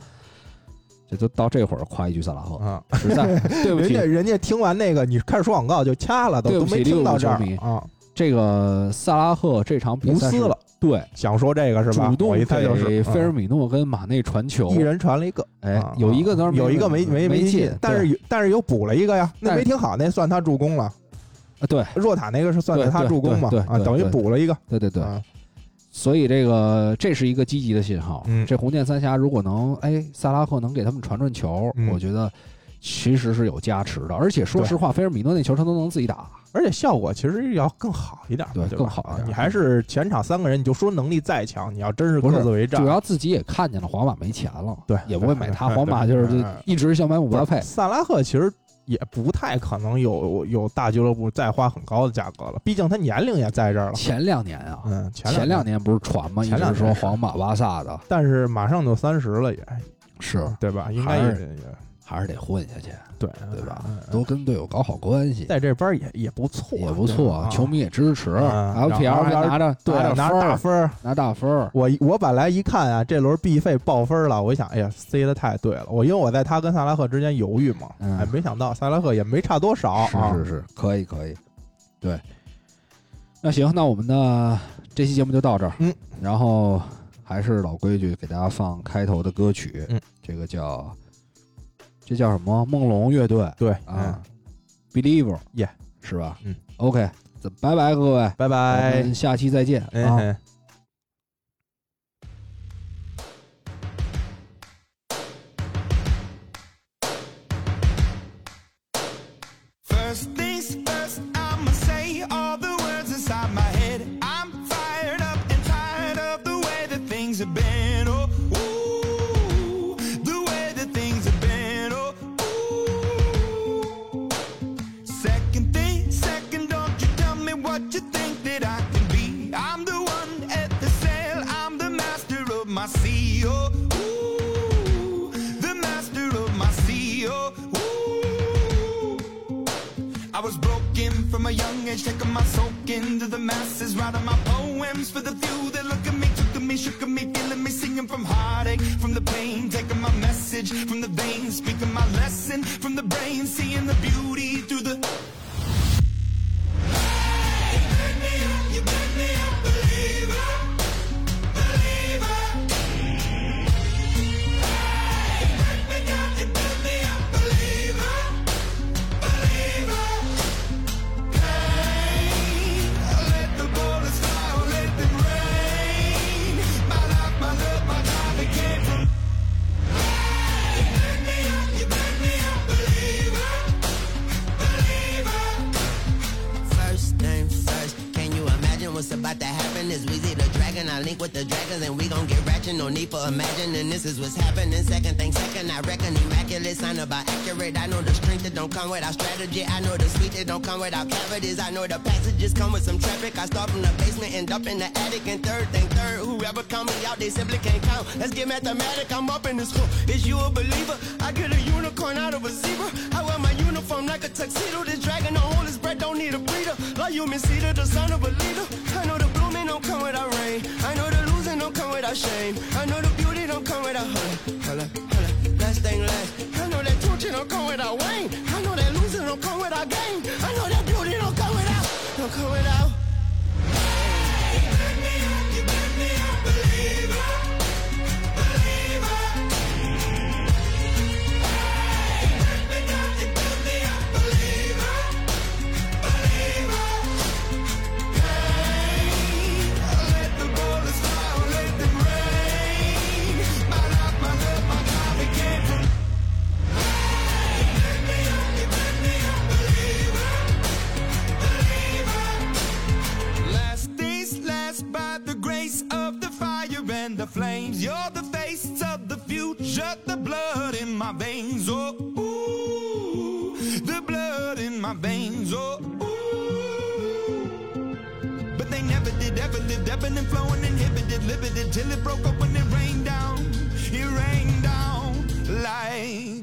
S2: 这都到这会儿夸一句萨拉赫，
S3: 嗯，
S2: 实在 对不
S3: 人
S2: 起
S3: 家，人家听完那个你开始说广告就掐了，都
S2: 对
S3: 都
S2: 不起
S3: 没听到这儿
S2: 利物浦球迷
S3: 啊，
S2: 这个萨拉赫这场比
S3: 无
S2: 赛
S3: 私
S2: 是
S3: 了，
S2: 对，
S3: 想说这个是吧？
S2: 主动
S3: 我一猜就是
S2: 给菲尔
S3: 嗯
S2: 米诺跟马内传球
S3: 一，人传了一个。
S2: 哎
S3: 啊，
S2: 有一个当然
S3: 有一个
S2: 没
S3: 没没
S2: 没
S3: 进，但是
S2: 对
S3: 有但是有补了一个呀，那
S2: 但
S3: 没
S2: 是
S3: 听好，那算他助攻了。
S2: 啊对
S3: 若塔那个是算
S2: 对
S3: 在他
S2: 对
S3: 助攻嘛
S2: 对？对
S3: 啊，
S2: 对
S3: 等于
S2: 对
S3: 补了一个。
S2: 对对对，
S3: 啊
S2: 所以这个这是一个积极的信号
S3: 嗯。
S2: 这红箭三峡如果能哎萨拉赫能给他们传传球
S3: 嗯，
S2: 我觉得其实是有加持的。而且说
S3: 对
S2: 实话，菲尔米诺那球他都能自己打，
S3: 而且效果其实要更好一点嘛，
S2: 对
S3: 吧
S2: 更好一点
S3: 你还是全场三个人，你就说能力再强，你要真是
S2: 不是
S3: 各自为战，
S2: 主要自己也看见了皇马没钱了，
S3: 对
S2: 也不会买他。
S3: 对
S2: 皇马就是
S3: 对
S2: 就一直想买姆巴佩，
S3: 萨拉赫其实也不太可能有有大俱乐部再花很高的价格了，毕竟他年龄也在这儿了。
S2: 前两年啊，
S3: 嗯，前
S2: 前两，年不是传吗？一
S3: 前两
S2: 直
S3: 年
S2: 说
S3: 是
S2: 皇马、巴萨的，
S3: 但是马上就三十了也，
S2: 是
S3: 对吧？应该
S2: 还
S3: 也
S2: 是
S3: 也
S2: 还是得混下去，
S3: 对
S2: 对吧
S3: 嗯嗯？
S2: 多跟队友搞好关系，
S3: 在这边也也不错，
S2: 也不错
S3: 对吧
S2: 啊，球迷也支持
S3: 嗯然
S2: ，FPL
S3: 后
S2: 还拿着
S3: 对
S2: 着
S3: 拿
S2: 分
S3: 大
S2: 儿
S3: 分儿。
S2: 拿大分儿，
S3: 我我本来一看啊，这轮必费爆分了，我一想，哎呀，塞的太对了。我因为我在他跟萨拉赫之间犹豫嘛，
S2: 嗯
S3: 哎，没想到萨拉赫也没差多少啊。
S2: 是是是，可以可以，对。那行，那我们的这期节目就到这儿。
S3: 嗯，
S2: 然后还是老规矩，给大家放开头的歌曲。
S3: 嗯，
S2: 这个叫这叫什么？梦龙乐队
S3: 对，嗯
S2: 啊，，Believer
S3: Yeah
S2: 是吧？
S3: 嗯
S2: ，OK，咱拜拜各位，
S3: 拜
S2: 我
S3: 拜
S2: 们。下期再见
S3: 嗯
S2: 啊。
S3: 嗯
S1: First things first, I'ma say all the words inside my head. I'm fired up and tired of the way Oh, Oh, Oh, Oh, I was broken from a young age, taking my soak into the masses, writing my poems for the few that look at me, took at me, shook at me, feeling me, singing from heartache, from the pain, taking my message from the veins, speaking my lesson from the brain, seeing the beauty through the. You pick me up, you pick me up, believer, believer. Hey, you pick me up, you pick me up, believer, believer. Pain, let the bullets fly or let them rain. My life, my love, my time, it came from. Hey, you pick me up, you pick me up, believer, believer.
S4: First things first, can you imagine what's about to happen? It's Weezy the Dragon, I link with the dragons and we gon' get ratchet, no need for imagining this is what's happening. Second thing second, I reckon immaculate, sign about accurate. I know the strength that don't come without strategy, I know the sweet that don't come without cavities. I know the passages come with some traffic, I start from the basement, end up in the attic. And third thing third, whoever count me out, they simply can't count. Let's get mathematic, I'm up in this school. Is you a believer? I get a unicorn out of a zebra. I wear my uniform like a tuxedo, this dragon don't hold his breath, don't need a breather. Like you miss either the son of a leader. I know the blooming don't come without rain. I know the losing don't come without shame. I know the beauty don't come without holla, holla, holla. Last thing last. I know that torture don't come without Wayne. I know that losing don't come without gain. I know that beauty don't come without, don't come without.
S1: Last days last by the grace of the fire and the flames. You're the face of the future, the blood in my veins. Oh, ooh, the blood in my veins. Oh, ooh. But they never did, ever lived, ebbing and flowing, inhibited, limited till it broke up when it rained down. It rained down like